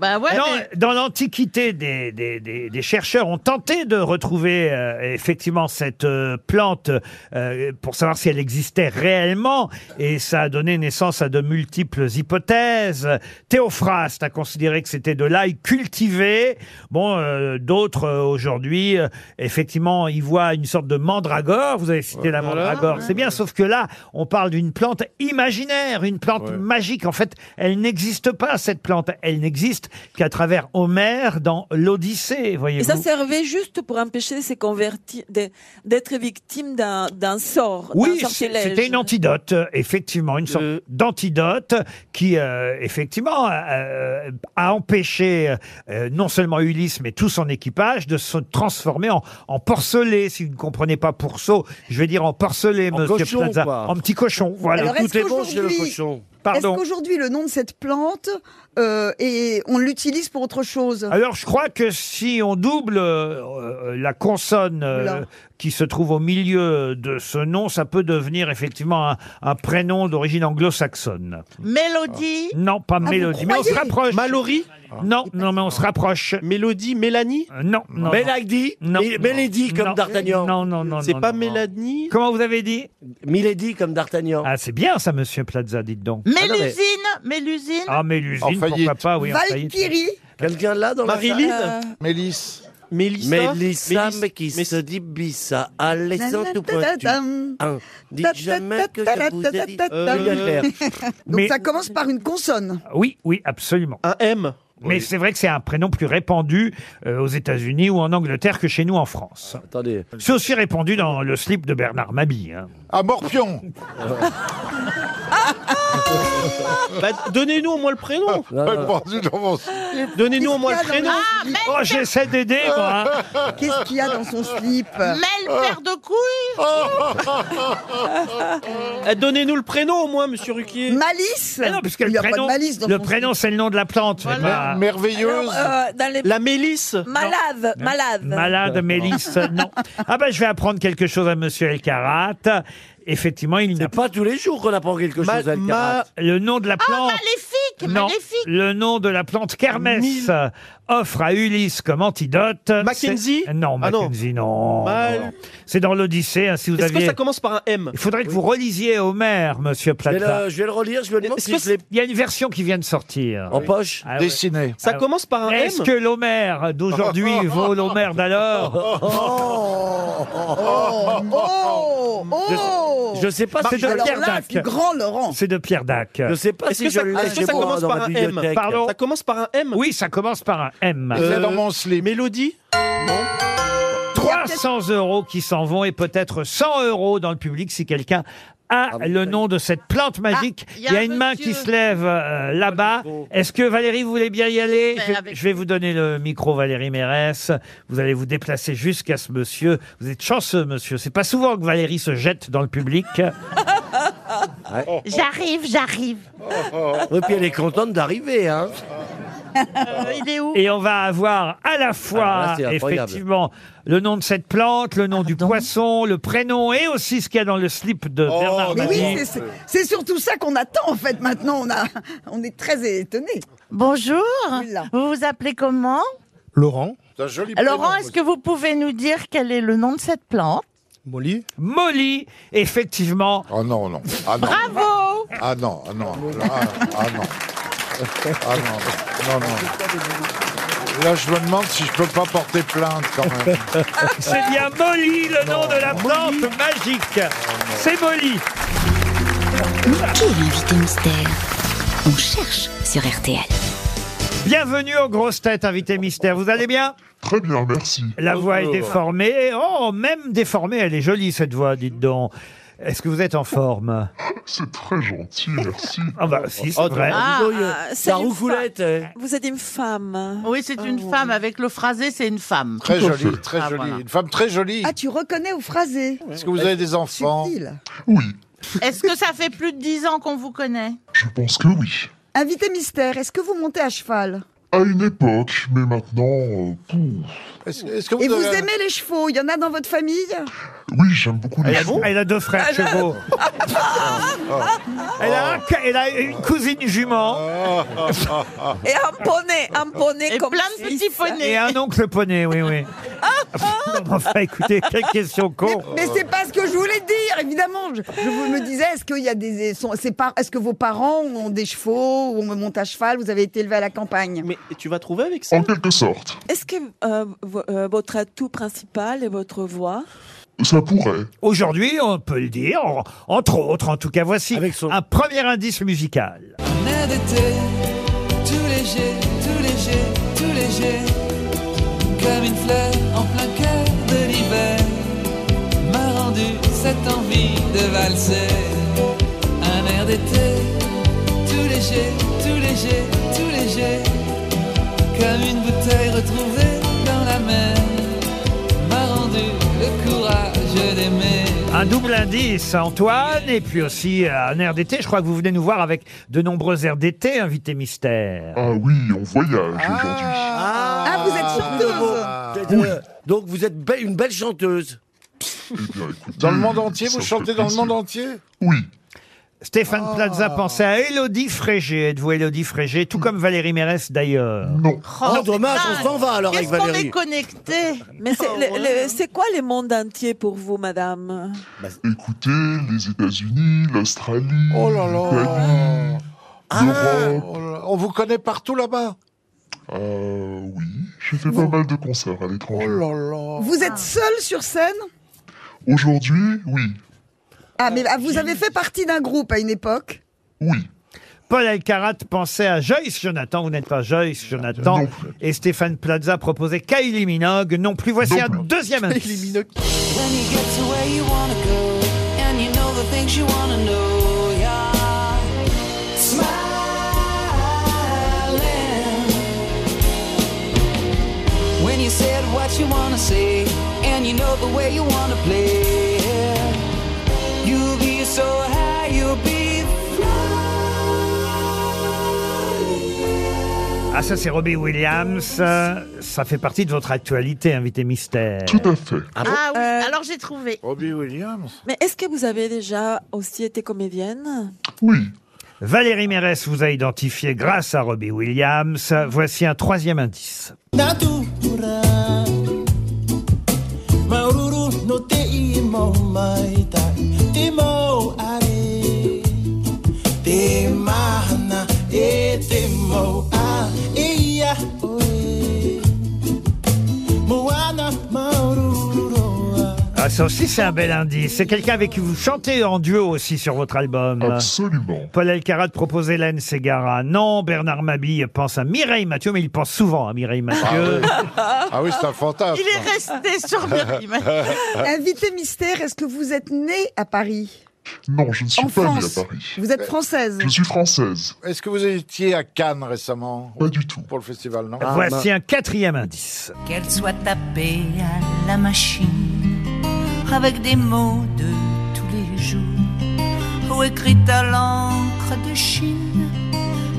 Bah ouais,
Non,
mais-
Dans l'Antiquité, des, des- des- des chercheurs ont tenté de retrouver euh, effectivement cette euh, plante euh, pour savoir si elle existait réellement, et ça a donné naissance à de multiples hypothèses. Théophraste a considéré que c'était de l'ail cultivé. Bon, euh, d'autres euh, aujourd'hui, euh, effectivement, y voient une sorte de mandragore. Vous avez cité la mandragore, c'est bien, sauf que là, on parle d'une plante imaginaire, une plante magique. En fait, elle n'existe pas, cette plante. Elle n'existe qu'à travers Homère dans l'Odyssée,
Et ça
voyez-vous.
servait juste pour empêcher de se convertir, de- d'être victime d'un d'un sort,
Oui,
d'un
c'est-
sortilège.
c'était une antidote, euh, effectivement, une sorte
Euh.
d'antidote qui, euh, effectivement, euh, a empêché euh, non seulement Ulysse, mais tout son équipage de se transformer en, en porcelet. Si vous ne comprenez pas pourceau, je vais dire en porcelet, monsieur
cochon,
Plaza.
quoi.
En petit cochon, voilà.
Alors, est-ce qu'aujourd'hui-
Pardon.
Est-ce qu'aujourd'hui, le nom de cette plante, euh, et on l'utilise pour autre chose
Alors, je crois que si on double euh, euh, la consonne euh,
Là.
qui se trouve au milieu de ce nom, ça peut devenir effectivement un, un prénom d'origine anglo-saxonne.
Mélodie.
Ah. Non, pas
vous
Mélodie, mais on
croyez
se rapproche. Mallory Non, non, mais on se rapproche.
Mélodie, Mélanie
Euh, Non, non.
Mélodie
Non.
Et Mélodie comme
Non.
D'Artagnan.
Non, non, non.
C'est
non,
pas
non, non.
Mélanie
Comment vous avez dit
Milady comme D'Artagnan.
Ah, c'est bien ça, monsieur Plaza, dites donc.
Mélusine, Mélusine.
Ah, Mélusine, pourquoi pas, oui. en faillite.
Valkyrie
Quelqu'un là dans
Euh.
Marilyn
la salle
Mélisse.
Mélissa
Mélissa,
Mélis-
mais qui se dit Bissa. Allez, sans tout pointu.
Ta-ta-ta-tam.
Un. Dites jamais que je vous ai dit.
Ta-ta-ta-ta-tam. Donc
Mais-
ça commence par une consonne.
Oui, oui, absolument. Un M. Mais c'est vrai que c'est un prénom plus répandu euh, aux États-Unis ou en Angleterre que chez nous en France. attendez. C'est aussi répandu dans le slip de Bernard Mabille. hein.
Ah, Morpion
Bah, donnez-nous au moins le prénom. Donnez-nous au moins le prénom.
Oh, j'essaie d'aider, moi. hein.
Qu'est-ce qu'il y a dans son slip
Ah.
Mel, père de
Oh.
couilles
Eh, Donnez-nous le prénom au moins, monsieur Ruquier. Eh
Malice
Mais non, parce que le prénom, le prénom, c'est le nom de la plante. mais pas-
Alors, euh, dans les-
La mélisse.
Malade, malade.
Malade, Mélisse, non. Ah ben, je vais apprendre quelque chose à Monsieur Elkarat. Effectivement, il n'est pas tous les jours qu'on apprend quelque
chose à Elkarat.
le nom de
Oh,
la
Ah,
plante.
maléfique,
non,
maléfique.
le nom de la plante Kermès euh, offre à Ulysse comme antidote.
Mackenzie
C'est- Non,
Ah non.
Mackenzie, non.
Mal.
C'est dans l'Odyssée, hein, si vous
Est-ce que
aviez.
ça commence par un M
Il faudrait que vous relisiez Homer, Monsieur
Je vais,
Plata.
le, je vais le relire, je me demande si je l'ai...
Il y a une version qui vient de sortir. Ah
En poche
Dessinée.
Ça commence par un
Est-ce
M
que l'Homère d'aujourd'hui vaut l'Homère d'alors
Oh, oh, oh
Je sais pas, c'est de
Alors
Pierre
là,
Dac.
du grand Laurent.
C'est de Pierre Dac. Je
sais pas
Est-ce que ça, est-ce que ça commence par un M
Pardon
Ça commence par un M
Oui, ça commence par un M.
Euh,
Mélodie 300 euros qui s'en vont et peut-être 100 euros dans le public si quelqu'un a le nom de cette plante magique.
Ah,
Il y a
un
une main
monsieur.
qui se lève euh, là-bas. Est-ce que Valérie, vous voulez bien y aller
Ben,
je, vais-
avec-
je vais vous donner le micro, Valérie Mérès. Vous allez vous déplacer jusqu'à ce monsieur. Vous êtes chanceux, monsieur. C'est pas souvent que Valérie se jette dans le public.
J'arrive, j'arrive.
Et puis elle est contente d'arriver, hein.
Euh, il est où
Et on va avoir à la fois,
Ah, Alors là, c'est incroyable.
effectivement, le nom de cette plante, le nom du poisson, le prénom et aussi ce qu'il y a dans le slip de Bernard
Oh, Mais oui,
Mabille.
c'est- c'est- c'est surtout ça qu'on attend en fait maintenant. On, a, on est très étonnés.
Bonjour. Vous vous appelez comment
Laurent
C'est un joli
Laurent, est-ce que vous pouvez nous dire quel est le nom de cette plante
Molly
Molly, effectivement.
Oh non, non. Ah non.
Bravo
Ah non, ah non. Ah, ah non. Ah non, non, non. Là, je me demande si je peux pas porter plainte quand même.
C'est bien Molly, le nom de la plante magique. C'est Molly.
Qui est l'invité mystère On cherche sur RTL.
Bienvenue aux grosses têtes, invité mystère. Vous allez bien
Très bien, merci.
La voix est
Bonjour.
déformée. Oh, même déformée, elle est jolie cette voix, dites donc. Est-ce que vous êtes en forme
C'est très gentil, merci.
Ah bah si, c'est
Oh,
vrai.
Ah, euh, c'est
la
une
roucoulette. eh.
Vous êtes une femme. Oh.
Oui, c'est une femme. Avec le phrasé, c'est une femme.
Très jolie, très
Ah,
jolie.
voilà.
Une femme très jolie.
Ah, tu reconnais au phrasé.
Est-ce que vous avez des enfants
Subtil.
Est-ce que ça fait plus de dix ans qu'on vous connaît
Je pense que oui.
Invité mystère, est-ce que vous montez à cheval
À une époque, mais maintenant. euh, pouf.
Est-ce est-ce que vous
Et vous
avez-
aimez les chevaux Il y en a dans votre famille
Oui, j'aime beaucoup les
Elle a,
chevaux.
elle a deux
Ah,
frères chevaux. Ah, Elle
Ah.
a, un ca- elle a une cousine jument
Et un poney, un poney
Et
comme
plein de petits poneys.
et un oncle poney, oui, oui. Non, mais enfin, écoutez, quelle question con.
Mais c'est pas ce que je voulais dire, évidemment. Je, je vous me disais, est-ce qu'il y a des, sont- c'est pas, est-ce que vos parents ont des chevaux ou on monte à cheval Vous avez été élevé à la campagne.
Mais tu vas trouver avec ça
En quelque sorte.
Est-ce que euh, vo- euh, votre atout principal est votre voix
Ça pourrait.
Aujourd'hui, on peut le dire, en- entre autres, en tout cas, voici un premier indice musical.
Nez d'été, tout léger, tout léger, tout léger, comme une fleur en plein cœur de l'hiver, m'a rendu cette envie de valser. Un air d'été, tout léger, tout léger, tout léger, comme une bouteille retrouvée dans la mer, m'a rendu le courage d'aimer.
Un double indice, Antoine, et puis aussi euh, un air d'été. Je crois que vous venez nous voir avec de nombreux airs d'été, invité mystère.
Ah oui, on voyage aujourd'hui.
Ah, vous êtes chanteuse.
Peut-être, euh, Donc vous êtes be- une belle chanteuse.
Dans le monde entier,
Ça
vous
me
chantez
fait
dans le monde
plaisir.
entier
Stéphane
Ah.
Plaza pensait à Élodie Frégé. Êtes-vous Élodie Frégé Tout comme Valérie Mérès d'ailleurs.
Non.
Oh,
Hmm. Oh, dommage,
putain.
on s'en va alors avec
Qu'est-ce qu'on
Valérie.
est connecté Oh,
Mais c'est le- le- c'est quoi le monde entier pour vous, madame
Écoutez, les États-Unis, l'Australie,
Oh là Ah, là.
l'Europe.
Oh là là. On vous connaît partout là-bas
Ah oui, J'ai fait pas mal de concerts à l'étranger.
Oh
Vous êtes seul sur scène
Aujourd'hui, oui.
Ah, mais ah, vous avez fait partie d'un groupe à une époque
Oui. Paul Alcarat pensait à Joyce Jonathan. Vous n'êtes pas Joyce Jonathan. Et Stéphane Plaza proposait Kylie Minogue. Non plus. Voici
Non
un
plus.
deuxième indice.
When you get to where you wanna go, and you know the things you wanna know, yeah. Smiling. When you said what you wanna say, and you know the way you wanna play, it, you'll be so high, you'll be
Ah, ça, c'est Robbie Williams. Euh, Ça fait partie de votre actualité, invité mystère.
Tout à fait.
Ah bon
Ah oui, alors j'ai trouvé.
Robbie Williams.
Euh, Mais est-ce que vous avez déjà aussi été comédienne
Oui.
Valérie Mérès vous a identifié grâce à Robbie Williams. Voici un troisième indice.
Natura Maururu no te imo maita Te mo are Te mahana e te mo a e ia oe Moana maururu
Ah, ça aussi, c'est un bel indice. C'est quelqu'un avec qui vous chantez en duo aussi sur votre album.
Absolument.
Paul Elkarat propose Hélène Ségara. Non, Bernard Mabille pense à Mireille Mathieu, mais il pense souvent à Mireille Mathieu.
Ah oui, c'est un fantasme.
Il est resté sur Invité mystère, est-ce que vous êtes né à Paris
Non, je ne suis
En
pas né
France.
à Paris.
Vous êtes française
Je suis française.
Est-ce que vous étiez à Cannes récemment
Pas du tout.
Pour le festival, non
Ah, Voici un quatrième indice.
Qu'elle soit tapée à la machine avec des mots de tous les jours ou écrite à l'encre de Chine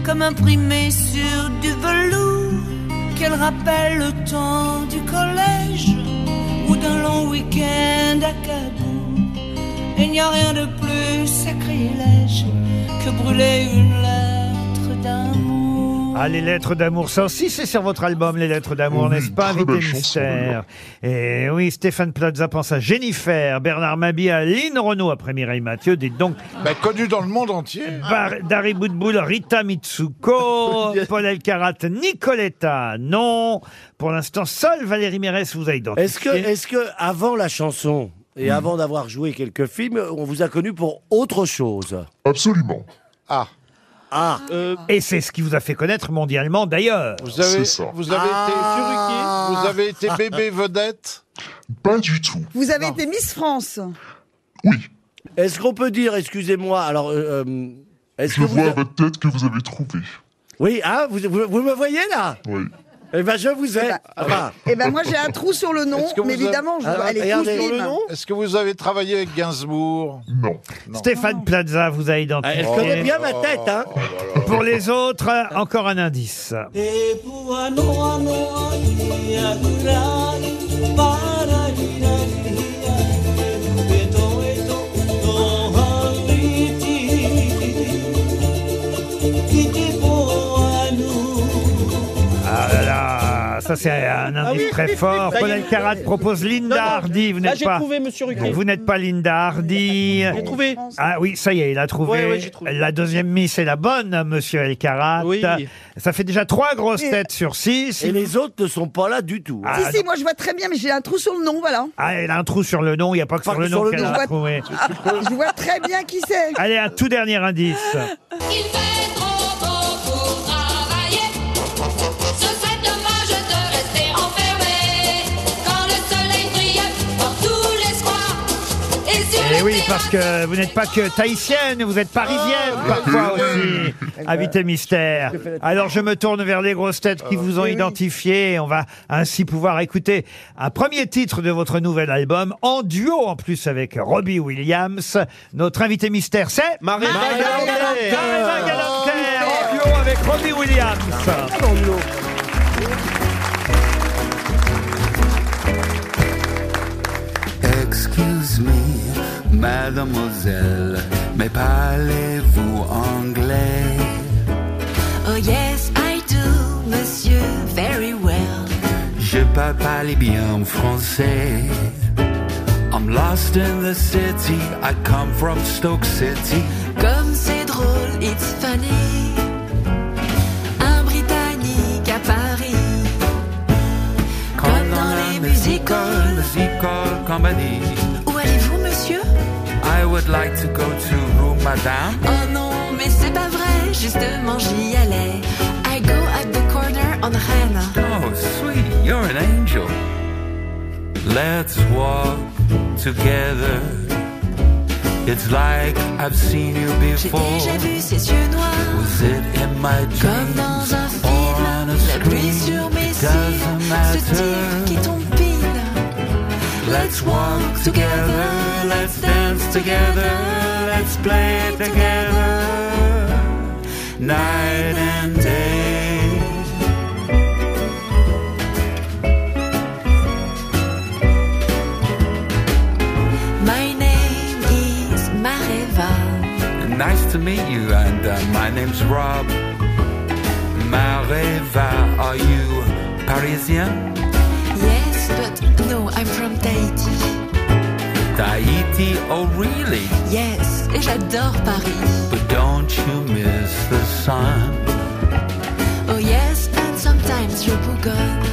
comme imprimée sur du velours qu'elle rappelle le temps du collège ou d'un long week-end à Cabourg. Il n'y a rien de plus sacrilège que brûler une lettre d'amour.
Ah, les lettres d'amour, ça aussi, c'est sur votre album, les lettres d'amour,
Oui,
n'est-ce
très
pas, invité
belle chanson,
mystère Et Eh oui, Stéphane Plaza pense à Jennifer, Bernard Mabie à Lynn Renault après Mireille Mathieu, dites donc.
connu Bah, dans le monde entier.
Dari Boudboul, Rita Mitsuko, Paul Elkarat, Nicoletta, non. Pour l'instant, seul Valérie Mérès vous a identifié.
Est-ce que, est-ce que avant la chanson et avant d'avoir joué quelques films, on vous a connu pour autre chose
Absolument.
Ah.
Ah.
Et c'est ce qui vous a fait connaître mondialement d'ailleurs.
Vous avez, vous avez été vous avez été bébé vedette
Pas du tout.
Vous avez été Miss France
Est-ce qu'on peut dire, excusez-moi, alors, euh, euh, est-ce
Je
que vous
vois à
a-
votre tête que vous avez trouvé.
oui, hein, vous, vous, vous me voyez là
Oui.
Eh ben, je vous ai. Enfin,
Eh ben moi j'ai un trou sur le nom,
Est-ce que
mais
vous avez-
évidemment je dois aller coucher, là.
Est-ce que vous avez travaillé avec Gainsbourg
Non.
Stéphane Plaza
Ah,
vous a identifié.
Ah,
Oh
elle connaît bien ma tête, hein
Pour les autres, encore un indice. Ah là là, ça c'est un indice
Ah oui,
très
oui, oui,
fort.
ça y
Paul
est.
Alcarat propose Linda
Non, non,
Hardy. Vous
là,
n'êtes
j'ai
pas.
trouvé, monsieur Ruquier.
Vous n'êtes pas Linda Hardy.
J'ai trouvé.
Ah oui, ça y est, il a trouvé.
Ouais, ouais, j'ai trouvé.
La deuxième Miss est la bonne, monsieur Alcarat.
Oui.
Ça fait déjà trois grosses
Et-
têtes sur six.
Et les autres ne sont pas là du tout.
Ah,
Si si, moi je vois très bien, mais j'ai un trou sur le nom, voilà.
Ah, elle a un trou sur le nom. Il n'y a pas que
Pas
sur le
que sur
nom
le
qu'elle
nom.
a trouvé.
Je vois très bien qui c'est.
Allez, un tout dernier indice.
Il fait trop beau pour travailler. Ce serait dommage de rester enfermé. Quand le soleil brille dans tous les squares. Et sur
Eh oui, parce que vous n'êtes pas que tahitienne, vous êtes parisienne parfois aussi, invité mystère. Alors je me tourne vers les grosses têtes qui vous ont identifié. et On va ainsi pouvoir écouter un premier titre de votre nouvel album, en duo en plus avec Robbie Williams. Notre invité mystère, c'est Marie Maréva Galanter, en duo avec Robbie Williams.
Excuse me, mademoiselle, mais parlez-vous anglais
Oh yes, I do, monsieur, very well.
Je peux parler bien français. I'm lost in the city, I come from Stoke City.
Comme c'est drôle, it's funny. Un Britannique à Paris.
Germany.
Où allez-vous, monsieur
I would like to go to Rue Madame.
Oh non, mais c'est pas vrai, justement j'y allais. I go at the corner on Rennes.
Oh, sweetie, you're an angel. Let's walk together. It's like I've seen you
J'ai
before.
déjà vu ses yeux noirs,
Was it in my
comme
dreams
dans un
or on
film.
a
La pluie
screen?
sur mes
It doesn't
cils, ce
matter.
type qui tombe pile.
Let's walk together, let's dance together, let's play together, night and day.
My name is Mareva.
Nice to meet you, and uh, my name's Rob. Mareva, are you Parisian?
Yes, but no, I'm from Tahiti.
Tahiti, oh really?
Yes, et j'adore Paris.
But don't you miss the sun?
Oh yes, and sometimes je bougonne.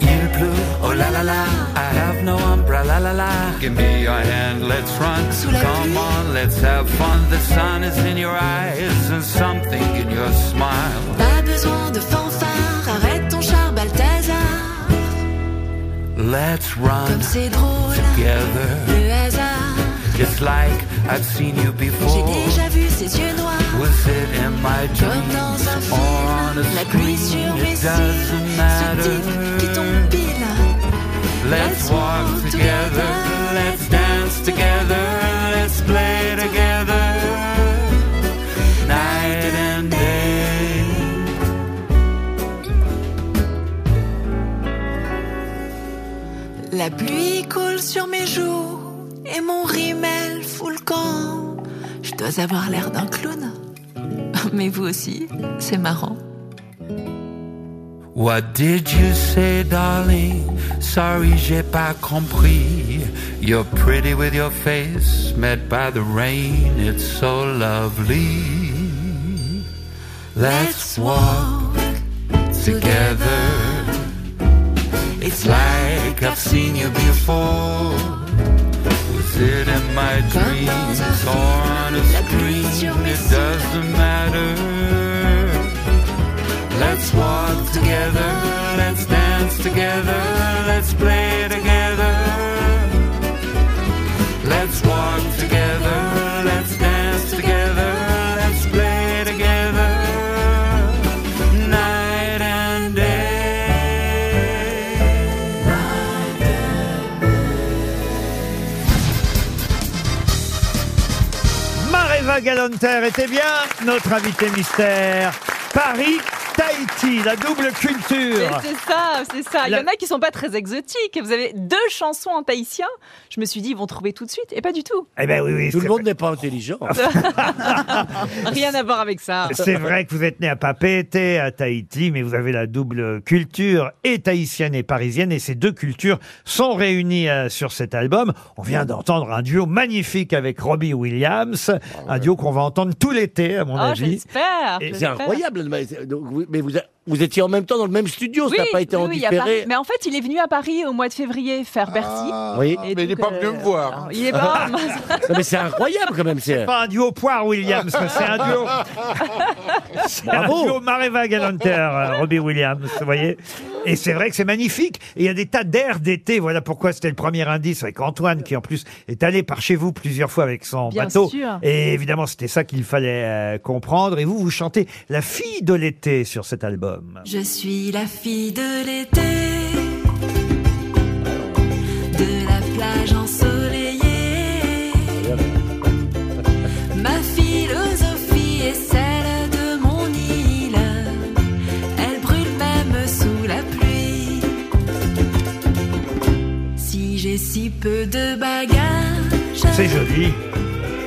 Il pleut, oh la la la, I have no umbrella la la. Give me your hand, let's run.
la
Come on, let's have fun. The sun is in your eyes and something in your smile.
Pas besoin de fanfare, arrête ton char Balthazar.
Let's run
Comme c'est drôle,
together.
le hasard.
It's like I've seen you
J'ai
before.
déjà vu ses yeux noirs,
Was it in my
comme
dreams
dans un
or on
film.
a
La pluie
screen?
sur mes
It doesn't
cils, ce type qui
matter.
tombe pile.
Let's walk together, let's dance together, let's play together, night and day.
La pluie coule sur mes joues et mon rimel fout le camp. Je dois avoir l'air d'un clown. Mais vous aussi, c'est marrant.
What did you say, darling? Sorry, j'ai pas compris. You're pretty with your face, met by the rain, it's so lovely. Let's walk together. It's like I've seen you before. Was it in my dreams or on a screen? It doesn't matter. Let's walk together, let's dance together, let's play together. Let's walk together, let's dance together, let's play together. Night and day.
Mareva Galanter était bien notre invité mystère. Paris, Tahiti, la double
Mais
culture.
C'est ça, c'est ça. Il y
La-
en a qui sont pas très exotiques. Vous avez deux chansons en tahitien. Je me suis dit, ils vont trouver tout de suite. Et pas du tout.
Eh ben oui, oui.
Tout le
c'est Ah,
monde n'est pas intelligent.
Rien à voir avec ça.
C'est vrai que vous êtes né à Papeete, à Tahiti, mais vous avez la double culture, et tahitienne et parisienne, et ces deux cultures sont réunies euh, sur cet album. On vient d'entendre un duo magnifique avec Robbie Williams,
Ah
un duo qu'on va entendre tout l'été, à mon
Oh,
avis.
j'espère.
Et-
C'est incroyable. Mais donc, vous- mais vous, a- vous étiez en même temps dans le même studio,
Oui,
ça n'a pas été
oui,
en
oui, il y a Paris.
différé.
Mais en fait, il est venu à Paris au mois de février faire Bercy.
Ah, Oui.
Et donc, euh,
voir.
Il est pas.
Non, mais c'est incroyable quand même. C'est
Pas un duo poire Williams, c'est un duo. C'est un
Bravo.
duo Mareva Galanter, euh, Robbie Williams, vous voyez. Et c'est vrai que c'est magnifique. Et il y a des tas d'airs d'été. Voilà pourquoi c'était le premier indice avec Antoine, qui en plus est allé par chez vous plusieurs fois avec son
Bien
bateau.
sûr.
Et évidemment, c'était ça qu'il fallait euh, comprendre. Et vous, vous chantez La fille de l'été sur cet album.
Je suis la fille de l'été, de la plage ensoleillée. Ma philosophie est celle de mon île. Elle brûle même sous la pluie. Si j'ai si peu de bagages,
C'est joli.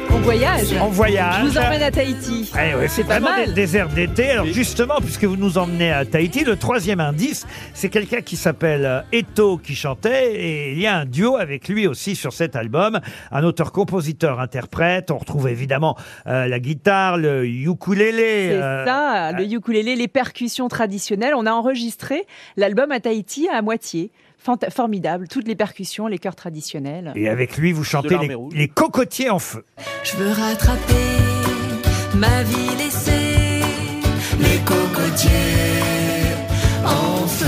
On voyage.
On voyage.
Je vous emmène à Tahiti.
Eh oui, c'est
pas
vraiment
mal.
des déserts d'été. Alors justement, puisque vous nous emmenez à Tahiti, le troisième indice, c'est quelqu'un qui s'appelle euh, Eto qui chantait, et il y a un duo avec lui aussi sur cet album, un auteur-compositeur-interprète. On retrouve évidemment euh, la guitare, le ukulélé.
C'est
euh,
ça, le ukulélé, les percussions traditionnelles. On a enregistré l'album à Tahiti à moitié. fanta- formidable. Toutes les percussions, les chœurs traditionnels.
Et avec lui, vous chantez
l'armée
les,
rouge.
les cocotiers en feu.
Je veux rattraper ma vie laissée, les cocotiers en feu.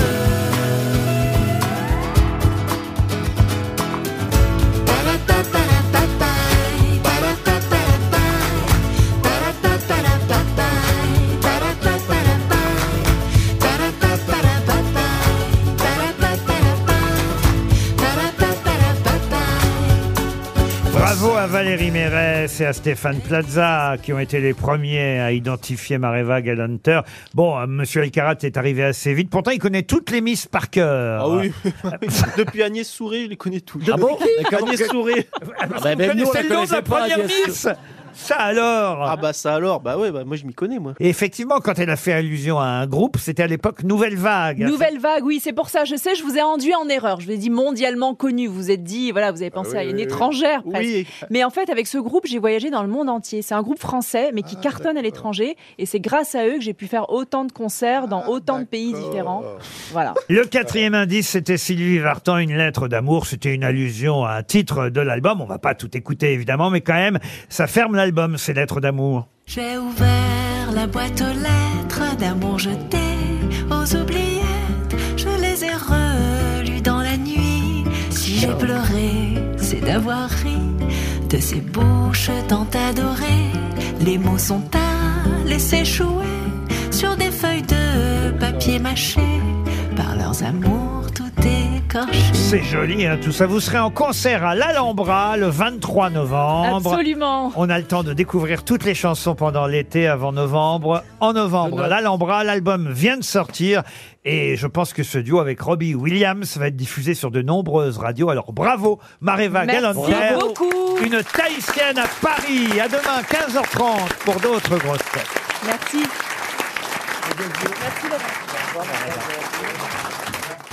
Bravo à Valérie Mérès et à Stéphane Plaza qui ont été les premiers à identifier Mareva Galanter. Bon, euh, Monsieur Elkarat est arrivé assez vite. Pourtant, il connaît toutes les Miss par cœur.
Ah oui. Depuis Agnès Souré, je les connais tous.
Ah bon Mais comment-
Agnès Souré.
Ah, parce bah, que vous même nous, on connaissez la le nom de connaissait la pas, première Agnès Miss. Souré. Ça alors
Ah bah ça alors, bah ouais, bah moi je m'y connais moi.
Et effectivement, quand elle a fait allusion à un groupe, c'était à l'époque Nouvelle Vague.
Nouvelle vague, oui, c'est pour ça, je sais, je vous ai induit en erreur. Je vous ai dit mondialement connu, vous vous êtes dit, voilà, vous avez pensé
Ah oui,
à une
oui, oui.
étrangère
Oui.
presque. Mais en fait, avec ce groupe, j'ai voyagé dans le monde entier. C'est un groupe français, mais qui
Ah,
cartonne à l'étranger. Et c'est grâce à eux que j'ai pu faire autant de concerts dans
Ah,
autant de pays différents. Voilà.
Le quatrième indice, c'était Sylvie Vartan, une lettre d'amour. C'était une allusion à un titre de l'album. On va pas tout écouter, évidemment, mais quand même, ça ferme l'album, ces lettres d'amour.
J'ai ouvert la boîte aux lettres d'amour jetées aux oubliettes. Je les ai relues dans la nuit. Si j'ai pleuré, c'est d'avoir ri de ces bouches tant adorées. Les mots sont à laisser jouer sur des feuilles de papier mâché par leurs amours tout écorchés.
C'est joli, hein, tout ça. Vous serez en concert à l'Alhambra le 23 novembre.
Absolument.
On a le temps de découvrir toutes les chansons pendant l'été, avant novembre. En novembre, à l'Alhambra, l'album vient de sortir. Et je pense que ce duo avec Robbie Williams va être diffusé sur de nombreuses radios. Alors bravo, Mareva
Merci
Galanter.
beaucoup.
Une Tahitienne à Paris. À demain, 15h30 pour d'autres grosses têtes.
Merci.